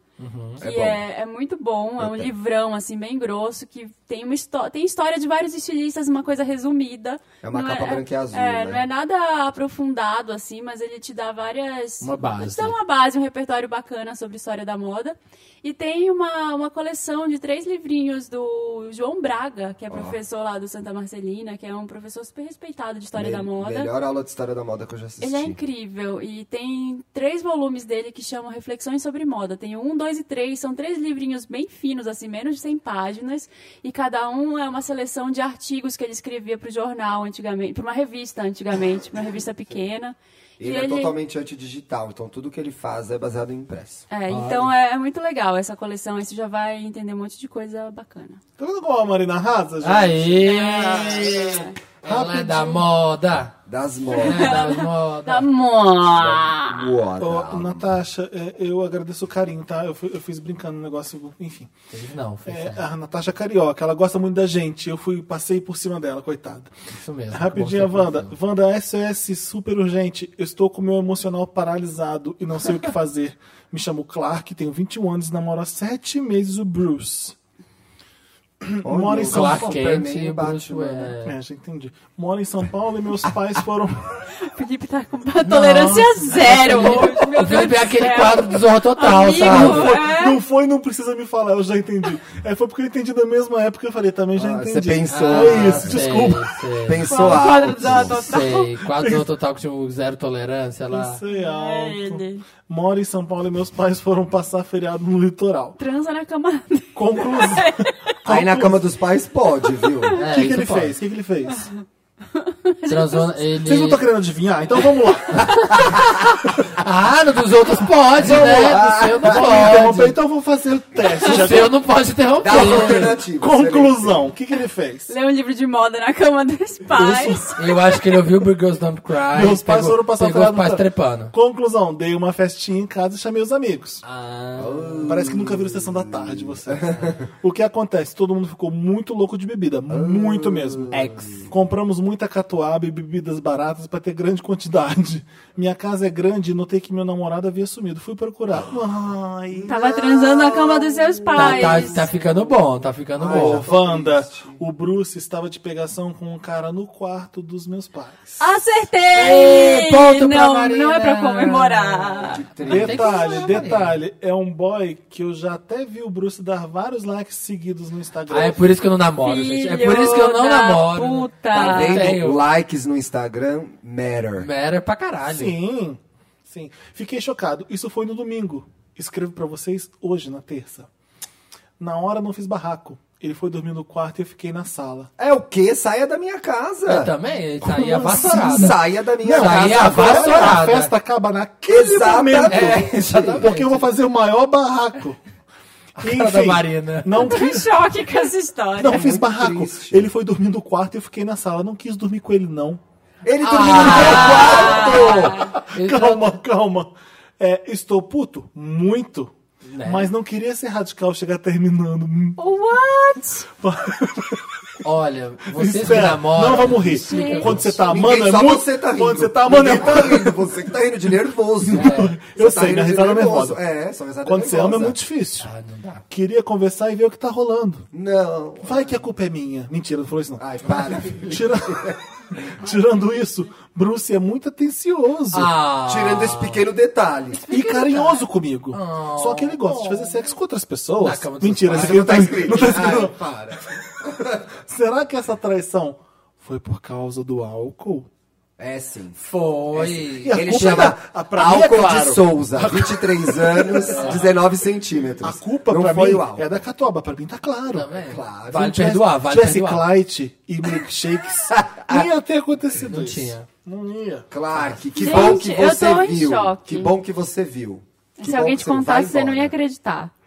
É
que
bom.
é, é muito bom, é um livrão, assim, bem grosso, que tem uma histó- tem história de vários estilistas, uma coisa resumida.
É uma
Não
capa branca e azul, né?
É, não é nada aprofundado, assim, mas ele te dá várias...
Uma base.
Te dá uma base, um repertório bacana sobre história da moda. E tem uma, uma coleção de três livrinhos do João Braga, que é professor lá do Santa Marcelina, que é um professor super respeitado de história da
Me-
moda.
Melhor aula de história da moda que eu já assisti.
Ele é incrível e tem três volumes dele que chamam Reflexões sobre Moda. Tem um, dois e três. São três livrinhos bem finos, assim, menos de 100 páginas. E cada um é uma seleção de artigos que ele escrevia para o jornal antigamente, para uma revista antigamente, para uma revista pequena.
Ele,
E
é totalmente antidigital, então tudo que ele faz é baseado em impresso.
É, então é, é muito legal essa coleção. Aí você já vai entender um monte de coisa bacana.
Tá vendo como a Marina arrasa, gente?
Aê!
é
Ela é
Rapidinho.
da moda.
Das
Ela é
modas.
da moda.
Tá bom!
Moda.
Ô, Natasha, é, eu agradeço o carinho, tá? Eu, fui- eu fiz brincando no negócio, enfim.
Ele Não, foi
É,
sério.
a Natasha Carioca, ela gosta muito da gente. Eu fui, passei por cima dela, coitada.
Isso mesmo.
Rapidinho,
Como você
Wanda.
pensou.
Wanda, SOS, super urgente. Eu estou com o meu emocional paralisado e não sei o que fazer. Me chamo Clark, tenho 21 anos e namoro há 7 meses o Bruce. Moro em São
Clark
Paulo.
Kent
Superman
e
e né?
o Bruce
Batman,
Wayne.
É, já entendi. Moro em São Paulo e meus pais foram.
Felipe tá com uma tolerância zero. hoje, meu
O Felipe é
Deus do
aquele
céu.
quadro do Zorro Total,
Amigo.
Não
sabe?
foi,
É.
não foi, não precisa me falar, eu já entendi. É, foi porque eu entendi na mesma época, eu falei, também já
Ah,
entendi.
você pensou.
É isso,
Ah, Sei,
desculpa.
sei,
Pensou ah,
Qual quadro
alto.
da- da-
Sei, quadro do Zorro Total que tinha o zero tolerância lá.
Sei
É
alto.
ele.
Moro em São Paulo e meus pais foram passar feriado no litoral.
Transa na cama.
Conclusão.
Aí na cama dos pais pode, viu?
O
É,
que, que
isso
ele
pode.
fez? O que, que ele fez?
Transou, ele... é.
Vocês não estão querendo adivinhar? Então vamos lá.
Ah, no dos outros pode, né? Do seu não
ah, Interromper,
pode.
então eu vou fazer o teste.
Do
Já
seu não pode interromper.
Dá as
né?
alternativas.
Conclusão. O que, que ele fez?
Lê um livro de moda na cama dos pais.
Eu acho que ele ouviu Big Girls Don't Cry.
Meus pais
pegou-
foram passar
Pegou os
feriado no
pais
tra-
trepando.
Conclusão, dei uma festinha em casa e chamei os amigos.
Ah,
Parece que nunca viram sessão da tarde vocês. o que acontece? Todo mundo ficou muito louco de bebida. Muito mesmo.
Ah. Ex.
Compramos muita catuaba e bebidas baratas pra ter grande quantidade. Minha casa é grande e notei que meu namorado havia sumido. Fui procurar. Ai.
Tava transando na cama dos seus
tá,
pais.
tá, tá ficando bom, tá ficando
Ô,
bom.
Wanda, o Bruce estava de pegação com um cara no quarto dos meus pais.
Acertei!
Ê, ponto pra
não,
Marina.
não é pra comemorar.
detalhe,
tem que ser,
detalhe, é um boy que eu já até vi o Bruce dar vários likes seguidos no Instagram.
Ah, é por isso que eu não namoro, gente. É por isso que eu não
Filho da
namoro.
puta.
Tá
Ah,
Vendo
vendo?
likes no Instagram matter.
Mera pra caralho.
Sim, sim. Fiquei chocado. Isso foi no domingo. Escrevo pra vocês hoje, na terça. Na hora não fiz barraco. Ele foi dormir no quarto e eu fiquei na sala.
É o quê? Saia da minha casa.
Eu também, tá aí
Sim,
assim?
avassourada.
Saia da minha
Não, aí
casa.
a
Agora
vassourada.
A festa acaba naquele
Exatamente.
momento.
É, exatamente.
Porque eu vou fazer o maior barraco.
cara da Marina. É
Não
Tô em
quis,
choque com essa história.
não fiz
muito
barraco.
triste.
Ele foi dormir no quarto e eu fiquei na sala. Não quis dormir com ele, não.
Ele
Ah,
dormiu no meu quarto.
Ele-
Calma, calma. É, estou puto? Muito.
Né?
Mas não queria ser radical chegar terminando. Hum.
What?
Olha, vocês que
Espera,
namoram.
não vamos rir. Quando você tá amando,
Ninguém,
é
só
muito.
você tá rindo.
Quando você tá amando, é
Ninguém tá
muito.
rindo. Você que tá rindo de nervoso.
É.
Eu
Você tá
sei, minha
rindo de
risada é
nervoso.
nervosa.
É, só risada
Quando você
nervosa.
ama, é muito difícil.
Ah, não dá.
Queria conversar e ver o que tá rolando.
Não.
Vai que a culpa é minha. Mentira, não falou isso não.
Ai, para, filho.
Tira- Tirando isso, Bruce é muito atencioso.
Ah,
Tirando esse pequeno detalhe.
E
tá?
carinhoso comigo. Só que ele gosta de fazer sexo com outras
Oh. Na
pessoas.
cama dos
Mentira,
seus
isso aqui
Isso não tá
tem-
escrito.
não tá escrito,
Ai,
não.
para.
Será que essa traição foi por causa do álcool?
É sim.
foi.
E a
Ele
culpa
chama
da- a- pra mim é
álcool
claro. Ah.
de Souza, 23 anos, 19 centímetros.
A culpa
não
pra
foi
mim
o É, álcool.
é da Catoba, pra mim tá claro. É
Também.
Claro.
Vale perdoar, vale
Jesse
perdoar.
Clyde e milkshakes não ia ter acontecido
Não
isso.
tinha.
Não ia.
Clark, que
Gente,
bom que
eu
você
tô em
viu.
choque.
Que bom que você viu. Que
Se
bom
alguém
que
te contasse,
vai
você não ia
embora.
acreditar.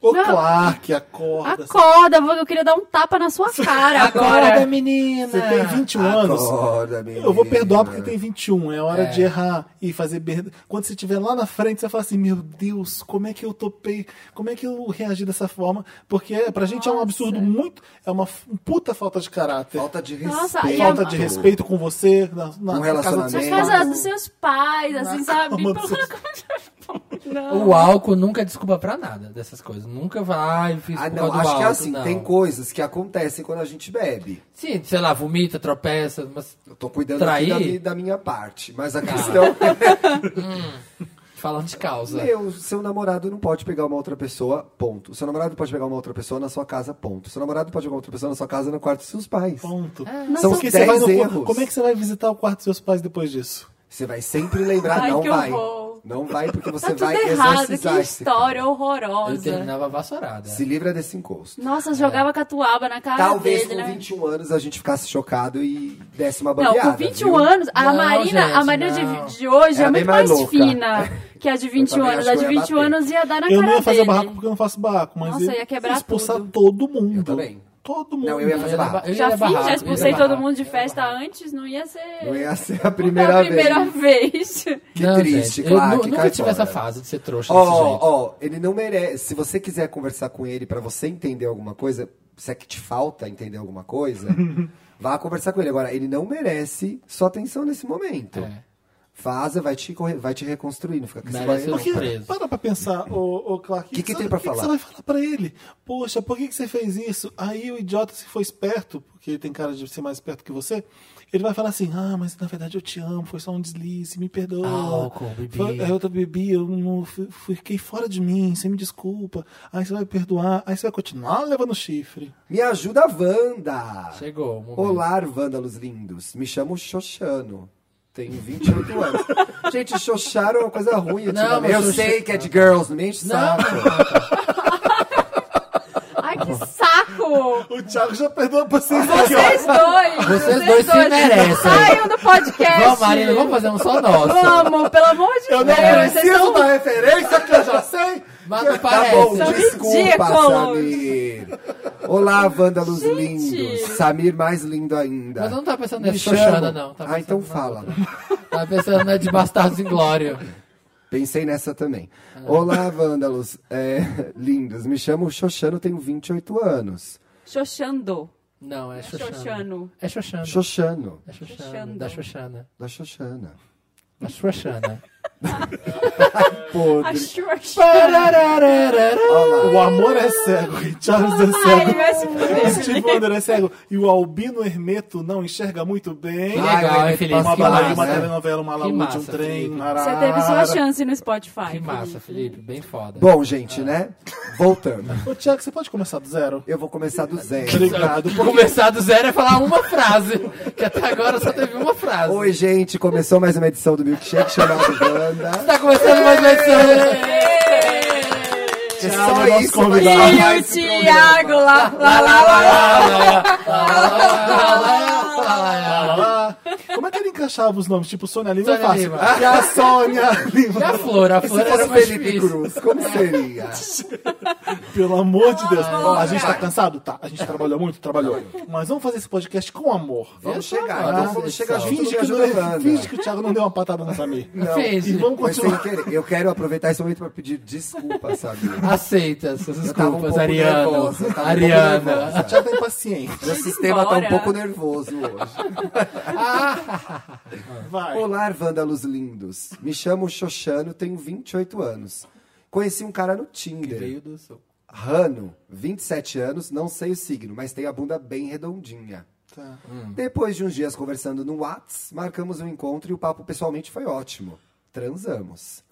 O
Não.
Clark, acorda.
Acorda, vou- eu queria dar um tapa na sua cara agora.
menina.
Você tem 21 anos.
Acorda, menina.
Eu vou perdoar porque tem 21. É hora de errar e fazer merda. Quando você estiver lá na frente, você fala assim: Meu Deus, como é que eu topei? Como é que eu reagi dessa forma? Porque é, pra gente é um absurdo muito. É uma f- puta falta de caráter.
Falta de respeito.
Nossa, e a-
Falta de respeito com você, na, na casa dos seus
Um
Na
relacionamento.
pais.
casa dos seus pais, assim, sabe? é
cama dos
Pelo- Não.
O álcool nunca é desculpa pra nada dessas coisas. Nunca vai, ah, eu fiz
Ah,
por
não,
causa do
acho que é
álcool,
assim,
não.
tem coisas que acontecem quando a gente bebe.
Sim, sei lá, vomita, tropeça, mas
Eu tô cuidando aqui
Trair?
da, mi- da minha parte, mas a
Tá.
questão
falando de causa.
é, meu, seu namorado não pode pegar uma outra pessoa, ponto. Seu namorado pode pegar uma outra pessoa na sua casa, ponto. Seu namorado pode pegar uma outra pessoa na sua casa, no quarto dos seus pais.
é-
Ponto.
Ah. tá
São
Porque
os
você vai
10
no-
erros.
Como é que você vai visitar o quarto dos seus pais depois disso?
Você vai sempre lembrar,
Ai,
não
que
vai.
horror.
Não vai porque
Tá
você
tudo
vai
errado, que
exorcizar esse cara.
história
Eu
horrorosa.
terminava a vassourada.
é. Se livra desse encosto.
Nossa, jogava catuaba na cara
Talvez
dele,
com
né?
21 anos a gente ficasse chocado e desse uma
Não,
bambeada.
com 21
viu?
anos, a
Não,
Marina,
gente,
a Marina
não.
de, de hoje
Era bem
é muito
mais
mais,
louca.
fina que a de 21
também
anos.
acho
A
que
de
eu ia
21
bater.
anos ia dar na
Eu
cara
não ia fazer
dele.
barraco porque eu não faço barraco, mas
Nossa,
eu
ia quebrar
expulsar
tudo.
todo mundo.
Eu também.
Todo mundo.
Não, eu ia
Eu
fazer
ia
barra.
dar- eu ia
Já
dar
fiz,
barraco,
já
eu
expulsei
ia dar
todo
barraco.
mundo de festa antes, não ia ser...
Não ia ser a
a
primeira vez.
primeira vez.
Que
Não,
triste,
gente,
claro.
Eu
que
nu- nunca
cai
tive essa
fora. né?
fase de ser trouxa
Ó,
desse jeito.
ó, ele não merece. Se você quiser conversar com ele pra você entender alguma coisa, se é que te falta entender alguma coisa, vá conversar com ele. Agora, ele não merece sua atenção nesse momento.
É.
Vaza, vai te, corre- vai te reconstruir, não fica com esse
Merece
barulho.
Porque,
preso.
para pra pensar, ô, ô Clark.
Que que
você-
tem pra
que
falar?
você vai falar pra ele? Poxa, por que, que você fez isso? Aí o idiota, se for esperto, porque ele tem cara de ser mais esperto que você, ele vai falar assim: ah, mas na verdade eu te amo, foi só um deslize, me perdoa.
Ah,
Álcool, bebi.
Foi- é, Eu tô- bebi, eu não, fui- fiquei fora de mim, você me desculpa. Aí você vai perdoar, aí você vai continuar levando chifre.
Me ajuda, Wanda!
Chegou o momento.
Olá, vândalos lindos. Me chamo Xoxano. Tenho 28 anos. Gente, xoxar é uma coisa ruim.
Não,
ultimamente. eu
mas
sei
xoxar-
que é de girls, não me enche o
Não,
saco.
Ai, que saco!
O Thiago já perdoou pra vocês aqui, ó.
Vocês dois!
Vocês dois se merecem.
Saiam do podcast!
Vamos, Marina, vamos fazer um só nosso.
Vamos, pelo amor de
Eu não
É, vocês
preciso
são-
da referência que eu já sei.
Mas não
Tá
parece.
bom,
São
desculpa,
ridículos.
Samir. Olá, vândalos
Gente.
lindos. Samir mais lindo ainda.
Mas eu não tava pensando
Me
nessa
chama.
Xana, não. tá Tava
ah,
pensando na
então fala.
outra. Tava pensando na de Bastardos em Glória.
Pensei nessa também. Olá, vândalos é, lindos. Me chamo Xoxano, tenho 28 anos.
Xoxando.
Não, é Xoxana.
Xoxano.
É Xoxana.
Xoxano,
É Xoxana.
Xoxando.
Da Xoxana.
da Xoxana.
Da Xoxana.
A Xoxana.
O amor é cego, e Charles é
Ai,
cego.
vai se fuder.
O Steve Wonder é cego e o Albino Hermeto não enxerga muito bem.
Ah, legal, hein, Felipe?
uma
que
balada,
massa.
uma telenovela, uma laúde,
massa,
um trem,
Felipe.
um
Você
arara.
teve sua chance no Spotify.
Que massa,
Felipe.
Felipe. Bem foda.
Bom, gente, né? Voltando.
Ô, Tiago, você pode começar do zero?
Eu vou começar do zero.
Obrigado.
Começar do zero é falar uma frase. Que até agora só teve uma frase.
Oi, gente. Começou mais uma edição do Milkshake chamado Wanda.
Tá começando mais uma edição.
É só
nosso
isso. né?
convidado.
mas-
E o Thiago lá, lá, lá, lá, lá.
Ah, lá. Como é que ele encaixava os nomes? Tipo, Sônia Lima é
Sônia
fácil.
Lima.
Ah, e a Sônia Lima.
E a flor? A
Se
flor era
fosse
mais
Felipe
difícil.
Cruz, como seria?
Pelo amor de Deus.
Ah,
a gente tá cansado? Tá. A gente trabalhou muito? Trabalhou. Mas vamos fazer esse podcast com amor.
Vamos
Eu tô
chegar.
agora,
Então vamos
vocês
chegar
são.
junto
Finge
e
que,
ajuda a
não,
Wanda.
finge que o Thiago não deu uma patada na Samir.
Não.
E
Finge.
vamos
Mas sem
continuar.
querer, eu quero aproveitar esse momento pra pedir desculpa, sabe?
Aceita essas
Eu tava um
desculpas,
pouco
Ariano.
nervosa, eu tava um pouco
Ariana.
nervosa.
O Thiago tá impaciente.
Meu sistema tá um
Bora.
pouco nervoso hoje.
Vai.
Olá, vândalos lindos. Me chamo Xoxano, tenho 28 anos. Conheci um cara no Tinder.
do sul.
Rano, 27 anos, não sei o signo, mas tem a bunda bem redondinha.
Tá.
Depois de uns dias conversando no Whats, marcamos um encontro e o papo pessoalmente foi ótimo. Transamos.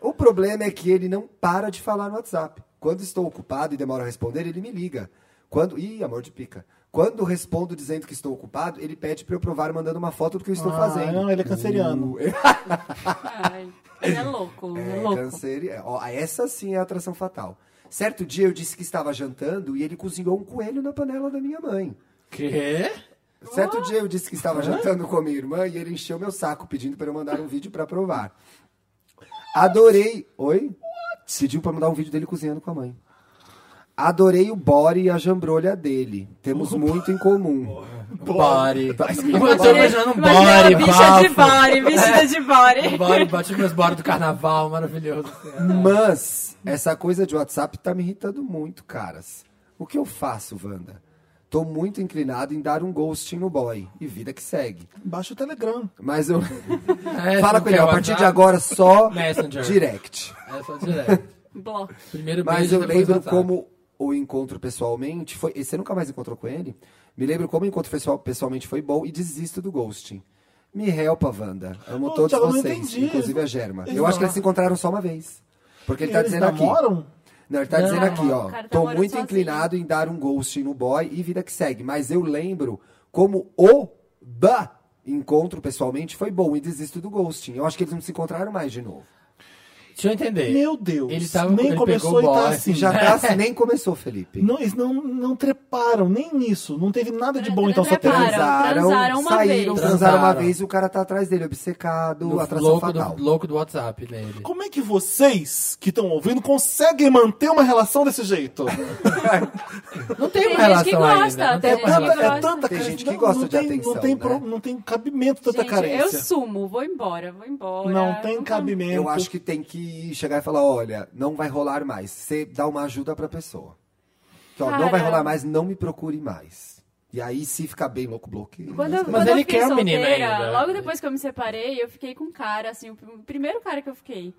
o problema é que ele não para de falar no WhatsApp. Quando estou ocupado e demoro a responder, ele me liga. Quando, ih, amor de pica. Quando respondo dizendo que estou ocupado, ele pede para eu provar mandando uma foto do que eu estou
Ah,
fazendo.
não, ele é canceriano.
Ai, é louco, é,
É,
louco.
câncer. é, ó, essa sim é a atração fatal. Certo dia eu disse que estava jantando e ele cozinhou um coelho na panela da minha mãe.
Quê?
Certo dia eu disse que estava jantando com a minha irmã e ele encheu meu saco pedindo para eu mandar um vídeo para provar. Adorei. Oi? Pediu para mandar um vídeo dele cozinhando com a mãe. Adorei o body e a jambrolha dele. Temos muito em comum.
Body.
Tá.
Eu tô imaginando um
Imagina é uma
body,
bicha de
bafo.
body, vestida de body.
Body, bate meus body do carnaval, maravilhoso.
Mas essa coisa de WhatsApp tá me irritando muito, caras. O que eu faço, Wanda? Tô muito inclinado em dar um ghosting no boy. E vida que segue.
Baixa o Telegram.
Mas eu.
É,
Fala
você
com ele.
quer
A partir
WhatsApp?
de agora, só
Messenger.
direct.
É só direto.
Bloco.
Primeiro
Mas
beijo,
eu
depois
lembro
WhatsApp.
como o encontro pessoalmente foi. e Você nunca mais encontrou com ele? Me lembro como o encontro pessoal- pessoalmente foi bom e desisto do ghosting. Me helpa, Wanda. Amo
Ô,
todos
Thiago, eu não
vocês,
entendi.
inclusive a Germa.
Eles
Eu acho
não-
que eles se encontraram só uma vez. Porque ele tá
Eles
dizendo aqui.
namoram?
Não, ele tá
Não,
dizendo aqui,
o
ó.
cara tá
Tô
morando
muito
sozinho."
inclinado em dar um ghost no boy e vida que segue. Mas eu lembro como o da encontro pessoalmente foi bom e desisto do ghosting. Eu acho que eles não se encontraram mais de novo.
Deixa eu
É.
entender.
Meu Deus.
Ele tava-
nem
ele
começou e
pegou o
tá
boy.
assim.
Já tá assim, nem começou, Felipe.
Não, eles não, não treparam, nem nisso. Não teve nada de bom, então só teve.
Treparam. transaram uma
saíram,
vez.
transaram uma
Transaram.
vez e o cara tá atrás dele, obcecado,
Do
atração
louco,
fatal.
do, louco do WhatsApp dele.
Como é que vocês que estão ouvindo conseguem manter uma relação desse jeito?
Não tem,
Tem
uma
gente que
relação
gosta,
ainda. Não tem
tem
uma
gente que
Tanta,
relação.
é
gosta.
tanta
Tem
carência.
gente que gosta
não
de
tem,
atenção,
Não tem,
né?
não tem cabimento tanta
Gente, eu
carência.
sumo, vou embora, vou embora.
não tem
Nunca-
cabimento.
Eu acho que tem que chegar e falar, olha, não vai rolar mais. Você dá uma ajuda pra pessoa. Que, ó, não vai
Cara.
rolar mais, não me procure mais. E aí, se ficar bem louco, bloqueio.
Quando,
Mas
eu-
Mas
quando
ele
eu fiquei
quer o menino
solteira,
ainda.
logo depois que eu me separei, eu fiquei com um cara, assim, o pr- primeiro cara que eu fiquei.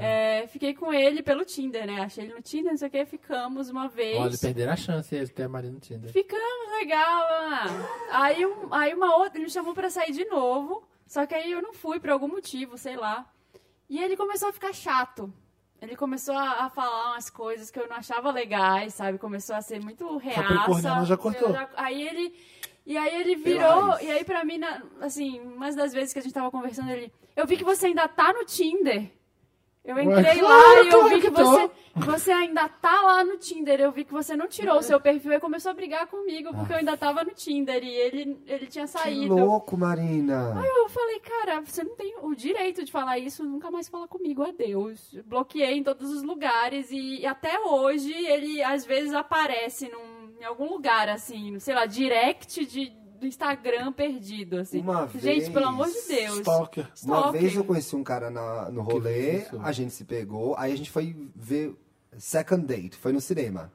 É, fiquei com ele pelo Tinder, né? Achei ele no Tinder, não sei o que, ficamos uma vez.
Olha, perderam a chance eles terem marido no Tinder.
Ficamos legal. ah. Aí, um- aí uma outra, ele me chamou pra sair de novo. Só que aí eu não fui por algum motivo, sei lá. E ele começou a ficar chato. Ele começou a, a falar umas coisas que eu não achava legais, sabe? Começou a ser muito reaça.
Capricorniana já cortou.
Eu aí ele. E aí ele virou. E aí, pra mim, na- assim, umas das vezes que a gente tava conversando, ele. Eu vi que você ainda tá no Tinder. Eu entrei
claro,
lá e eu
claro
vi
que
que
tô.
você, você ainda tá lá no Tinder. Eu vi que você não tirou o seu perfil e começou a brigar comigo porque eu ainda tava no Tinder e ele, ele tinha
Que
saído.
louco, Marina.
Aí eu falei, cara, você não tem o direito de falar isso, nunca mais fala comigo, adeus. Bloqueei em todos os lugares e, e até hoje ele às vezes aparece num- em algum lugar, assim, sei lá, direct de, do Instagram perdido, assim.
Uma
Gente,
vez,
pelo amor de Deus.
Stalker.
Uma
Stalking.
vez eu conheci um cara na- no rolê,
isso?
a gente se pegou, aí a gente foi ver Second Date, foi no cinema.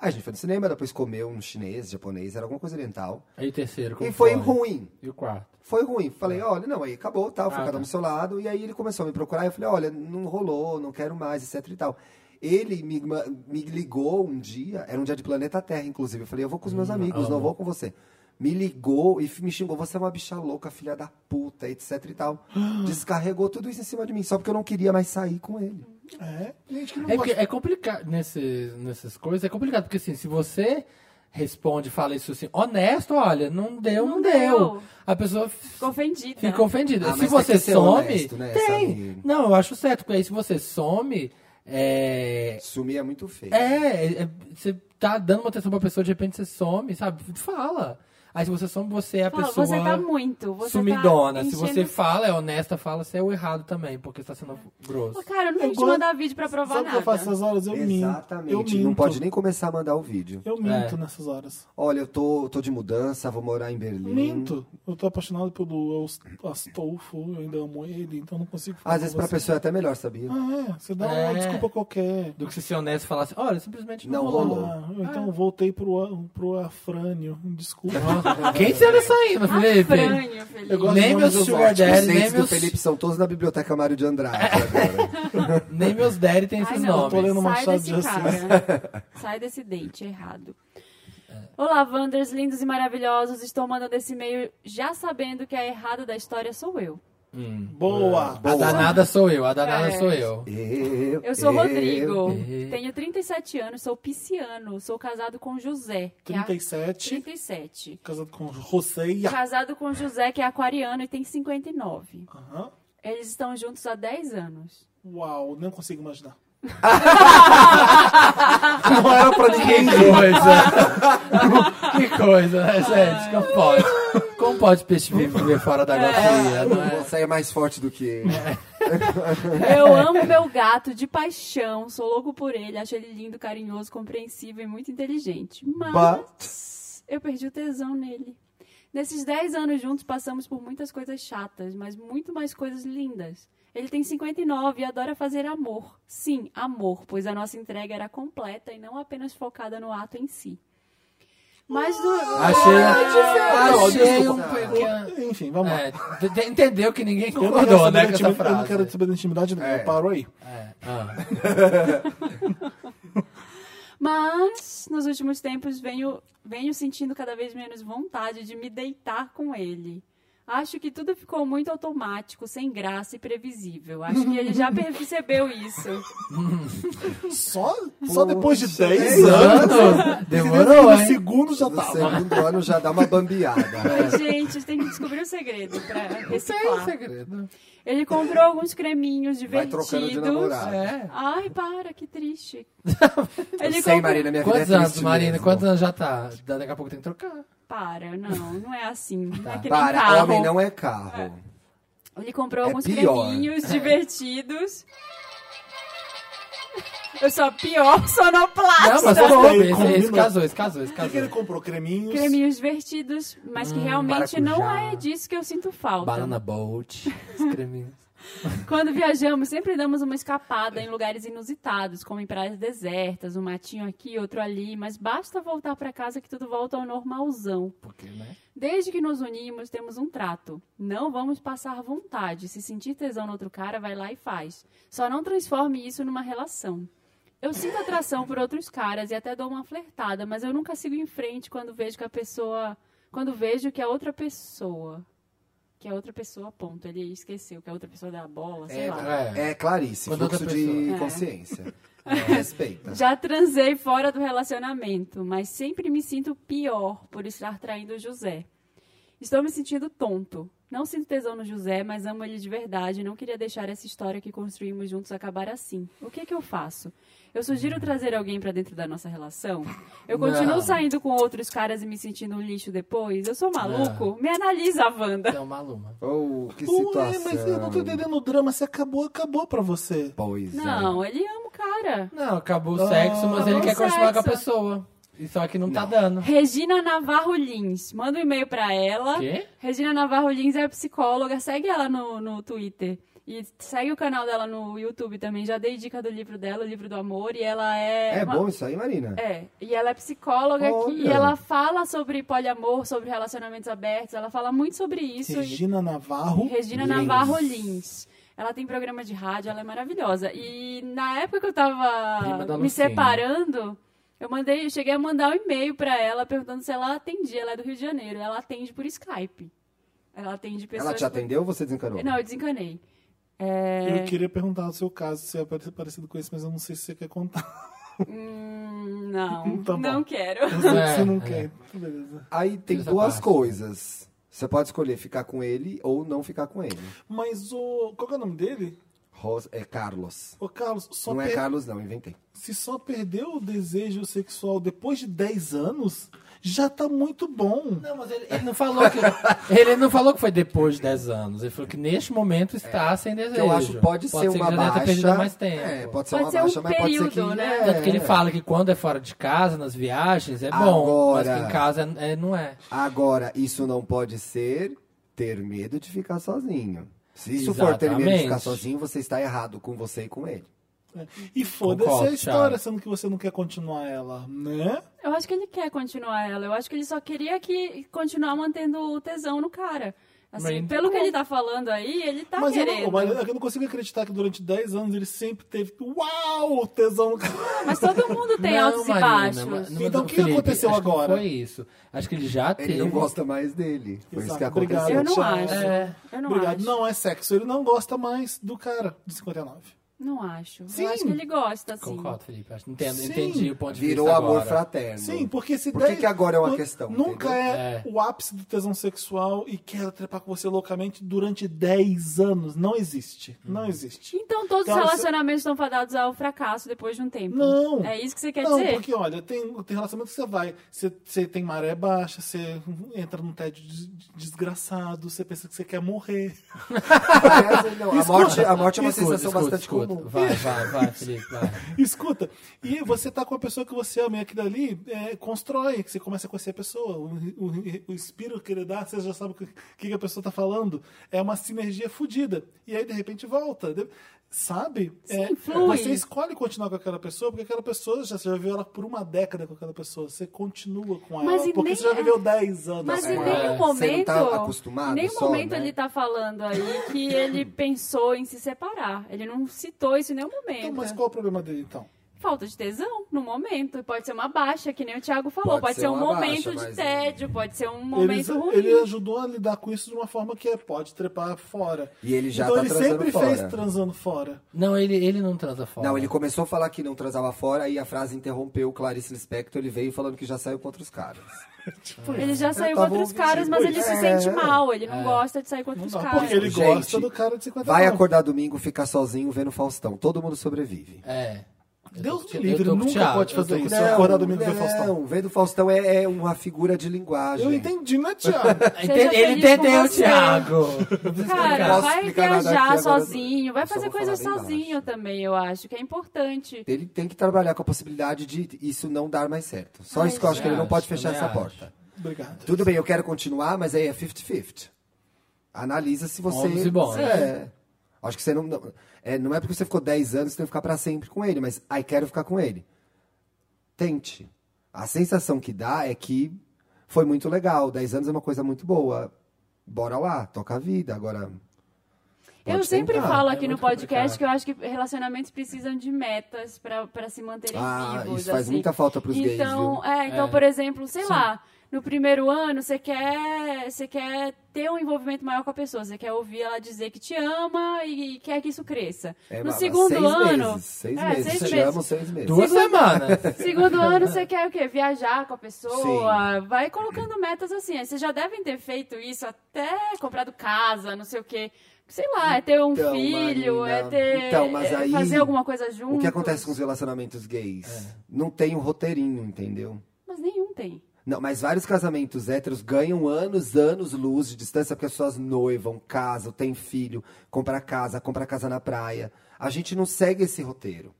Aí a gente foi no cinema, depois comeu um chinês, japonês, era alguma coisa oriental.
Aí o terceiro, como
e foi
foi?
ruim.
E o quarto?
Foi ruim.
É.
Falei, olha, não, aí acabou, tal, foi
Ah,
cada um
tá.
do seu lado. E aí ele começou a me procurar, eu falei, olha, não rolou, não quero mais, etc e tal. Ele me, ma- me ligou um dia, era um dia de planeta Terra, inclusive. Eu falei, eu vou com os meus
Hum,
amigos, não vou com você. Me ligou e f- me xingou, você é uma bicha louca, filha da puta, etc e tal. Descarregou tudo isso em cima de mim, só porque eu não queria mais sair com ele.
É, gente que não
É,
gosta.
porque é complicado, nesse, nessas coisas, é complicado, porque assim, se você responde, fala isso assim, honesto, olha, não deu, não,
Não
deu.
deu.
A pessoa
Ficou ofendida.
Fica ofendido.
Ah,
se
mas tem
você
que ser
some.
honesto, né,
tem.
sabe?
Não, eu acho certo, porque aí se você some. É.
Sumir é muito feio.
É. é- Você tá dando uma atenção pra pessoa, de repente você some, sabe? Fala. Aí se você some, você é a
Fala,
pessoa.
você tá muito, você tá
sumidona. se você
enchendo-
fala, é honesta, fala, você é o errado também, porque você tá sendo grosso.
Pô, cara, eu não
Eu
tenho que te
gosto-
mandar vídeo pra provar
Sabe o que
nada.
eu faço nessas horas? Eu minto.
Exatamente.
Eu minto.
Não pode nem É. começar a mandar o vídeo.
Eu minto nessas horas.
Olha, eu tô, tô de mudança, vou morar em Berlim.
Minto.
Hum.
Eu tô apaixonado pelo Aust- Astolfo, eu ainda amo ele, então não consigo falar
Às vezes
com
pra
você.
pessoa é até melhor, sabia?
Ah, é. Você dá
É.
uma desculpa qualquer.
Do que se ser honesto e falar assim, olha, simplesmente não,
Não
rolou.
rolou.
Ah, então eu voltei pro, A- pro Afrânio. Desculpa.
Quem você anda saindo, Ah,
Tá
Felipe?
Afrânio, Felipe.
Eu gosto
Nem
do nome
meus
dos
sugar
ótimos.
daddy.
Os dentes
nem
do
meus-
Felipe são todos na biblioteca Mário de Andrade agora.
Nem meus daddy tem esses
Ai, não,
nomes.
Eu tô lendo assim.
Sai
Machado
desse
de Assis.
cara. Sai desse date errado. Olá, Wanders, lindos e maravilhosos. Estou mandando esse e-mail já sabendo que a errada da história sou eu.
Boa.
A danada sou eu, a danada
É.
sou eu.
eu,
Eu sou
eu-
Rodrigo,
eu-
tenho 37 anos, sou pisciano, sou casado com José, que é
37.
37.
Casado com Roseia.
Casado com José, que é aquariano e tem 59.
Aham.
Eles estão juntos há 10 anos.
Uau, não consigo imaginar.
Não era pra ninguém
Que coisa! que coisa, né, gente? Como pode? Como pode peixe viver fora da galinha, não é?
Você é mais forte do que ele.
Eu amo meu gato de paixão, sou louco por ele, acho ele lindo, carinhoso, compreensivo e muito inteligente. Mas eu perdi o tesão nele. Nesses 10 anos juntos passamos por muitas coisas chatas, mas muito mais coisas lindas. Ele tem 59 e adora fazer amor. Sim, amor, pois a nossa entrega era completa e não apenas focada no ato em si. Mas do...
Achei, achei um pequeno...
Eu- Enfim, vamos lá.
É, de- de- entendeu que ninguém
Eu não, quero
concordou,
saber
né,
da
com essa
intimi- eu não
frase.
quero saber da intimidade, não.
É.
Eu paro aí.
É, ah.
Mas, nos últimos tempos, venho, venho sentindo cada vez menos vontade de me deitar com ele. Acho que tudo ficou muito automático, sem graça e previsível. Acho que ele já percebeu isso.
Só, só depois de
Poxa,
10
dez
anos.
Mano, demorou,
No
hein?
segundo já
No
tava.
segundo ano já dá uma bambeada. né?
Mas, gente, tem que descobrir o segredo pra
Sem
reciclar.
segredo.
Ele comprou alguns creminhos
Vai trocando de
divertidos.
namorado.
É.
Ai, para, que triste.
Eu
Ele
sei,
comprou-
Marina, minha
Quantos
vida é
anos,
triste
Marina?
mesmo.
Quantos anos já tá? Da- Daqui a pouco tem que trocar.
Para, não, não é assim. Não é que nem
Tá. Para,
carro.
homem não é carro.
Ele comprou
É
alguns
pior.
creminhos divertidos. Eu sou a pior sonoplasta.
Não, mas
Nossa,
soube. Esse,
combina.
esse casou, esse casou, esse
O que, que ele
casou.
comprou? Creminhos?
Creminhos divertidos, mas que
maracujá.
realmente não é disso que eu sinto falta.
Banana
tá
Boat. Os creminhos.
Quando viajamos, sempre damos uma escapada em lugares inusitados, como em praias desertas, um matinho aqui, outro ali, mas basta voltar pra casa que tudo volta ao normalzão.
Porque, né?
Desde que nos unimos, temos um trato. Não vamos passar vontade. Se sentir tesão no outro cara, vai lá e faz. Só não transforme isso numa relação. Eu sinto atração por outros caras e até dou uma flertada, mas eu nunca sigo em frente quando vejo que a pessoa. Quando vejo que a outra pessoa. Que a outra pessoa, ponto. Ele esqueceu que a outra pessoa dá a bola, sei lá.
É.
É claríssimo,
Quando
fluxo
outra
de
pessoa.
É.
consciência. Respeita.
Já transei fora do relacionamento, mas sempre me sinto pior por estar traindo o José. Estou me sentindo tonto. Não sinto tesão no José, mas amo ele de verdade. e Não queria deixar essa história que construímos juntos acabar assim. O que que eu faço? Eu sugiro trazer alguém pra dentro da nossa relação? Eu continuo
Não.
saindo com outros caras e me sentindo um lixo depois? Eu sou maluco? Me analisa,
É.
Wanda.
Então, Maluma.
Oh, que
Ué,
situação.
é, mas eu não tô entendendo o drama. Se acabou, acabou pra você.
Pois é.
Não, ele ama o cara.
Não, acabou o sexo, mas
acabou
ele
o
quer continuar com a
sexo.
pessoa. E só que não, tá dando.
Regina Navarro Lins. Manda um e-mail pra ela.
Quê?
Regina Navarro Lins é psicóloga. Segue ela no, no Twitter. E segue o canal dela no YouTube também. Já dei dica do livro dela, o livro do amor. E ela
é.
é.
É
uma-
bom isso aí, Marina?
É, e ela é psicóloga que- e
Olha.
ela fala sobre poliamor, sobre relacionamentos abertos, ela fala muito sobre isso. e-
Regina Navarro.
Regina
Lins.
Navarro Lins. Ela tem programa de rádio, ela é maravilhosa. E na época que eu
Prima da
tava me
Lucinha.
separando, eu mandei, eu cheguei a mandar um e-mail pra ela perguntando se ela atendia. Ela é do Rio de Janeiro, ela atende por Skype. Ela atende pessoas.
Ela te atendeu ou você desencarou?
Não, eu desencanei.
É,
é.
Eu queria perguntar o seu caso, se é pare- parecido com esse, mas eu não sei se você quer contar.
Hum, não,
Tá bom.
não quero.
Eu sei que
É,
você não
é.
quer. Então, Beleza.
Aí tem
Essa
duas
parte.
coisas. Você pode escolher ficar com ele ou não ficar com ele.
Mas o. Qual que é o nome dele?
Ros- é Carlos.
Ô, Carlos, só
não é
per-
Carlos, não, inventei.
se só perdeu o desejo sexual depois de 10 anos, já tá muito bom.
Não, mas ele, ele não falou que. ele não falou que foi depois de 10 anos. Ele falou que neste momento está sem desejo.
É. Que eu acho que pode, ser, uma
que já deve ter
baixa.
perdido mais tempo.
É, pode ser
Pode
uma
ser
baixa,
um
mas pode ser que.
período, né?
é.
Tanto que ele fala que quando é fora de casa, nas viagens, é bom.
Agora.
Mas que em casa é- é- não é.
Agora, isso não pode ser ter medo de ficar sozinho. Se isso for ter medo de
Exatamente.
ficar sozinho, você está errado com você e com ele.
E foda-se a
Concordo,
história,
Thiago.
sendo que você não quer continuar ela, né?
Eu acho que ele quer continuar ela. Eu acho que ele só queria que continuar mantendo o tesão no cara. Assim,
Mas-
pelo que ele tá falando aí, ele tá
mas, eu
querendo.
não, mas eu não consigo acreditar que durante 10 anos ele sempre teve. Uau, tesão no
Mas todo mundo tem
Não, é
altos
Marina,
e
ma-
baixos.
né? mas,
Então, o que aconteceu
acho que não
agora?
Foi isso. Acho que ele já
Ele
teve.
não gosta mais dele. Foi isso
Exato,
que aconteceu.
obrigado.
Eu não
Tchau.
acho.
É.
Eu não
Obrigado.
acho.
Não é sexo. Ele não gosta mais do cara de 59.
Não acho.
Sim.
Eu acho que ele gosta, assim.
Concordo, Felipe. Acho, entendo,
Sim.
entendi o ponto de
Virou
vista.
amor
agora.
fraterno.
Sim, porque se
Por que
dez-
que agora é uma
nu-
questão,
Nunca é,
É.
o ápice do tesão sexual e quero trepar com você loucamente durante 10 anos. Não existe.
Uhum.
Não existe.
Então todos
Então,
os
se-
relacionamentos estão fadados ao fracasso depois de um tempo.
Não.
É isso que você quer
não,
dizer?
porque olha, tem, tem relacionamento que você vai, você, você tem maré baixa, você entra num tédio des- desgraçado, você pensa que você quer morrer.
Aliás, não, a, morte, a morte é uma
Escuta,
sensação
escuta,
bastante
escuta.
comum.
Vai, vai, vai, Felipe, vai.
Escuta, e você tá com a pessoa que você ama e aquilo ali é, constrói, que você começa a conhecer a pessoa. O, o, o espírito que ele dá, você já sabe o que, que a pessoa tá falando. É uma sinergia fodida. E aí, de repente, volta. De- Sabe? É,
flui.
você escolhe continuar com aquela pessoa, porque aquela pessoa já, você já viu ela por uma década com aquela pessoa. Você continua com ela,
Mas e
porque
nem- é-
você já viveu 10 anos.
Mas
com
em
ela.
nem-
nenhum
Você
não
momento.
tá acostumado
em nenhum
só,
momento
né?
ele tá falando aí que ele pensou em se separar. Ele não citou isso em nenhum momento.
Então, mas qual o problema dele, então?
Falta de tesão no momento. E pode ser uma baixa, que nem o Thiago falou. Pode, ser, um
uma
momento
baixa,
de
mas-
tédio, pode ser um
Ele,
momento ruim.
ele ajudou a lidar com isso de uma forma que é, pode trepar fora.
E ele já
então
tá
ele
transando
sempre
fora.
fez transando fora.
Não, ele, ele não transa fora.
Não, ele começou a falar que não transava fora, aí a frase interrompeu Clarice Lispector, ele veio falando que já saiu com outros caras.
Ele já saiu com
tava
outros
ouvindo
caras,
isso.
mas ele se
É.
sente mal. Ele não gosta de sair com outros
Não,
caras.
porque ele
Gente,
gosta do cara de 50
Vai
anos.
acordar domingo, ficar sozinho vendo Faustão. Todo mundo sobrevive.
É. Eu
Deus
tô
me
com-
livre,
eu tô com o
nunca
Thiago,
pode
eu tô
fazer
com-
isso. acordar domingo e ver
não,
Faustão.
Vendo Faustão é, é uma figura de linguagem.
Eu entendi, né, Tiago?
Seja
Entende- Ele
feliz com
entendeu,
você.
Thiago.
Cara,
posso
vai
explicar nada aqui
viajar
agora,
sozinho, vai
eu só
fazer
vou
coisas
falar bem
sozinho
baixo.
também, eu acho, que é importante.
Ele tem que trabalhar com a possibilidade de isso não dar mais certo. Só
Ai,
isso que eu acho que ele não
acho,
pode fechar
também
essa
acho.
porta.
Obrigado.
Tudo bem, eu quero continuar, mas aí é 50-50. Analisa se você.
Ônus e bônus.
É. Acho que você não. Não é, não é porque você ficou 10 anos que você tem que ficar pra sempre com ele, mas aí quero ficar com ele. Tente. A sensação que dá é que foi muito legal. 10 anos é uma coisa muito boa. Bora lá, toca a vida. Agora.
eu
pode
sempre
tentar.
falo
é
aqui no
muito complicado.
podcast que eu acho que relacionamentos precisam de metas pra pra se manterem
Ah,
vivos.
isso faz
assim.
muita falta pros gays,
então,
viu?
É, então,
É.
por exemplo, sei lá, no primeiro ano, você quer, você quer ter um envolvimento maior com a pessoa, você quer ouvir ela dizer que te ama e quer que isso cresça.
É,
no
mas
segundo
seis
ano,
Meses, seis
é,
meses.
seis
Te
meses.
amo seis meses.
Duas semanas.
É Segundo ano, você quer o quê? Viajar com a pessoa. Vai colocando metas assim. Aí Vocês já devem ter feito isso até comprado casa, não sei o quê. Sei lá, é ter um
Então,
filho, é
Marina,
ter.
então, mas
é
aí,
fazer alguma coisa junto.
O que acontece com os relacionamentos gays? Não tem um roteirinho, entendeu?
Mas nenhum tem.
Não, mas vários casamentos héteros ganham anos, anos, luz de distância, porque as pessoas noivam, casam, têm filho, compra casa, compra casa na praia. A gente não segue esse roteiro.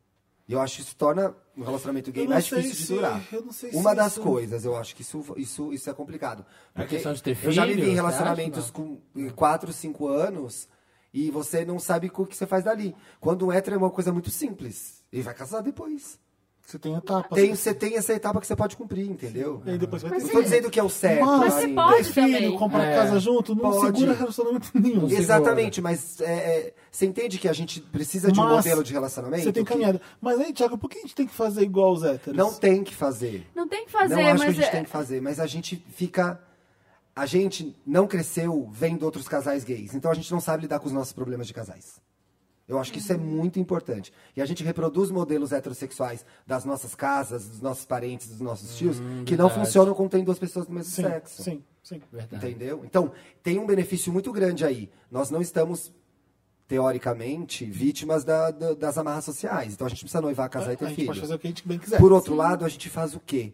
E eu acho que isso torna um relacionamento gay
Eu não
mais
sei
difícil de
se-
durar.
eu não sei se
Uma das
isso-
coisas, eu acho que isso, isso, isso é complicado. Porque
questão de ter
eu já vivi
filho,
em
você
relacionamentos
acha,
com 4, 5 anos e você não sabe o que você faz dali. Quando um hétero é uma coisa muito simples. Ele vai casar depois.
Você tem etapas.
Tem, você tem essa etapa que você pode cumprir, entendeu?
E aí depois vai
Eu
ter
não tô dizendo que é o certo.
Mas
assim.
você pode
ter filho,
também.
comprar
É.
casa junto, não
Pode.
segura relacionamento nenhum.
um
Não
Exatamente, mas é, é, você entende que a gente precisa de um
Mas
modelo de relacionamento?
Você tem
que
caminhada. Mas aí, Thiago, por que a gente tem que fazer igual os héteros?
Não tem que fazer.
Não tem que fazer,
não acho que
mas.
a gente
é-
tem que fazer, mas a gente fica. A gente não cresceu vendo outros casais gays, então a gente não sabe lidar com os nossos problemas de casais. Eu acho que isso é muito importante. E a gente reproduz modelos heterossexuais das nossas casas, dos nossos parentes, dos nossos tios, que não funcionam quando tem duas pessoas do mesmo
Sim,
sexo.
sim, sim.
Verdade.
Entendeu? Então, tem um benefício muito grande aí. Nós não estamos, teoricamente, vítimas da- da- das amarras sociais. Então, a gente precisa noivar, casar e
a
ter
gente
filho.
pode fazer o que a gente bem quiser.
Por outro lado, a gente faz o quê?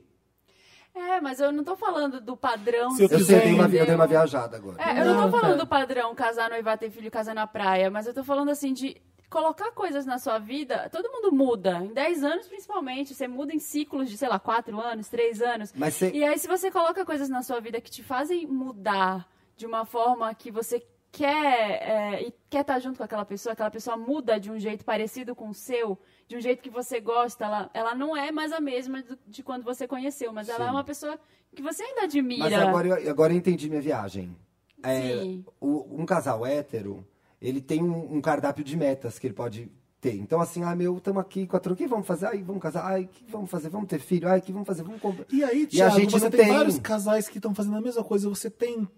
É, mas eu não tô falando do padrão.
Se eu
Eu,
Sim,
sei, eu, dei uma,
entendeu?
eu dei uma viajada agora.
É, eu não,
Não,
tô falando
tá.
do padrão casar, noivar, ter filho, casar na praia, mas eu tô falando assim de colocar coisas na sua vida. Todo mundo muda, em 10 anos principalmente, você muda em ciclos de, sei lá, 4 anos, 3 anos.
Mas você-
E aí se você coloca coisas na sua vida que te fazem mudar de uma forma que você quer é, e quer estar junto com aquela pessoa, aquela pessoa muda de um jeito parecido com o seu, de um jeito que você gosta, ela, ela não é mais a mesma do- de quando você conheceu, mas ela é uma pessoa que você ainda admira.
Mas agora eu, agora eu entendi minha viagem. É,
Sim.
o- um casal hétero, ele tem um, um cardápio de metas que ele pode ter. Então, assim, ah, meu, estamos aqui com a turma. O que vamos fazer? Ai, vamos casar. Ai, o que vamos fazer? Vamos ter filho? Ai, o que vamos fazer? Vamos comprar.
E aí,
E a
Thiago,
gente
você
não
tem,
tem.
vários casais que estão fazendo a mesma coisa. Você tem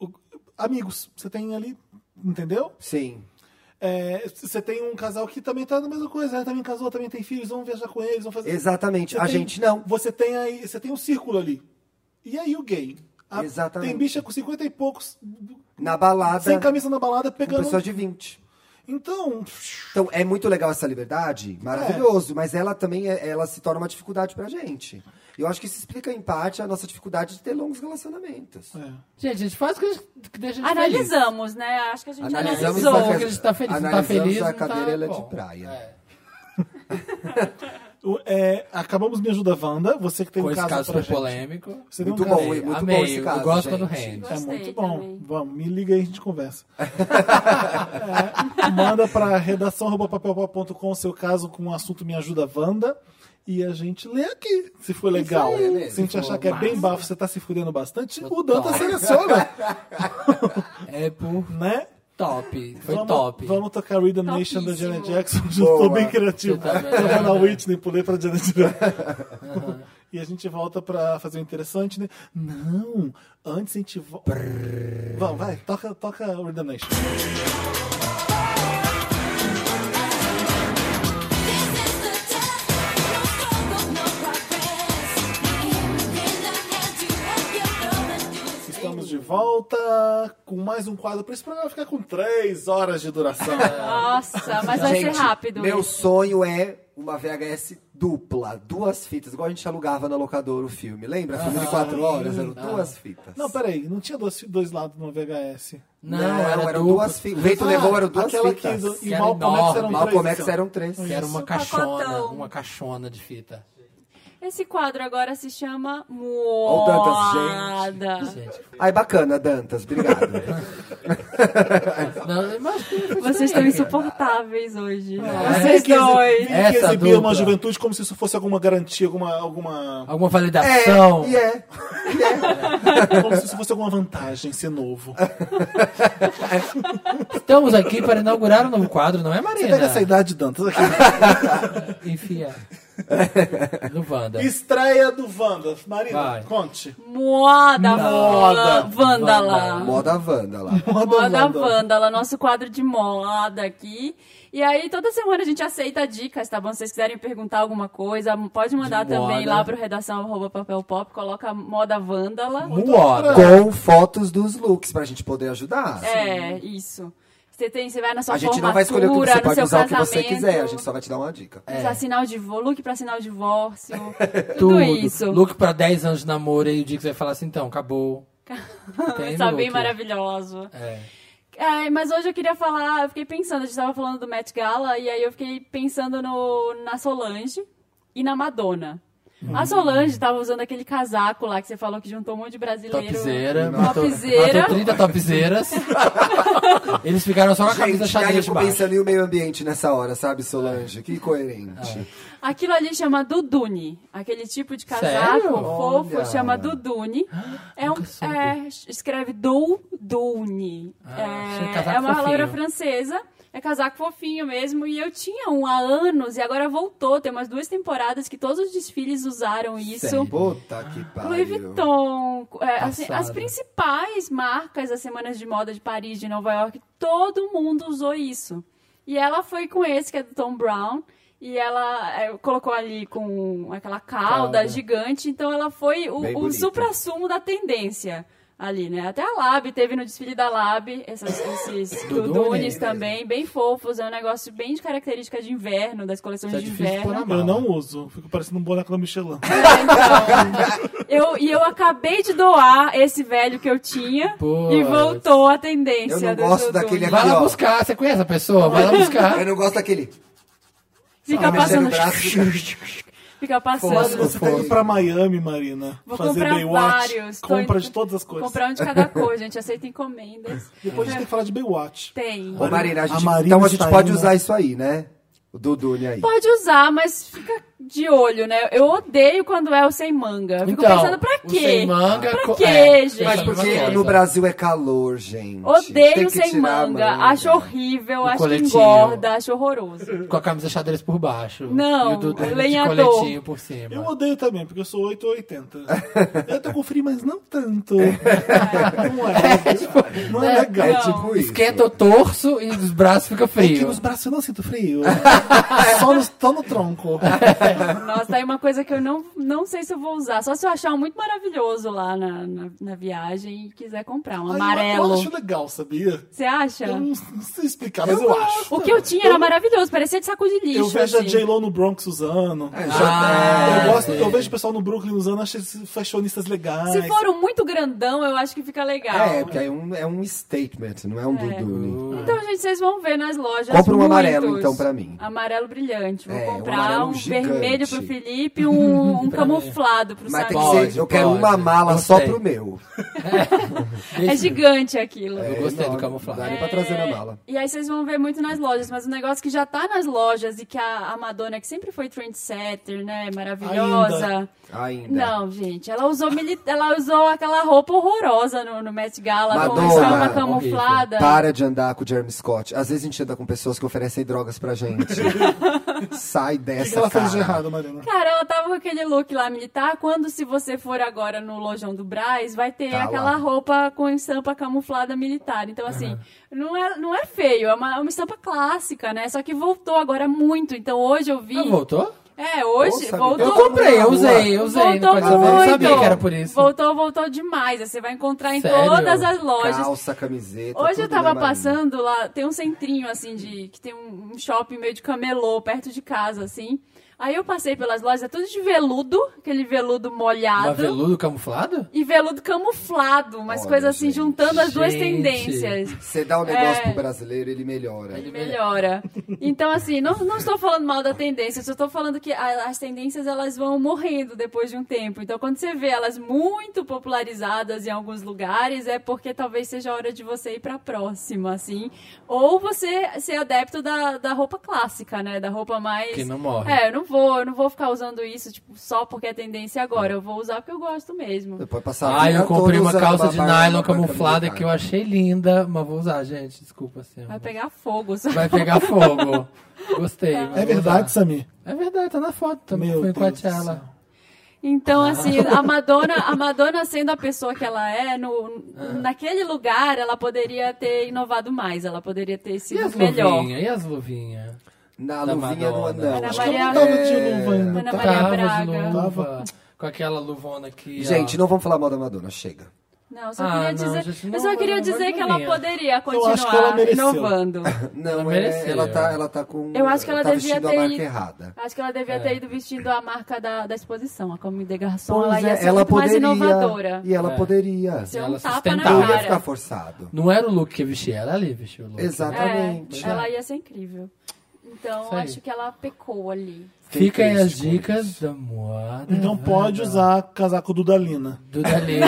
uh, amigos. Você tem ali, entendeu?
Sim.
É, você tem um casal que também tá na mesma coisa. né? Também casou, também tem filhos, vão viajar com eles, vão fazer...
Exatamente.
Você
a
tem-
gente não.
Você tem aí, você tem um círculo ali. E aí o gay? A-
Exatamente. Tá
Tem bicha com 50 e poucos,
Na balada,
sem camisa na balada,
com
pegando...
pessoas de 20.
Então,
Então, é muito legal essa liberdade, maravilhoso, mas ela também é- ela se torna uma dificuldade pra gente. Eu acho que isso explica, em parte, a nossa dificuldade de ter longos relacionamentos.
é.
Gente, a gente faz o que a gente- que deixa a gente
Analisamos, né? Acho que a gente
Analisamos
analisou.
Só que a gente tá feliz, não tá
Analisamos
feliz,
a
não tá
cadeira, ela é de
bom.
praia.
É.
O- é, acabamos Me Ajuda Wanda, você que tem
Com
um
esse
caso,
caso
pra
super
gente.
polêmico.
Você tem
Muito
um caso.
bom, hein? muito
Amei,
bom esse caso,
eu gosto
gente.
quando rende.
É
Gostei
muito bom.
também.
Vamos, me liga aí e a gente conversa. É, manda pra redação.papelpop.com o seu caso com o assunto Me Ajuda Wanda. E a gente lê aqui, se for legal.
aí, é mesmo.
se a gente
Se
achar que é bem bafo, você tá se fudendo bastante, o
Total.
Danta seleciona,
É por
né?
top. Foi
vamos,
top.
Vamos tocar Rhythm Nation da
Topíssimo.
Janet Jackson. Eu tô
Boa.
bem criativo.
Você tá bem.
Eu vou na Whitney, pulei pra Janet Jackson. E a gente volta pra fazer o interessante, né? Não, antes a gente volta. Vamos, vai, toca, toca Rhythm Nation. Estamos de volta com mais um quadro. Por isso, o programa vai ficar com três horas de duração.
Nossa, mas vai
Gente,
ser rápido.
Meu
isso.
sonho é uma VHS dupla, duas fitas, igual a gente alugava na locadora o filme. Lembra? Filme
Ah,
de quatro horas, eram duas fitas.
Não, peraí, não tinha dois, dois lados no VHS.
Não,
Não,
era
eram
dupla,
duas fitas. O vento levou eram duas
Aquela
fitas.
que do,
Que
e
era
Malcolm X eram
enorme.
três.
Malcolm X
então.
eram três.
Que era uma
Isso,
caixona.
pacotão.
Uma caixona de fita.
Esse quadro agora se chama
o
Moada.
Dantas, Ai, bacana, Dantas, obrigado.
Não, mas que foi
Vocês estão
estranho.
insuportáveis hoje.
É,
Vem
Vocês
que
assim,
exi-
dois.
Vem que
Essa
exibir uma
dupla.
juventude como se isso fosse alguma garantia, alguma. alguma
Alguma
é,
validação.
e é.
como se isso fosse alguma vantagem ser novo.
Estamos aqui para inaugurar um novo quadro, não é,
Você pega
Marina?
essa idade, Dantas, aqui.
Enfia. Do Wanda.
Estreia do Wanda. Marina,
Vai.
conte.
Moda,
Moda.
Moda Vândala.
Moda Wanda lá.
Moda Vândala, nosso quadro de moda aqui. E aí, toda semana a gente aceita dicas, tá bom? Se vocês quiserem perguntar alguma coisa, pode mandar
De
também
moda.
lá pro redação arroba papel pop, coloca moda Vândala.
Moda.
Com fotos dos looks pra gente poder ajudar. assim.
É, isso. Você tem, você vai na sua
né? A gente não
formatura,
vai escolher o que você
no
pode
seu
usar o que
casamento,
você quiser, a gente só é. vai te dar uma dica.
É,
usar sinal de vo- look pra sinal de divórcio, tudo,
Tudo.
isso.
Look pra 10 anos de namoro e o dia que você vai falar assim, então, acabou. Tem
Tá
look.
bem maravilhoso.
É.
Ai, mas hoje eu queria falar, eu fiquei pensando, a gente tava falando do Met Gala, e aí eu fiquei pensando no, na Solange e na Madonna.
Hum.
A Solange tava usando aquele casaco lá que você falou que juntou um monte de brasileiro.
Topzeira. Matou,
Topzeira.
matou 30 topzeiras. Eles ficaram só com a camisa
Gente, aí
xadrez
eu
de
fico
baixo.
pensando em o meio ambiente nessa hora, sabe, Solange? Que coerente.
Aquilo ali chama Duduni. Aquele tipo de casaco
Sério?
fofo
Olha.
chama Duduni. É um,
Nunca soube.
é, escreve Duduni.
Ah, achei
é,
casaco
é uma
fofinho.
loura francesa. É casaco fofinho mesmo. E eu tinha um há anos e agora voltou. Tem umas duas temporadas que todos os desfiles usaram isso.
Sério?
Puta que
É.
pariu.
Louis Vuitton, é, assim, as
Passada.
principais marcas das semanas de moda de Paris, de Nova York, todo mundo usou isso. E ela foi com esse, que é do Tom Brown, e ela é, colocou ali com aquela cauda,
Cauda.
gigante, então ela foi
Bem
o, o
bonita.
supra-sumo da tendência ali, né? Até a Lab, teve no desfile da Lab, essas- esses
Do né? Dunes
Dudunes também, bem fofos, é um negócio bem de característica de inverno, das coleções
Isso é
de
difícil de
inverno.
pôr na
Eu não uso. Fico parecendo um boneco da Michelin.
Eu, e eu acabei de doar esse velho que eu tinha
Putz.
e voltou a
Eu
tendência.
não
do
gosto
Dudu.
daquele
Vai lá
Aqui, ó.
buscar, você conhece a pessoa? Vai lá buscar.
Eu não gosto daquele.
Fica
Tá mexendo
passando.
o braço, fica-
Fica
Mas
passando.
você tá indo pra Miami, Marina.
Vou
fazer
comprar
Baywatch.
vários. Tô
Compra
indo-
de todas as coisas.
Comprar um de cada cor, gente. Aceita encomendas.
Depois a gente tem que falar de Baywatch.
Tem.
Ô, Marina, a
A
gente,
Marina
então a gente
está
pode
indo.
usar isso aí, né? O Dudune aí.
Pode usar, mas fica de olho, né? Eu odeio quando é o sem manga. Eu Fico
Então,
pensando pra
o
quê?
sem manga,
pra
co-
quê,
é,
gente?
Mas
Sim, uma
porque
coisa.
no Brasil é calor, gente. Tem
Odeio
que
sem
tirar a
manga. Acho horrível,
O
acho
coletinho.
que engorda, acho horroroso.
Com a camisa xadrez por baixo.
Não,
E o Dudu de
lenhador.
coletinho por cima.
Eu odeio também, porque eu sou 8 ou 80. eu tô com frio, mas não tanto. não é. não é legal.
É
Não.
tipo isso.
Esquenta o torso e os braços ficam
É que
frios.
nos braços eu não sinto frio. Só no, só no tronco.
Nossa, tá aí uma coisa que eu não, não sei se eu vou usar. Só se eu achar um muito maravilhoso lá na, na, na viagem e quiser comprar. Um
Aí Eu
amarelo.
acho legal, sabia?
Você acha?
Eu não, não sei explicar, mas eu, acho.
O que eu tinha era maravilhoso, parecia de saco de lixo.
Eu vejo a
assim. É.
J-Lo no Bronx usando.
Ah,
É, já-
eu, gosto, eu vejo o pessoal no Brooklyn usando, acho esses fashionistas legais.
Se for um muito grandão, eu acho que fica legal.
é, porque aí é um, é um statement, não é um Dudune.
Então, gente, vocês vão ver nas lojas.
Compra um
muitos.
amarelo, então, pra mim.
Amarelo brilhante. Vou
É, um
comprar
amarelo
um,
gigante.
vermelho pro Felipe um, um camuflado pro
Mas tem que
Samir.
Pode,
ser, eu quero
pode.
uma mala só
Gostei.
pro meu.
É gigante aquilo.
É.
Eu gostei do
Dá
camuflagem.
nem pra trazer
É.
na mala.
E aí vocês vão ver muito nas lojas, mas o negócio que já tá nas lojas e que a, a Madonna, que sempre foi trendsetter, né? Maravilhosa.
Ainda.
Não, gente, ela usou, mili- ela usou aquela roupa horrorosa no, no Met Gala, com
Madonna,
estampa
horrível. Tá.
camuflada.
Para de andar com o Jeremy Scott. Às vezes a gente anda com pessoas que oferecem drogas pra gente. Sai
O que, que
dessa,
ela
cara.
fez de errado, Marina?
Cara, ela tava com aquele look lá militar. Quando se você for agora no lojão do Brás, vai ter
Tá
aquela
lá.
roupa com estampa camuflada militar. Então, assim, não, é, não é feio, é uma, é uma estampa clássica, né? Só que voltou agora muito. Então hoje eu vi.
Ah, voltou?
É, hoje
Nossa,
voltou.
Eu comprei, eu usei, eu usei.
Voltou
Quando eu vi, eu
muito.
sabia que era por isso.
Voltou, voltou demais. Você vai encontrar em
Sério? tá
todas as lojas.
Calça, camiseta.
Hoje eu
tudo, né,
tava
Marina?
passando lá, tem um centrinho assim de que tem um um shopping meio de camelô perto de casa assim. Aí eu passei pelas lojas, é tudo de veludo, aquele veludo
Uma
molhado
veludo camuflado?
e veludo camuflado, umas
Olha,
coisas assim
gente.
juntando as duas
Gente.
tendências.
Você dá o negócio
É.
pro brasileiro, ele melhora.
Ele melhora. Então, assim, não, não estou falando mal da tendência, eu só estou falando que a- as tendências elas vão morrendo depois de um tempo. Então, quando você vê elas muito popularizadas em alguns lugares, é porque talvez seja a hora de você ir para a próxima, assim. Ou você ser adepto da, da roupa clássica, né? Da roupa mais.
Que não morre.
É, eu não vou, eu não vou ficar usando isso, tipo, só porque é tendência agora. Eu vou usar porque eu gosto mesmo.
Pode passar a
Ah,
vida
eu comprei
toda
uma
Tá usando
calça de
barba-
nylon
barba
camuflada
camiseta.
que eu achei linda, mas vou usar, gente. Desculpa, assim.
Vai pegar fogo. Tá. só.
Vai pegar fogo. Gostei. mas
É
vou
verdade,
usar.
Samir.
É verdade, tá na foto também.
Meu
foi
Deus do
enquatear
céu.
ela.
Então, assim, a Madonna, a Madonna sendo a pessoa que ela é, no, naquele lugar, ela poderia ter inovado mais, ela poderia ter
E
sido
as
melhor.
luvinhas? E as luvinhas?
Na
Da
luvinha do
Madonna.
anão.
Era
Acho que ela não
Maria-
tava de luva ainda.
Ana
tá?
Maria
Tava de
Braga.
luva, com aquela luvona que...
Gente,
ó,
não vamos falar mal da Madonna, chega.
Não, eu só
Ah,
queria
não,
dizer,
gente,
eu
não,
só
não,
queria
não,
dizer
não,
que ela
não.
poderia
Eu acho que ela
continuar
mereceu.
inovando.
Não,
Ela
é-
mereceu.
ela tá, ela tá com.
Eu acho que ela
tá
devia
vestindo
ter
a marca
ido-
errada.
Acho que ela devia ter ido vestindo a marca da, da exposição, a Comme de Garçon.
Pois
ela ia
é,
ser assim, muito mais inovadora.
E ela
É.
poderia.
Ser
Ela
um tapa na
sustentava.
Não ia
cara.
ficar forçado.
Não era o look que vestia, ela ali vestiu o look.
Exatamente.
É, ela ia ser incrível. Então,
Isso aí.
acho que ela pecou ali.
Fiquei
Fica aí as
triste com
dicas
isso.
da
É.
moda.
Então pode usar casaco do Dalina.
Dudalina.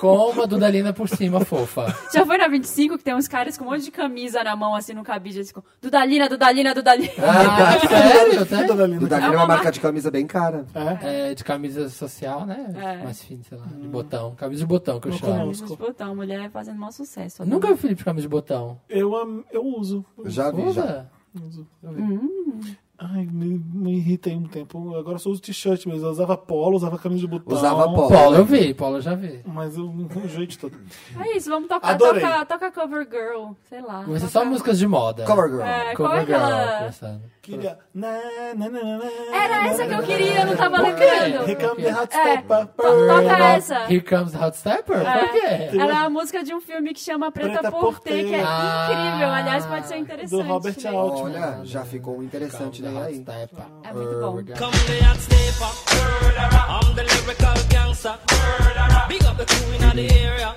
Com uma Dudalina por cima, fofa.
Já foi na 25 que tem uns caras com um monte de camisa na mão, assim, no cabide, eles ficam, Dudalina, Dudalina, Dudalina.
Ah, sério?
Do
Tá?
Dalina.
Do Dalina é
É
uma
uma
marca de camisa bem cara.
É, de camisa social, né?
É.
Mais fina, sei lá. De botão. Camisa de botão que eu
Não
chamo.
conheço.
Gente, puta, uma mulher fazendo mau sucesso.
Nunca vi o Felipe de camisa de botão.
Eu, am- eu uso.
Eu já vi, já.
Usa.
Hum.
Ai, me, me irritei um tempo. Agora eu só uso t-shirt mesmo. Eu usava polo, usava camisa de botão.
Usava polo.
Paulo, eu vi. Paulo, eu já vi.
Mas eu não tenho jeito todo.
É isso, vamos tocar,
Adorei.
toca, toca Cover Girl, sei lá.
Mas é
toca-
só músicas de moda.
Cover Girl.
É, qual é
Cover Girl.
aquela...
pensando.
Queria. Na, na, na, na, na,
Era essa que eu queria, eu não tava
Por quê?
lembrando.
Recame de Hot
É,
Stepper.
to- toca essa.
Here Comes the Hot Stepper? Por quê?
Era a música de um filme que chama Preta,
Preta
por Ter, que é
Ah.
incrível. Aliás, pode ser interessante.
Do Robert
né?
Altman.
Olha, já ficou interessante
The
daí
Hot
aí.
Stepper.
É muito bom.
Come the hot snapper, I'm the lyrical gangster. Big up the queen of the area.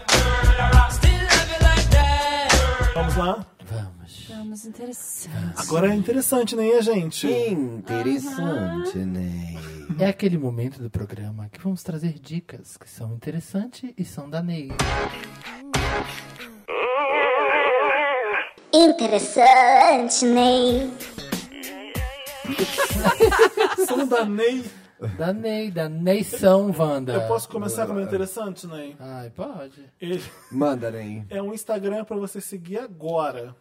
Still love you like that.
Vamos lá.
Vamos.
Vamos, interessante.
Agora é interessante, né, gente?
Interessante, né?
É aquele momento do programa que vamos trazer dicas que são interessantes e são da Ney.
Interessante, Ney.
São da Ney.
Da Ney, da Neição Wanda.
Eu posso
é,
começar com o meu interessante, Ney?
Ai, pode.
Ele
Manda, Ney.
é um Instagram pra você seguir agora.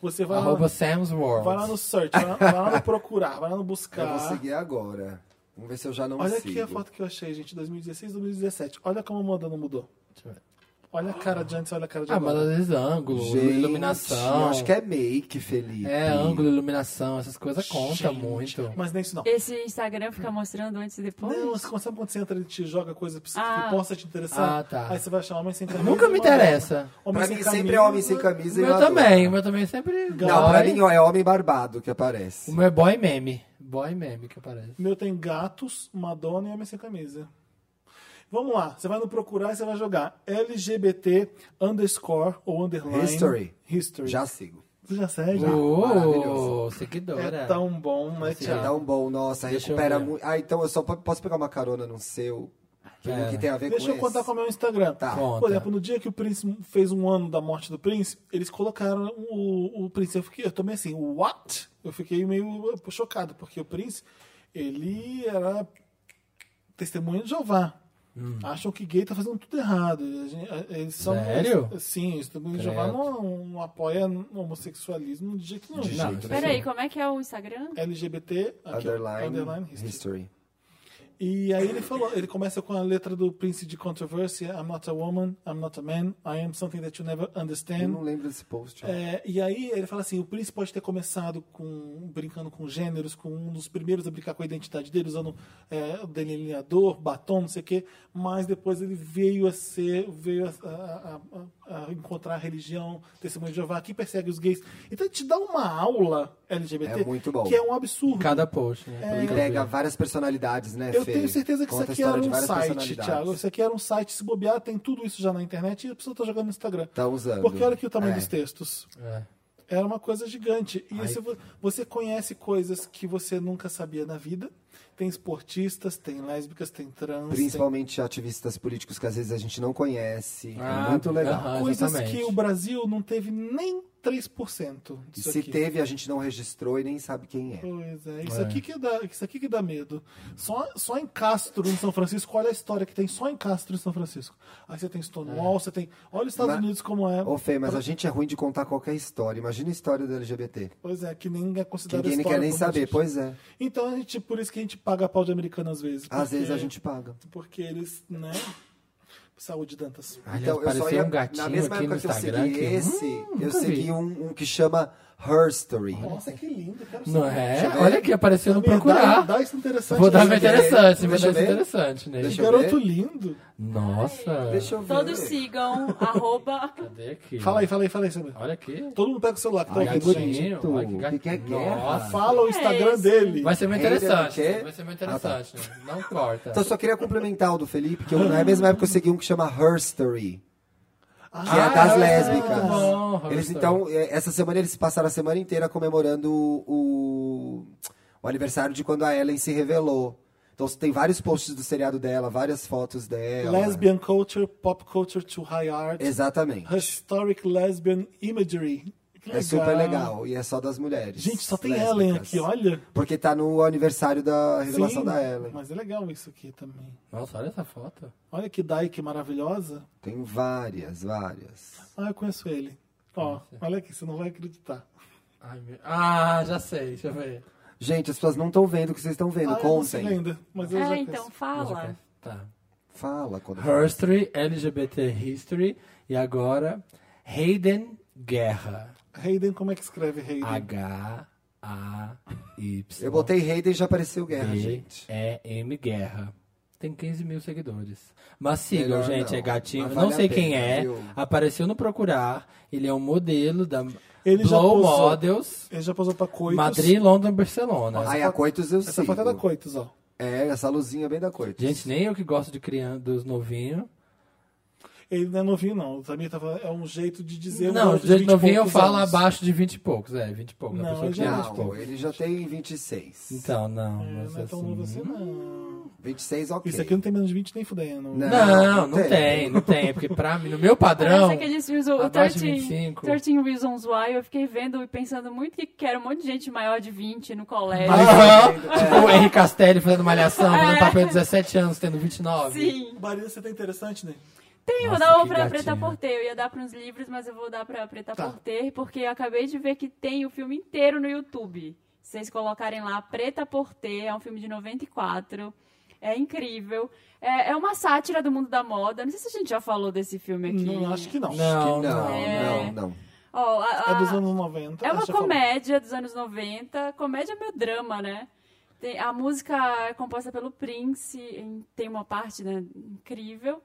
Você vai lá,
Hum. Arroba Sam's World.
vai lá no search, vai lá, vai lá no procurar, vai lá no buscar.
Eu vou
Tá.
seguir agora. Vamos ver se eu já não
Olha
sigo.
aqui a foto que eu achei, gente, 2016, 2017. Olha como a moda não mudou.
Deixa eu ver.
Olha a cara de antes, olha a cara de
Ah, mas
agora.
às vezes ângulo,
Gente,
iluminação.
Acho que é make, Felipe.
É, ângulo, iluminação, essas coisas contam muito.
Mas nem isso não.
Esse Instagram fica mostrando antes e depois?
Não, você sabe quando você entra e te joga coisa pra você-
Ah.
que possa te interessar?
Ah, tá.
Aí você vai achar homem sem camisa.
Nunca me
uma mulher.
interessa.
Homem
Pra
sem
mim
camisa.
sempre é homem sem camisa
O
e
meu
eu adoro.
também, o meu também é sempre.
né? Não,
boy.
pra mim ó, é homem barbado que aparece.
O meu é boy meme. Boy meme que aparece.
O meu tem gatos, Madonna e homem sem camisa. Vamos lá, você vai no procurar e você vai jogar LGBT underscore ou underline.
History.
History.
Já sigo.
Você já segue?
Ô,
maravilhoso.
seguidora.
É tão bom, né,
É
Thiago?
tão bom, nossa,
Deixa eu
recupera
ver.
muito. Ah, então eu só po- posso pegar uma carona no seu? Que,
Pera.
que tem a ver
Deixa
com
eu contar
esse?
como é o meu Instagram.
Tá.
Conta.
Por exemplo, no dia que o príncipe fez um ano da morte do príncipe, eles colocaram o, o príncipe. Eu, fiquei, eu tomei assim, what? Eu fiquei meio chocado, porque o príncipe, ele era testemunha de Jeová. Acham que gay tá fazendo tudo errado. A gente- a- Eles são,
Sério?
Sim, o testemunho de
Credo.
Jeová não, não apoia homossexualismo de jeito nenhum.
Não, isso aí.
Peraí, como é que é o Instagram?
LGBT, aqui, ó,
Underline,
underline history.
history.
E aí ele falou, ele começa com a letra do Prince de Controversy, I'm not a woman, I'm not a man, I am something that you never
Eu
understand.
não lembro desse post. ó.
É, e aí ele fala assim, o Prince pode ter começado com brincando com gêneros, com um dos primeiros a brincar com a identidade dele, usando é, delineador, batom, não sei o quê, mas depois ele veio a ser, veio a, a- a- a encontrar a religião, testemunho de Jeová, que persegue os gays. Então ele te dá uma aula LGBT
É muito bom.
que é um absurdo.
Cada post, né?
Ele É, pega várias personalidades, né,
Eu
Fê?
tenho certeza que isso
Conta a
aqui
história
era
de
um
várias
site,
personalidades.
Thiago. Isso aqui era um site, se bobear, tem tudo isso já na internet e a pessoa tá jogando no Instagram.
Tá usando.
Porque olha aqui o tamanho
É.
dos textos.
É.
Era uma coisa gigante. E se vo- você conhece coisas que você nunca sabia na vida. Tem esportistas, tem lésbicas, tem trans.
Principalmente ativistas políticos que às vezes a gente não conhece.
Ah,
é muito legal.
aham.
Tem coisas
exatamente.
que o Brasil não teve nem 3%
E
disso
se
aqui.
teve, a gente não registrou e nem sabe quem é.
Pois é, isso, Aqui que dá, isso aqui que dá medo. Só, só em Castro, em São Francisco, olha a história que tem só em Castro, em São Francisco. Aí você tem Stonewall,
É.
você tem. Olha os Estados
Mas-
Unidos como é.
Ô, Fê, mas a gente é ruim de contar qualquer história. Imagina a história do LGBT.
Pois é, que ninguém é
Que
considerado
ninguém nem quer
história
nem
como a
saber.
gente.
Pois é.
Então a gente, por isso que a gente paga pau de americano às vezes.
Às
porque-
vezes a gente paga.
Porque eles, né? Saúde, Dantas.
Então, eu só
apareceu
ia,
um gatinho
na mesma
aqui
época
no
que eu
Instagram
segui
que eu-
esse,
Hum,
eu
nunca vi.
segui um, um que chama Her Story.
Nossa, que lindo, quero
Não
saber.
é?
Deixa eu ver.
Olha aqui, apareceu no
Dá-
procurar.
Dá isso interessante.
Vou dar uma
né?
Deixa eu ver.
interessante, vou
Deixa
dar
eu
esse
ver.
interessante nele.
Que
Deixa eu
garoto
ver.
lindo.
Nossa.
Deixa eu ver.
Todos sigam, arroba.
Cadê aqui?
Fala aí, fala aí, fala aí, Sabrina.
Olha aqui.
Todo mundo pega o celular que tá
Ai,
ouvindo.
bonito.
gente.
Gatinho, olha que gatinho.
Que que é guerra?
Nossa.
Fala o Instagram
esse.
dele.
Vai ser muito
Hater,
interessante.
é quê? Ah, tá.
Vai ser muito interessante. né? Não corta.
Então, eu só queria complementar o do Felipe, que eu, na mesma época eu segui um que chama Her Story.
Ah,
que é das lésbicas.
bom, Her
eles,
Story.
então, é, essa semana eles passaram a semana inteira comemorando o, o- o aniversário de quando a Ellen se revelou. Então tem vários posts do seriado dela, várias fotos dela.
Lesbian culture, pop culture to high art.
Exatamente.
Historic lesbian imagery. Que
É super legal. E é só das mulheres.
Gente, só tem
lésbicas.
Ellen aqui, olha.
Porque tá no aniversário da revelação
Sim,
da Ellen.
Mas é legal isso aqui também.
Nossa, olha essa foto.
Olha que Dyke maravilhosa.
Tem várias, várias.
Ah, eu conheço ele. Ó, olha aqui, você não vai acreditar.
Ai, meu- Ah, já sei, deixa eu ver.
Gente, as pessoas não estão vendo o que vocês estão vendo.
Ah, eu não sei
Contem.
ainda, mas eu já
É,
conheço.
então, fala.
Tá.
Fala quando.
Herstory, LGBT History e agora Hayden Guerra.
Hayden, como é que escreve Hayden?
Ah, H-A-Y.
Eu botei Hayden e já apareceu guerra, gente.
É M Guerra. Tem 15 mil seguidores. Mas sigam,
Melhor
gente,
não.
é gatinho.
Mas
não
vale
sei
a
quem
pena,
é.
viu?
Apareceu no Procurar. Ele é um modelo da
Ele já
Blow
posou.
Models,
Ele já passou pra Coitos.
Madrid, London, Barcelona.
Aí a Coitos eu
Essa
sigo.
foto é da Coitos, ó.
É, essa luzinha é bem da Coitos.
Gente, nem eu que gosto de criança, dos novinhos.
Ele não é novinho, não. Pra mim tava, é um jeito de dizer... um
não,
garoto de
de
20 e
novinho eu
poucos
falo
anos.
abaixo de 20 e poucos. É, 20 e poucos.
Não,
a pessoa que
já
tem
é
20 e poucos.
Não, ele já tem 26.
Então, não.
É,
mas
não é tão
assim,
novo assim, não.
26, ok.
Isso aqui não tem menos de 20 nem fudendo.
Não.
Não, não
tem.
tem, não tem. Porque pra mim, no meu
Parece
padrão.
aqueles filmes, o
abaixo
13,
de 25.
13 Reasons Why, eu fiquei vendo e pensando muito que que era um monte de gente maior de 20 no colégio.
Aham, Tipo o Henrique Castelli fazendo malhação, fazendo papel de 17 anos, tendo 29.
Sim.
Barina, você tá interessante, né?
Tem, eu
Nossa,
dava
que
pra
gatinha.
Preta Porter. Eu ia dar pra uns livros, mas eu vou dar pra Preta
Tá.
Porter, porque eu acabei de ver que tem o filme inteiro no YouTube. Se vocês colocarem lá, Preta Porter, é um filme de 94. É incrível. É, é uma sátira do mundo da moda. Não sei se a gente já falou desse filme aqui.
Não, acho que não.
Não,
Não, não,
É.
não, não.
Ó, a-
É dos
a-
anos 90.
é
a
uma
gente já falou.
comédia dos anos 90. Comédia é meio drama, né? Tem- a música é composta pelo Prince, em- tem uma parte né, incrível.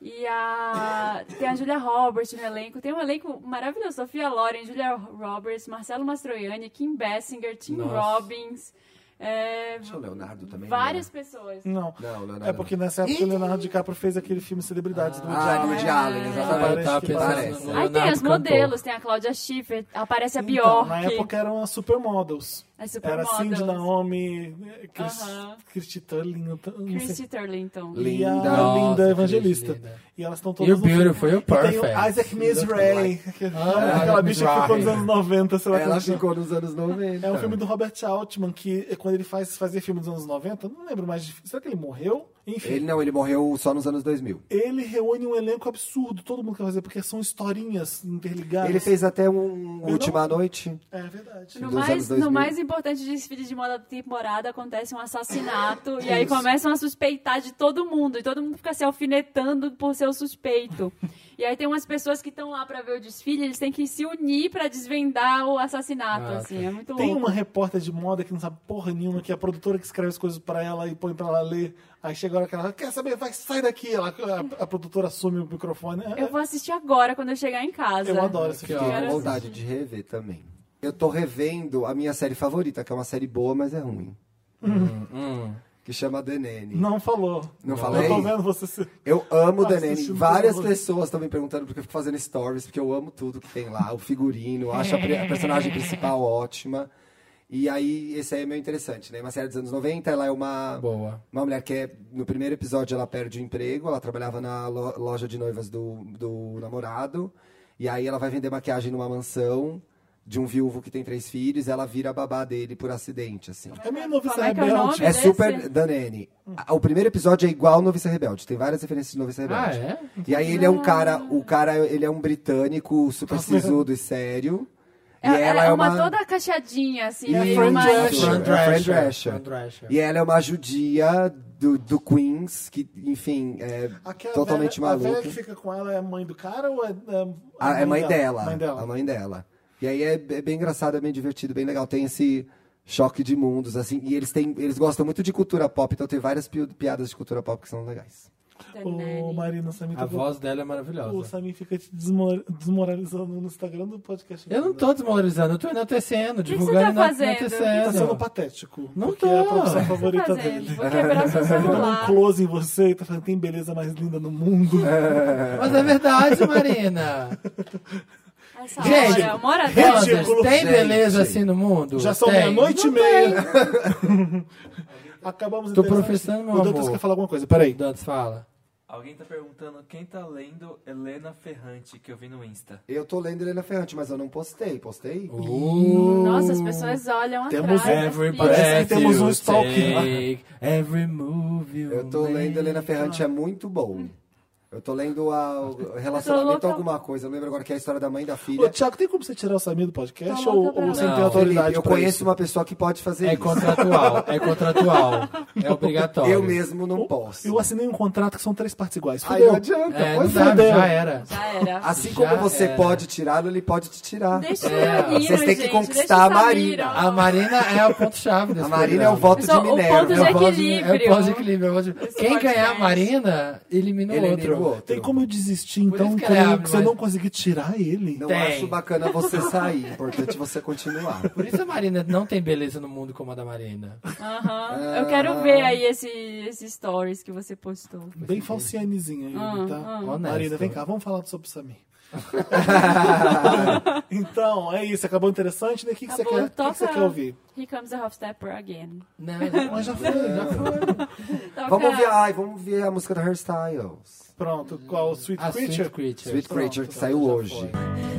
E a, tem a Julia Roberts no elenco. Tem um elenco maravilhoso. Sofia Loren, Julia Roberts, Marcelo Mastroianni, Kim Bessinger, Tim
Nossa.
Robbins. é,
Deixa o Leonardo também.
né?
várias pessoas.
Não.
Não, não, não.
É porque nessa época o Leonardo DiCaprio fez aquele filme Celebridades do Woody
Ah,
Allen.
Woody Allen,
Ah, eu
exatamente. Tá,
tava
Parece que
pensando
parece.
no
Aí tem
Leonardo
os
Cantor.
modelos, tem a Claudia Schiffer, aparece a
Então,
Bjork.
na época eram as supermodels.
as
Era Cindy
supermodels.
Naomi, eh, Chris,
Aham.
Christy Turling, não sei.
Christy Turlington.
e a
Linda.
Nossa,
linda
que
evangelista.
linda.
E elas estão todas
E o
no filme.
Beautiful e o
E tem
Perfect. Ah,
o Isaac Mizray, que é aquela
Isaac
bicha que ficou nos
Mizrahi.
anos 90, sei lá
Ela
quantos anos.
ficou nos anos 90.
É um filme do Robert Altman, que eh, quando ele faz, fazia filme dos anos 90, não lembro mais. de- Será que ele morreu? Enfim.
Ele não, ele morreu só nos anos 2000.
ele reúne um elenco absurdo, todo mundo quer fazer, porque são historinhas interligadas.
Ele fez até um
Tá. Eu
Última Noite.
É verdade.
No
Dos anos
mais,
2000.
no mais importante desfile de moda da temporada acontece um assassinato e aí começam a suspeitar de todo mundo e todo mundo fica se alfinetando por ser o suspeito. E aí tem umas pessoas que estão lá pra ver o desfile, eles têm que se unir pra desvendar o assassinato,
Ah,
assim, é muito
tá. Tem
louco.
uma repórter de moda que não sabe porra nenhuma, que é a produtora que escreve as coisas pra ela e põe pra ela ler. Aí chega a hora que ela quer saber, vai, sai daqui. Ela, a, a produtora assume o microfone. É,
Eu vou assistir agora quando eu chegar em casa.
eu adoro esse
Que
filme.
ótimo.
Tenho vontade de rever também. Eu tô revendo a minha série favorita, que é uma série boa, mas é ruim. Que chama The Nanny.
Não falou.
Não falei?
Eu tô vendo você. se-
Eu amo
Tá
The Nanny.
assistindo
Várias
tudo.
pessoas estão me perguntando porque eu fico fazendo stories, porque eu amo tudo que tem lá, o figurino, acho a, pri- a personagem principal ótima. E aí, esse aí é meio interessante, né? Uma série dos anos 90, ela é uma...
Boa.
Uma mulher que é, no primeiro episódio ela perde o emprego, ela trabalhava na lo- loja de noivas do, do namorado, e aí ela vai vender maquiagem numa mansão de um viúvo que tem três filhos, ela vira a babá dele por acidente, assim.
É meio noviça
Como é que é o
rebelde.
nome?
É
Desse?
super Danene. A- O primeiro episódio é igual Noviça Rebelde. Tem várias referências de Noviça
Ah,
Rebelde.
é?
E aí ele é um cara, o cara, ele é um britânico super sisudo e sério. E
Ela,
ela
é uma, toda cacheadinha, assim.
E um a
meio
Fran
uma-
Drescher.
Fran
É Fran
Drescher.
Drescher.
Fran Drescher.
E ela é uma judia do, do Queens, que, enfim, é
Aquela
totalmente
velha, A
maluca.
velha que fica com ela é a mãe do cara ou é.
A, é mãe dela,
Mãe dela.
A mãe dela. E aí é, é bem engraçado, é bem divertido, bem legal. Tem esse choque de mundos, assim. E eles, têm, eles gostam muito de cultura pop, então tem várias pi- piadas de cultura pop que são legais.
né?
Ô, Marina, o Samir tá
A voz dela é
O
maravilhosa.
Samir fica te desmora- desmoralizando no Instagram do podcast.
Eu não tô desmoralizando, eu tô enaltecendo,
que
divulgando
você tá
e
fazendo?
Tá sendo
enaltecendo.
patético.
Não
porque
tô.
é a profissão
O que
Tá
favorita
fazendo?
dele.
Vou quebrar seu
Ele dá um
celular.
close em você e tá falando, tem beleza mais linda no mundo.
Mas é verdade, Marina.
Essa
Gente,
hora, é uma hora dela.
ridículo.
Wanders, tem
gente.
beleza assim no mundo?
Já são
Tem.
meia-noite e
Não
meia. Acabamos
Tô
interessante.
professando, meu
O Dantas
amor.
quer falar alguma coisa,
tem.
peraí.
Dantes fala.
Alguém tá perguntando quem tá lendo Helena Ferrante, que eu vi no Insta.
Eu tô lendo Helena Ferrante, mas eu não postei. Postei?
Uh.
Nossa, as pessoas olham
Temos
atrás.
Every
assim.
Parece que
breath
temos
you
um stalking.
take, every um move you
Eu tô lendo
make.
Helena Ferrante, é muito bom. Eu tô lendo a, o
Eu
relacionamento
tô
a
louca.
alguma coisa. Eu lembro agora que é a história da mãe e da
Ô,
filha.
Thiago, tem como você tirar o Samir do podcast
Tá
ou,
louca pra
ou você
lá.
tem
Não,
autoridade
Felipe, eu
pra
conheço
isso?
uma pessoa que pode fazer
É
isso.
contratual, é contratual. É obrigatório.
Eu mesmo não posso.
Eu assinei um contrato que são três partes iguais.
Aí não
Fudeu.
adianta.
É, não
pois
dá,
é.
já era.
Já era.
Assim
Já
como você
era.
pode tirá-lo, ele pode te tirar.
Deixa o
É,
Danilo,
vocês têm que
gente,
conquistar
deixa o
a
Samir,
Marina.
ó.
A Marina é o ponto-chave desse
A Marina é o voto de
Pessoal, o ponto
Minerva.
já-
voto de-
Equilíbrio.
É o voto de equilíbrio. é o voto de-
Esse
Quem
podcast.
ganhar a Marina, elimina o
Ele
outro.
é o outro.
Tem como eu desistir,
Por
então,
isso que
quando
ela abre
você
mais.
não conseguir tirar ele?
Não
Tem.
acho bacana você sair. Importante você continuar.
Por isso a Marina não tem beleza no mundo como a da Marina.
Aham. Eu quero ver aí esse, esse stories que você postou.
Bem falcianezinha
Ah,
ele, tá?
Honesto.
Marina, vem cá, vamos falar sobre o Samir. então, é isso. Acabou interessante, né? O que, que, você,
Acabou,
quer, o que que você
Tá toca.
quer ouvir?
Here comes the half stepper again.
Não, é mas já foi, já foi.
Toca-
Vamos ver, ai, vamos ver a música da Hairstyles.
Pronto, qual? Sweet
A
Creature?
Ah, Sweet Creature.
Sweet Creature, que
tá,
já-
saiu
já
hoje.
foi.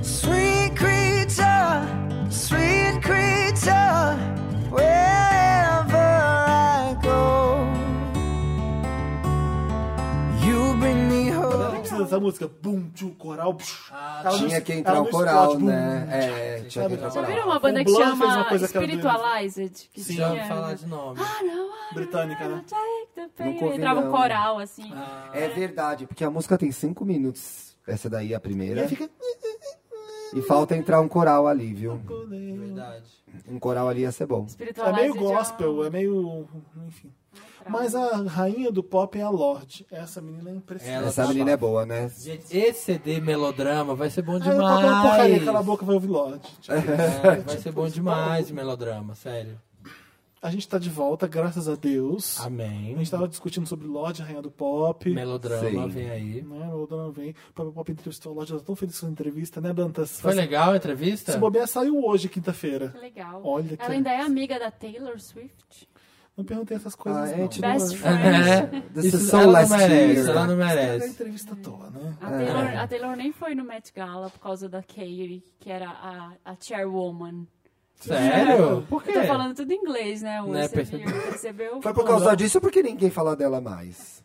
Sweet creature, sweet creature, wherever I go, you bring me
Ela
home.
não precisa dessa música. Bum, tchu, coral. psh. Ela não-
Tinha que entrar
ela tipo, um
o
não
coral,
explode,
né?
bum, tchá.
É, tinha que entrar o
Já viram
coral.
uma banda que
Blanc fez
chama
uma coisa que era do-
Spiritualized? Que
Sim,
tinha...
já falar de nome.
Ah. Britânica, né?
Take the pain.
Nunca ouvi,
Entrava um
não.
coral, assim.
É verdade, porque a música tem cinco minutos. Essa daí é a primeira.
Fica...
E falta entrar um coral ali, viu?
Verdade.
Um coral ali ia ser bom.
Então,
É
Spiritualized
meio gospel, é meio. Enfim.
é
Mas a rainha do pop é a Lorde. Essa menina é impressionante.
Ela
Essa
tá
menina é boa, né?
Gente, esse CD melodrama vai ser bom
Ah, eu vou colocar uma porcaria, cala a
demais.
boca vai ouvir Lorde. Tipo,
É, vai ser bom demais de melodrama, sério.
a gente tá de volta, graças a Deus. A
Amém.
gente tá tava discutindo sobre Lorde, rainha do pop. Né,
Melodrama,
Sim.
vem aí.
o Dona vem. O Pop Pop entrevistou a Lorde, eu tô tão feliz com a entrevista, né, Dantas?
Foi legal a entrevista?
Se bobear, saiu hoje, quinta-feira.
Que legal.
Olha que-
Ela ainda é amiga da Taylor Swift.
Não perguntei essas coisas,
Ah, é,
não.
tipo,
Best friend.
É.
This
Isso,
is so
ela
last
não merece,
year.
ela não
É a
merece.
entrevista à toa, né?
A
É.
Taylor, a Taylor nem foi no Met Gala por causa da Katie, que era a, a chairwoman.
Sério? Por quê?
Eu tô falando tudo em inglês, né? Hoje,
É. Né,
você
percebe-
viu, percebeu?
Foi por causa disso ou porque ninguém fala dela mais?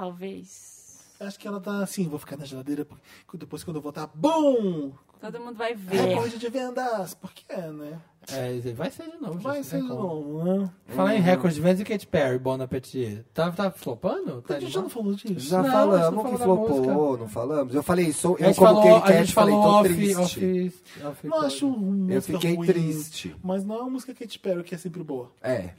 Talvez.
Acho que ela tá assim, vou ficar na geladeira, porque depois quando eu voltar, BUM!
Todo mundo vai ver.
Recorde de vendas, porque é, né?
É, vai ser de novo.
Vai
gente,
ser
né, como-
novo, né?
Falar em recorde de vendas e Katy Perry, Bon Appetit. Tá, tá flopando? Tá
A gente já não
animado?
falou disso.
Já
Não, a gente não
falamos que
falou da
flopou, não falamos? Eu falei, sou,
a
eu
gente
coloquei
falou, a
enquete,
gente
falei,
falou
tô
off,
triste.
off, off.
Não acho um música
Eu fiquei
ruim,
triste.
Mas não é uma música Katy Perry que é sempre boa.
É.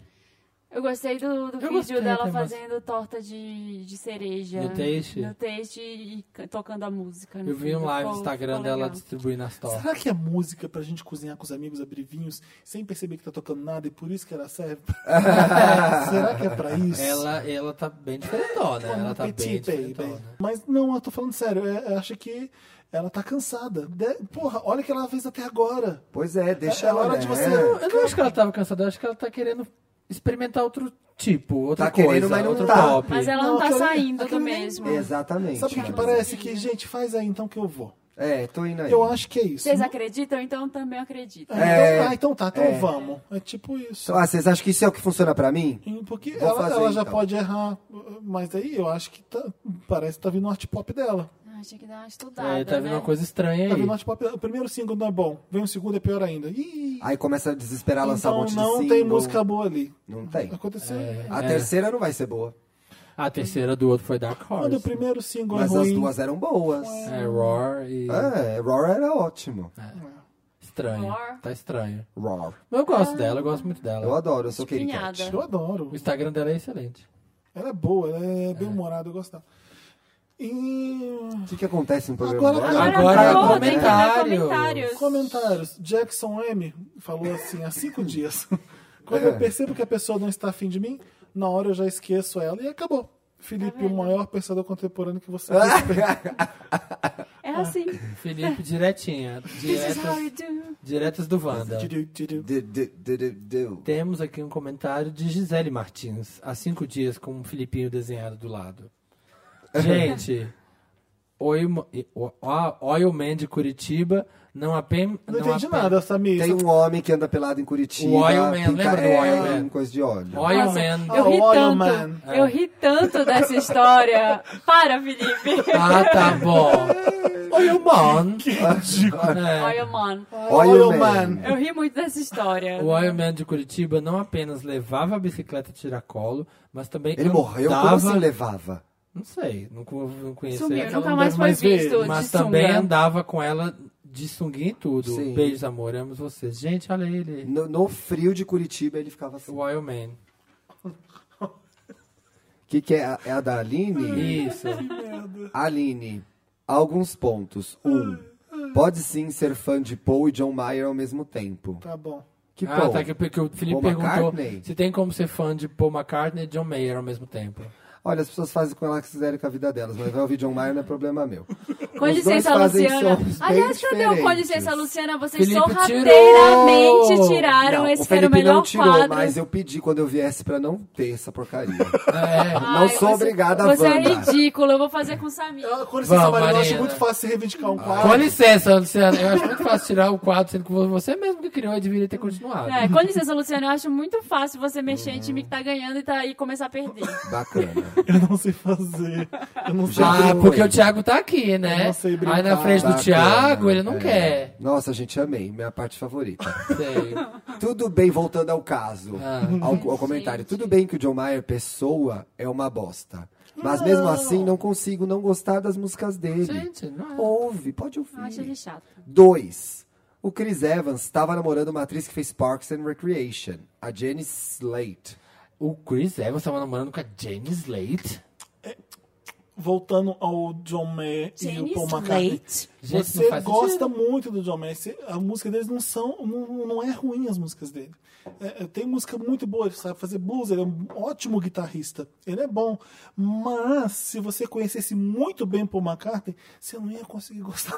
Eu gostei do, do vídeo
gostei
dela
também, mas-
fazendo torta de, de cereja.
No taste?
No taste e c- tocando a música. no
Eu vi um
fundo.
live no
Ficou-
Instagram
ficou
dela
legal.
distribuindo as
Tá.
torres.
Será que é música pra gente cozinhar com os amigos, abrir vinhos, sem perceber que tá tocando nada e por isso que ela serve? Será que é pra isso?
Ela, ela tá bem diferentona, ela tá bem
Petit, baby.
diferentona.
Mas não, é, eu tô falando sério. Eu, eu acho que Ela tá cansada. De- Porra, olha o que ela fez até agora.
Pois é, deixa
É
ela.
hora
né?
de você-
Eu eu não acho que ela tava cansada, eu acho que ela tá querendo experimentar outro tipo, outra
Tá
coisa,
querendo, mas não
outro
tá.
pop.
Mas ela não,
Não,
tá
aquilo ali-
saindo do
aquilo ali-
mesmo.
Exatamente.
né? Sabe o que, que parece? Que, gente, faz aí então que eu vou.
É, tô indo aí.
Eu acho que é isso.
Vocês acreditam? Então eu também acredito.
Ah,
É.
então, tá, então tá, então
É.
vamos. É tipo isso.
Ah, vocês acham que isso é o que funciona pra mim?
Porque
Vou
ela,
fazer,
ela já
então.
pode errar, mas aí eu acho que tá, parece que tá vindo um art pop dela.
Ah, tinha que dar uma estudada.
É, tá vindo
né?
uma coisa estranha
Tá
aí.
vindo um art pop dela. O primeiro single não é bom, vem o segundo é pior ainda. Ih,
Aí começa a desesperar lançar
então
um monte de
não
single.
tem música boa É. ali.
Não tem.
Aconteceu.
A terceira não vai ser boa.
A terceira do outro foi Dark
Quando
Horse.
o primeiro single
Mas
é ruim,
as duas eram boas.
É Roar e...
É, Roar era ótimo.
Estranho.
Roar.
Tá estranho.
Roar.
Mas eu gosto dela, eu gosto muito dela.
Eu adoro, eu sou querido.
Espinhada.
eu adoro.
O Instagram dela é excelente.
Ela é boa, ela é bem humorada, eu gosto dela. E...
O que, que acontece no programa?
Agora-
dela?
Agora
acabou,
é
tem que dar
comentário.
comentários.
Comentários. Jackson M falou assim há cinco dias. Quando eu percebo que a pessoa não está afim de mim, na hora eu já esqueço ela e acabou. Felipe, o maior pensador contemporâneo que você respeita.
É assim.
Felipe, diretinha.
This is how you
Diretas,
do.
diretas do Wanda.
Tiru, tiru.
De- de- de- de- de-
Temos aqui um comentário de Gisele Martins, há cinco dias, com um Filipinho desenhado do lado. Gente, Oil, Oil Man de Curitiba não apenas.
Não entendi nada, Samir.
Tem um homem que anda pelado em Curitiba.
O Oil Man, lembra do
é,
Oil Man?
coisa de óleo.
Oil
Nossa,
Man.
Eu ri
Oh, olha,
tanto.
man.
É.
Eu ri tanto dessa história. Para, Felipe.
Ah, tá bom. Oil Man. É,
Olha, mano.
Oil Man.
Eu ri muito dessa história.
o Oil Man de Curitiba não apenas levava a bicicleta tiracolo, mas também.
Ele morreu, como
andava-
assim levava?
Não sei, não, co- não conheço.
é
Sumiu,
ela.
nunca mais foi
mais ver,
visto.
Mas
de
também
sunga.
andava com ela de sunguinha e tudo.
Sim.
Beijos, amor, amo vocês. Gente, olha ele.
No, no frio de Curitiba ele ficava assim. O
O Oil Man.
que, que é? a- É a da Aline?
Isso.
Aline, alguns pontos. Um, pode sim ser fã de Paul e John Mayer ao mesmo tempo.
Tá bom.
Que
ah,
Paul?
tá, que, que o Felipe
Paul
perguntou
McCartney?
se tem como ser fã de Paul McCartney e John Mayer ao mesmo tempo.
Olha, as pessoas fazem com ela o que quiserem com a vida delas, mas vai ouvir John Mayer não é problema meu.
Com
Os
licença,
dois fazem
Luciana.
sons bem
Aliás, cadê o com
diferentes.
licença, Luciana? Vocês
Felipe
sorrateiramente
tirou!
tiraram
Não,
esse
o
que
Felipe
era o é um melhor
não tirou,
quadro.
mas eu pedi quando eu viesse pra não ter essa porcaria.
É,
Ai,
não sou
você-
obrigada a
Você é
Wanda.
ridículo, eu vou fazer com o Samir.
Ah, Com licença,
Vamos,
Marina, eu acho
Marina.
muito fácil reivindicar um
com
quadro.
licença, Luciano. Eu acho muito fácil tirar o quadro, sendo que você é mesmo que criou e deveria ter continuado. Ah,
É, com licença, Luciana, eu acho muito fácil você mexer em time que tá ganhando e, tá, e começar a perder.
Bacana.
Eu não sei fazer. Eu não sei.
Ah,
Oi.
porque o Thiago tá aqui, né?
Eu não sei brincar,
Aí na frente do
Bacana,
Thiago, ele não
Tá, é.
quer.
Nossa, gente, amei. Minha parte favorita.
Sei.
Tudo bem, voltando ao caso,
Ah.
ao, ao comentário. Tudo bem que o John Mayer, pessoa, é uma bosta. Mas mesmo assim, não consigo não gostar das músicas dele.
Gente, não é.
Ouve, pode
Eu acho
ouvir.
ele chato.
Dois. O Chris Evans estava namorando uma atriz que fez Parks and Recreation, a Jenny Slate.
O Chris Evans tava namorando com a Jane Slate.
Voltando ao John Mayer e o
Jenny
Paul McCartney.
Slate.
Gente,
Você
não faz
gosta muito do John Mayer. Você- A música deles não são, não, não é ruim as músicas dele. É, é, tem música muito boa, ele sabe fazer blues, ele é um ótimo guitarrista, ele é bom. Mas se você conhecesse muito bem Paul McCartney, você não ia conseguir gostar.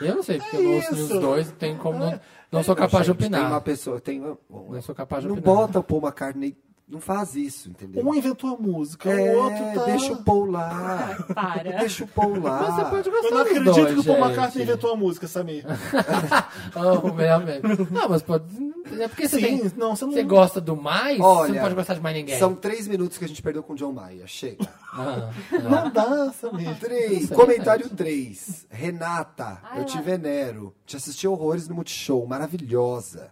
Eu não sei, porque eu não ouço nem os
É isso. É.
dois, tem como. Não, não sou capaz de
Gente, Tem uma
opinar.
pessoa, tem uma-
Não sou capaz de
não
opinar.
bota o Paul McCartney, não faz isso, entendeu?
Um inventou a música,
É,
o outro tá.
deixa o Paul lá.
Para.
Deixa o Paul lá.
Mas você pode gostar
Eu não
dos
acredito
dois,
que o Paul
gente.
McCartney inventou a música, Samir.
Oh, realmente. Não, mas pode. É porque você,
Sim,
tem-
não, você não-
gosta do mais, você
Olha,
não pode gostar de mais ninguém.
São três minutos que a gente perdeu com o John Maia. Chega.
Ah,
Não dá, Samir.
Três.
Isso é
Comentário 3. Renata,
Ai,
eu te
ela-
venero. Te assisti horrores no Multishow. Maravilhosa.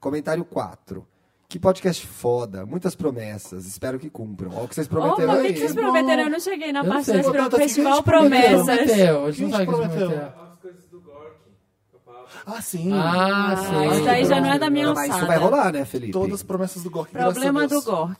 Comentário 4. Que podcast foda. Muitas promessas. Espero que cumpram. Olha o que vocês prometeram
Opa, o que
aí.
Oh, que vocês
hein?
prometeram? Eu não cheguei na
Eu não
parte
sei.
das
Ô,
pro...
Tata, o que que
Festival
eles prometeram?
Promessas.
Prometeu, a gente
Quem
não sabe o que
prometeu?
prometeu.
As coisas do Gork.
Ah, sim.
Ah, sim.
Isso aí já não é da minha
Não, mas
alçada.
isso vai rolar, né, Felipe?
Todas as promessas do Gork. graças a
Problema do
Deus.
Gork.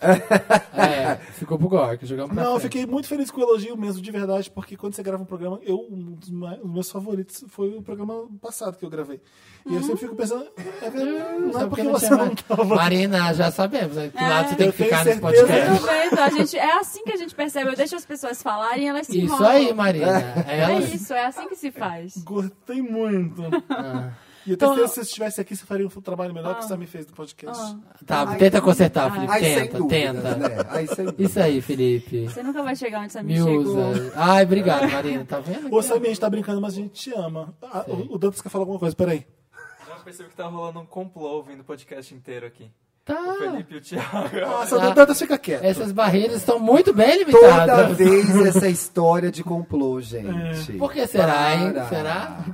É, ficou pro Gork, jogamos pra
Não, eu
frente.
fiquei muito feliz com o elogio mesmo, de verdade, porque quando você grava um programa, eu, um dos ma- os meus favoritos foi o programa passado que eu gravei. E eu sempre fico pensando, é que- não é
Hum, Sabe
porque
que não
você
tinha
não
mais-
tava.
Marina, já sabemos. Né?
Ah.
Que lado você tem
Eu
que
tenho
ficar nesse
certeza.
É.
podcast.
Tudo bem, então, a gente, é assim que a gente percebe. Eu deixo as pessoas falarem e elas se
Isso
enrolam.
aí, Marina.
É
Ela...
isso, é assim que se faz.
Gostei muito.
É.
E até
Então-
se você estivesse aqui, você faria um trabalho melhor
Ah.
que você me fez do podcast.
Tá, tenta consertar, Felipe.
Aí sem
tenta,
dúvidas,
tenta.
né? Aí sem dúvidas.
Isso aí, Felipe.
Você nunca vai chegar onde você me
Me
chegou.
usa. Ai, obrigado, Marina. Tá vendo?
Ô, sabe, a gente tá brincando, mas a gente te ama. Ah, o, o Dantas quer falar alguma coisa, peraí.
Eu percebo que tá rolando um complô ouvindo o podcast inteiro aqui. O
Tá.
Felipe e o Thiago.
Nossa, o Dantas fica quieto.
Essas barreiras estão muito bem
Toda
limitadas.
vez essa história de complô, gente.
Por que será, hein?
Para.
Será?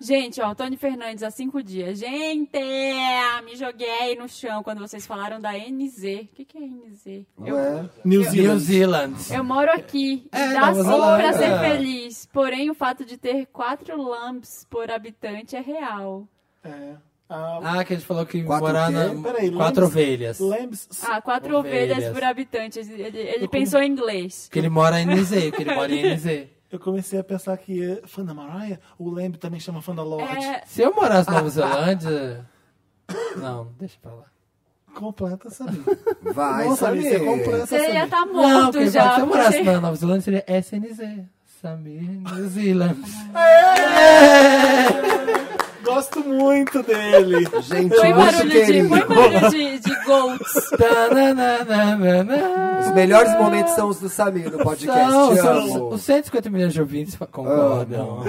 Gente, ó, Tony Fernandes há cinco dias. Gente, ah, me joguei no chão quando vocês falaram da NZ. O que, que é NZ? Eu,
Ué?
New
New
Zealand.
Zealand.
eu moro aqui.
É,
e dá
Nova
sim
Zelândia.
pra ser feliz. Porém, o fato de ter quatro lamps por habitante é real.
É. Ah,
Ah, que a gente falou que
Quatro
morar
quê?
na...
Peraí,
Quatro
lambs-
ovelhas.
Lambs.
Ah, quatro ovelhas,
Ovelhas.
por habitante. Ele, ele- ele pensou em inglês.
Que ele mora em NZ, que ele mora em NZ.
Eu comecei a pensar que é fã da Mariah, o Lamb também chama fã da Lorde.
É,
Se eu morasse na Nova Zelândia... Não, deixa pra lá.
Completa essa
Vai
Nossa,
saber.
Alice, é completa essa
você ia tá- estar
não,
morto
porque
já.
se eu
porque-
morasse na Nova Zelândia, seria SNZ. Samir New Zealand.
Gosto muito dele.
Gente,
Põe
muito
barulho, de,
querido.
põe barulho de, de goats.
Tananana.
Os melhores momentos são os do Samir no podcast.
São,
Te
são
amo.
os 150 milhões de ouvintes fa- concordam.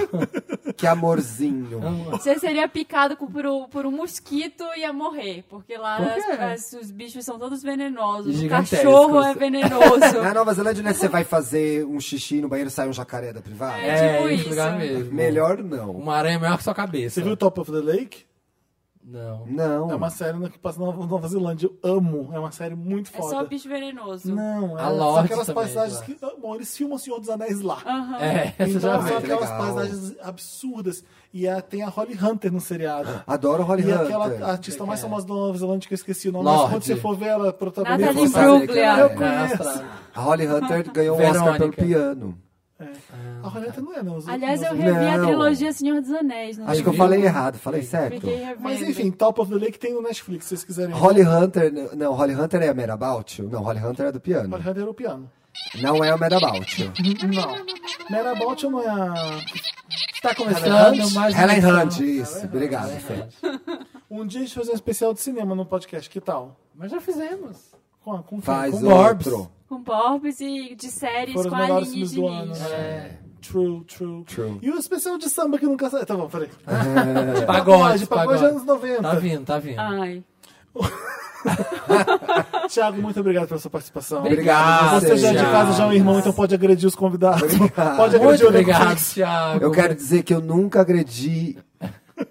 Que amorzinho.
Você seria picado com- por, um- por um mosquito e ia morrer. Porque lá
Por quê?
as- as- os bichos são todos venenosos. O
Gigantescos.
cachorro é
Na
venenoso.
Nova Zelândia, né? Você vai fazer um xixi no banheiro e sai um jacaré da privada?
É,
tipo
esse
isso.
lugar mesmo.
Melhor não.
Uma aranha é maior que sua cabeça.
Você viu Top of the Lake?
Não.
Não.
É uma série que passa na Nova Zelândia. Eu amo. É uma série muito
é só
foda.
bicho venenoso.
Não, é
A
são
Lorde
aquelas
também,
passagens
lá.
que. Bom, eles filmam o Senhor dos Anéis lá.
Aham.
É, essa
Então
já
são
viu.
que
aquelas
legal.
paisagens absurdas. E a- tem a Holly Hunter no seriado.
Adoro Ah, Holly
E
Hunter.
aquela artista mais famosa da Nova Zelândia que eu esqueci o nome, mas
Lorde.
quando você for ver ela protagonista.
Natalie
Natalie
você-
Bruglia.
Eu
Na
conheço.
Austrália.
A Holly Hunter ganhou um
Verônica.
Oscar pelo piano.
A Holly Hunter não é, não.
Aliás, eu
Não.
revi a
Não.
trilogia Senhor dos Anéis. Não
Acho que eu
viu?
falei errado, falei certo.
Fiquei revendo.
Mas enfim, Top of the Lake tem no Netflix, se vocês quiserem. ver.
Holly Hunter, não, Holly Hunter é a Mad About You? Não, Holly Hunter é do piano.
Holly Hunter era o piano.
Não é a Mad About You.
Não. Merabout não é a.
Está começando
Hunt?
mais uma
Helen
é
edição.
é Hunt, isso. Obrigado, Fê.
Um dia a gente fazer um especial de cinema no podcast, que tal?
Mas já fizemos.
Com, a- com quem?
Faz
com
outro.
Com Borbs e de séries
Foram
com
os
a
melhores
Aline
filmes do ano.
É.
Diniz.
né?
É.
True, true,
True.
E o especial de samba que nunca saiu. Tá bom, peraí.
Pagode,
pagode, pagode é anos
pagode.
90.
Tá vindo, tá vindo.
Ai.
Thiago, muito obrigado pela sua participação.
Obrigado,
Você já é de
Thiago.
casa, já é um irmão, então pode agredir os convidados.
Obrigado.
Pode agredir
Muito
o elenco
obrigado,
fixo.
Thiago.
Eu quero dizer que eu nunca agredi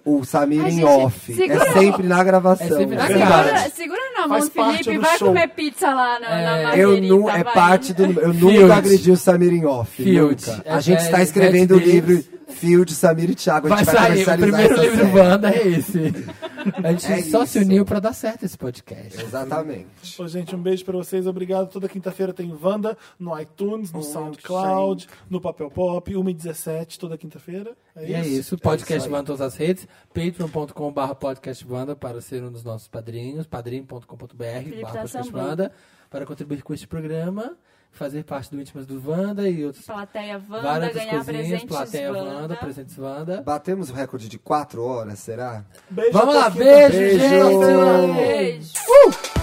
o Samir
Ai,
em
gente,
off.
segura-
É sempre na gravação.
É sempre na
Verdade.
Segura, segura na mão,
Faz parte
Felipe.
do
Vai
show.
comer pizza lá na, na
É,
Eu
margarita,
não, é
vai.
parte do. Eu
Field.
nunca agredi o Samir em off.
Field.
nunca.
É
a gente está
Bad-
escrevendo o
Bad
livro
Days.
Field, Samir e Thiago. A
Vai
gente vai,
sair, o
comercializar
primeiro
essa
livro
série.
Wanda é esse. A gente
É
só se
isso.
uniu pra dar certo esse podcast.
Exatamente.
Ô, gente, um beijo pra vocês, obrigado. Toda quinta-feira tem Wanda no iTunes, no SoundCloud, no Papel Pop, 1h17, toda quinta-feira.
E é isso, podcast Wanda em todas as redes, patreon.com.br podcastvanda para ser um dos nossos padrinhos, padrinho.com.br
tá
barra podcastvanda
sambando.
para contribuir com este programa, fazer parte do Íntimas do Wanda e outros
Plateia Wanda,
várias
ganhar
outras coisinhas,
presentes
plateia Wanda,
Wanda.
presentes Wanda.
Batemos o recorde de quatro horas, será?
Beijo,
Vamos
até
lá,
quinta.
beijo,
Beijo.
gente!
Beijo.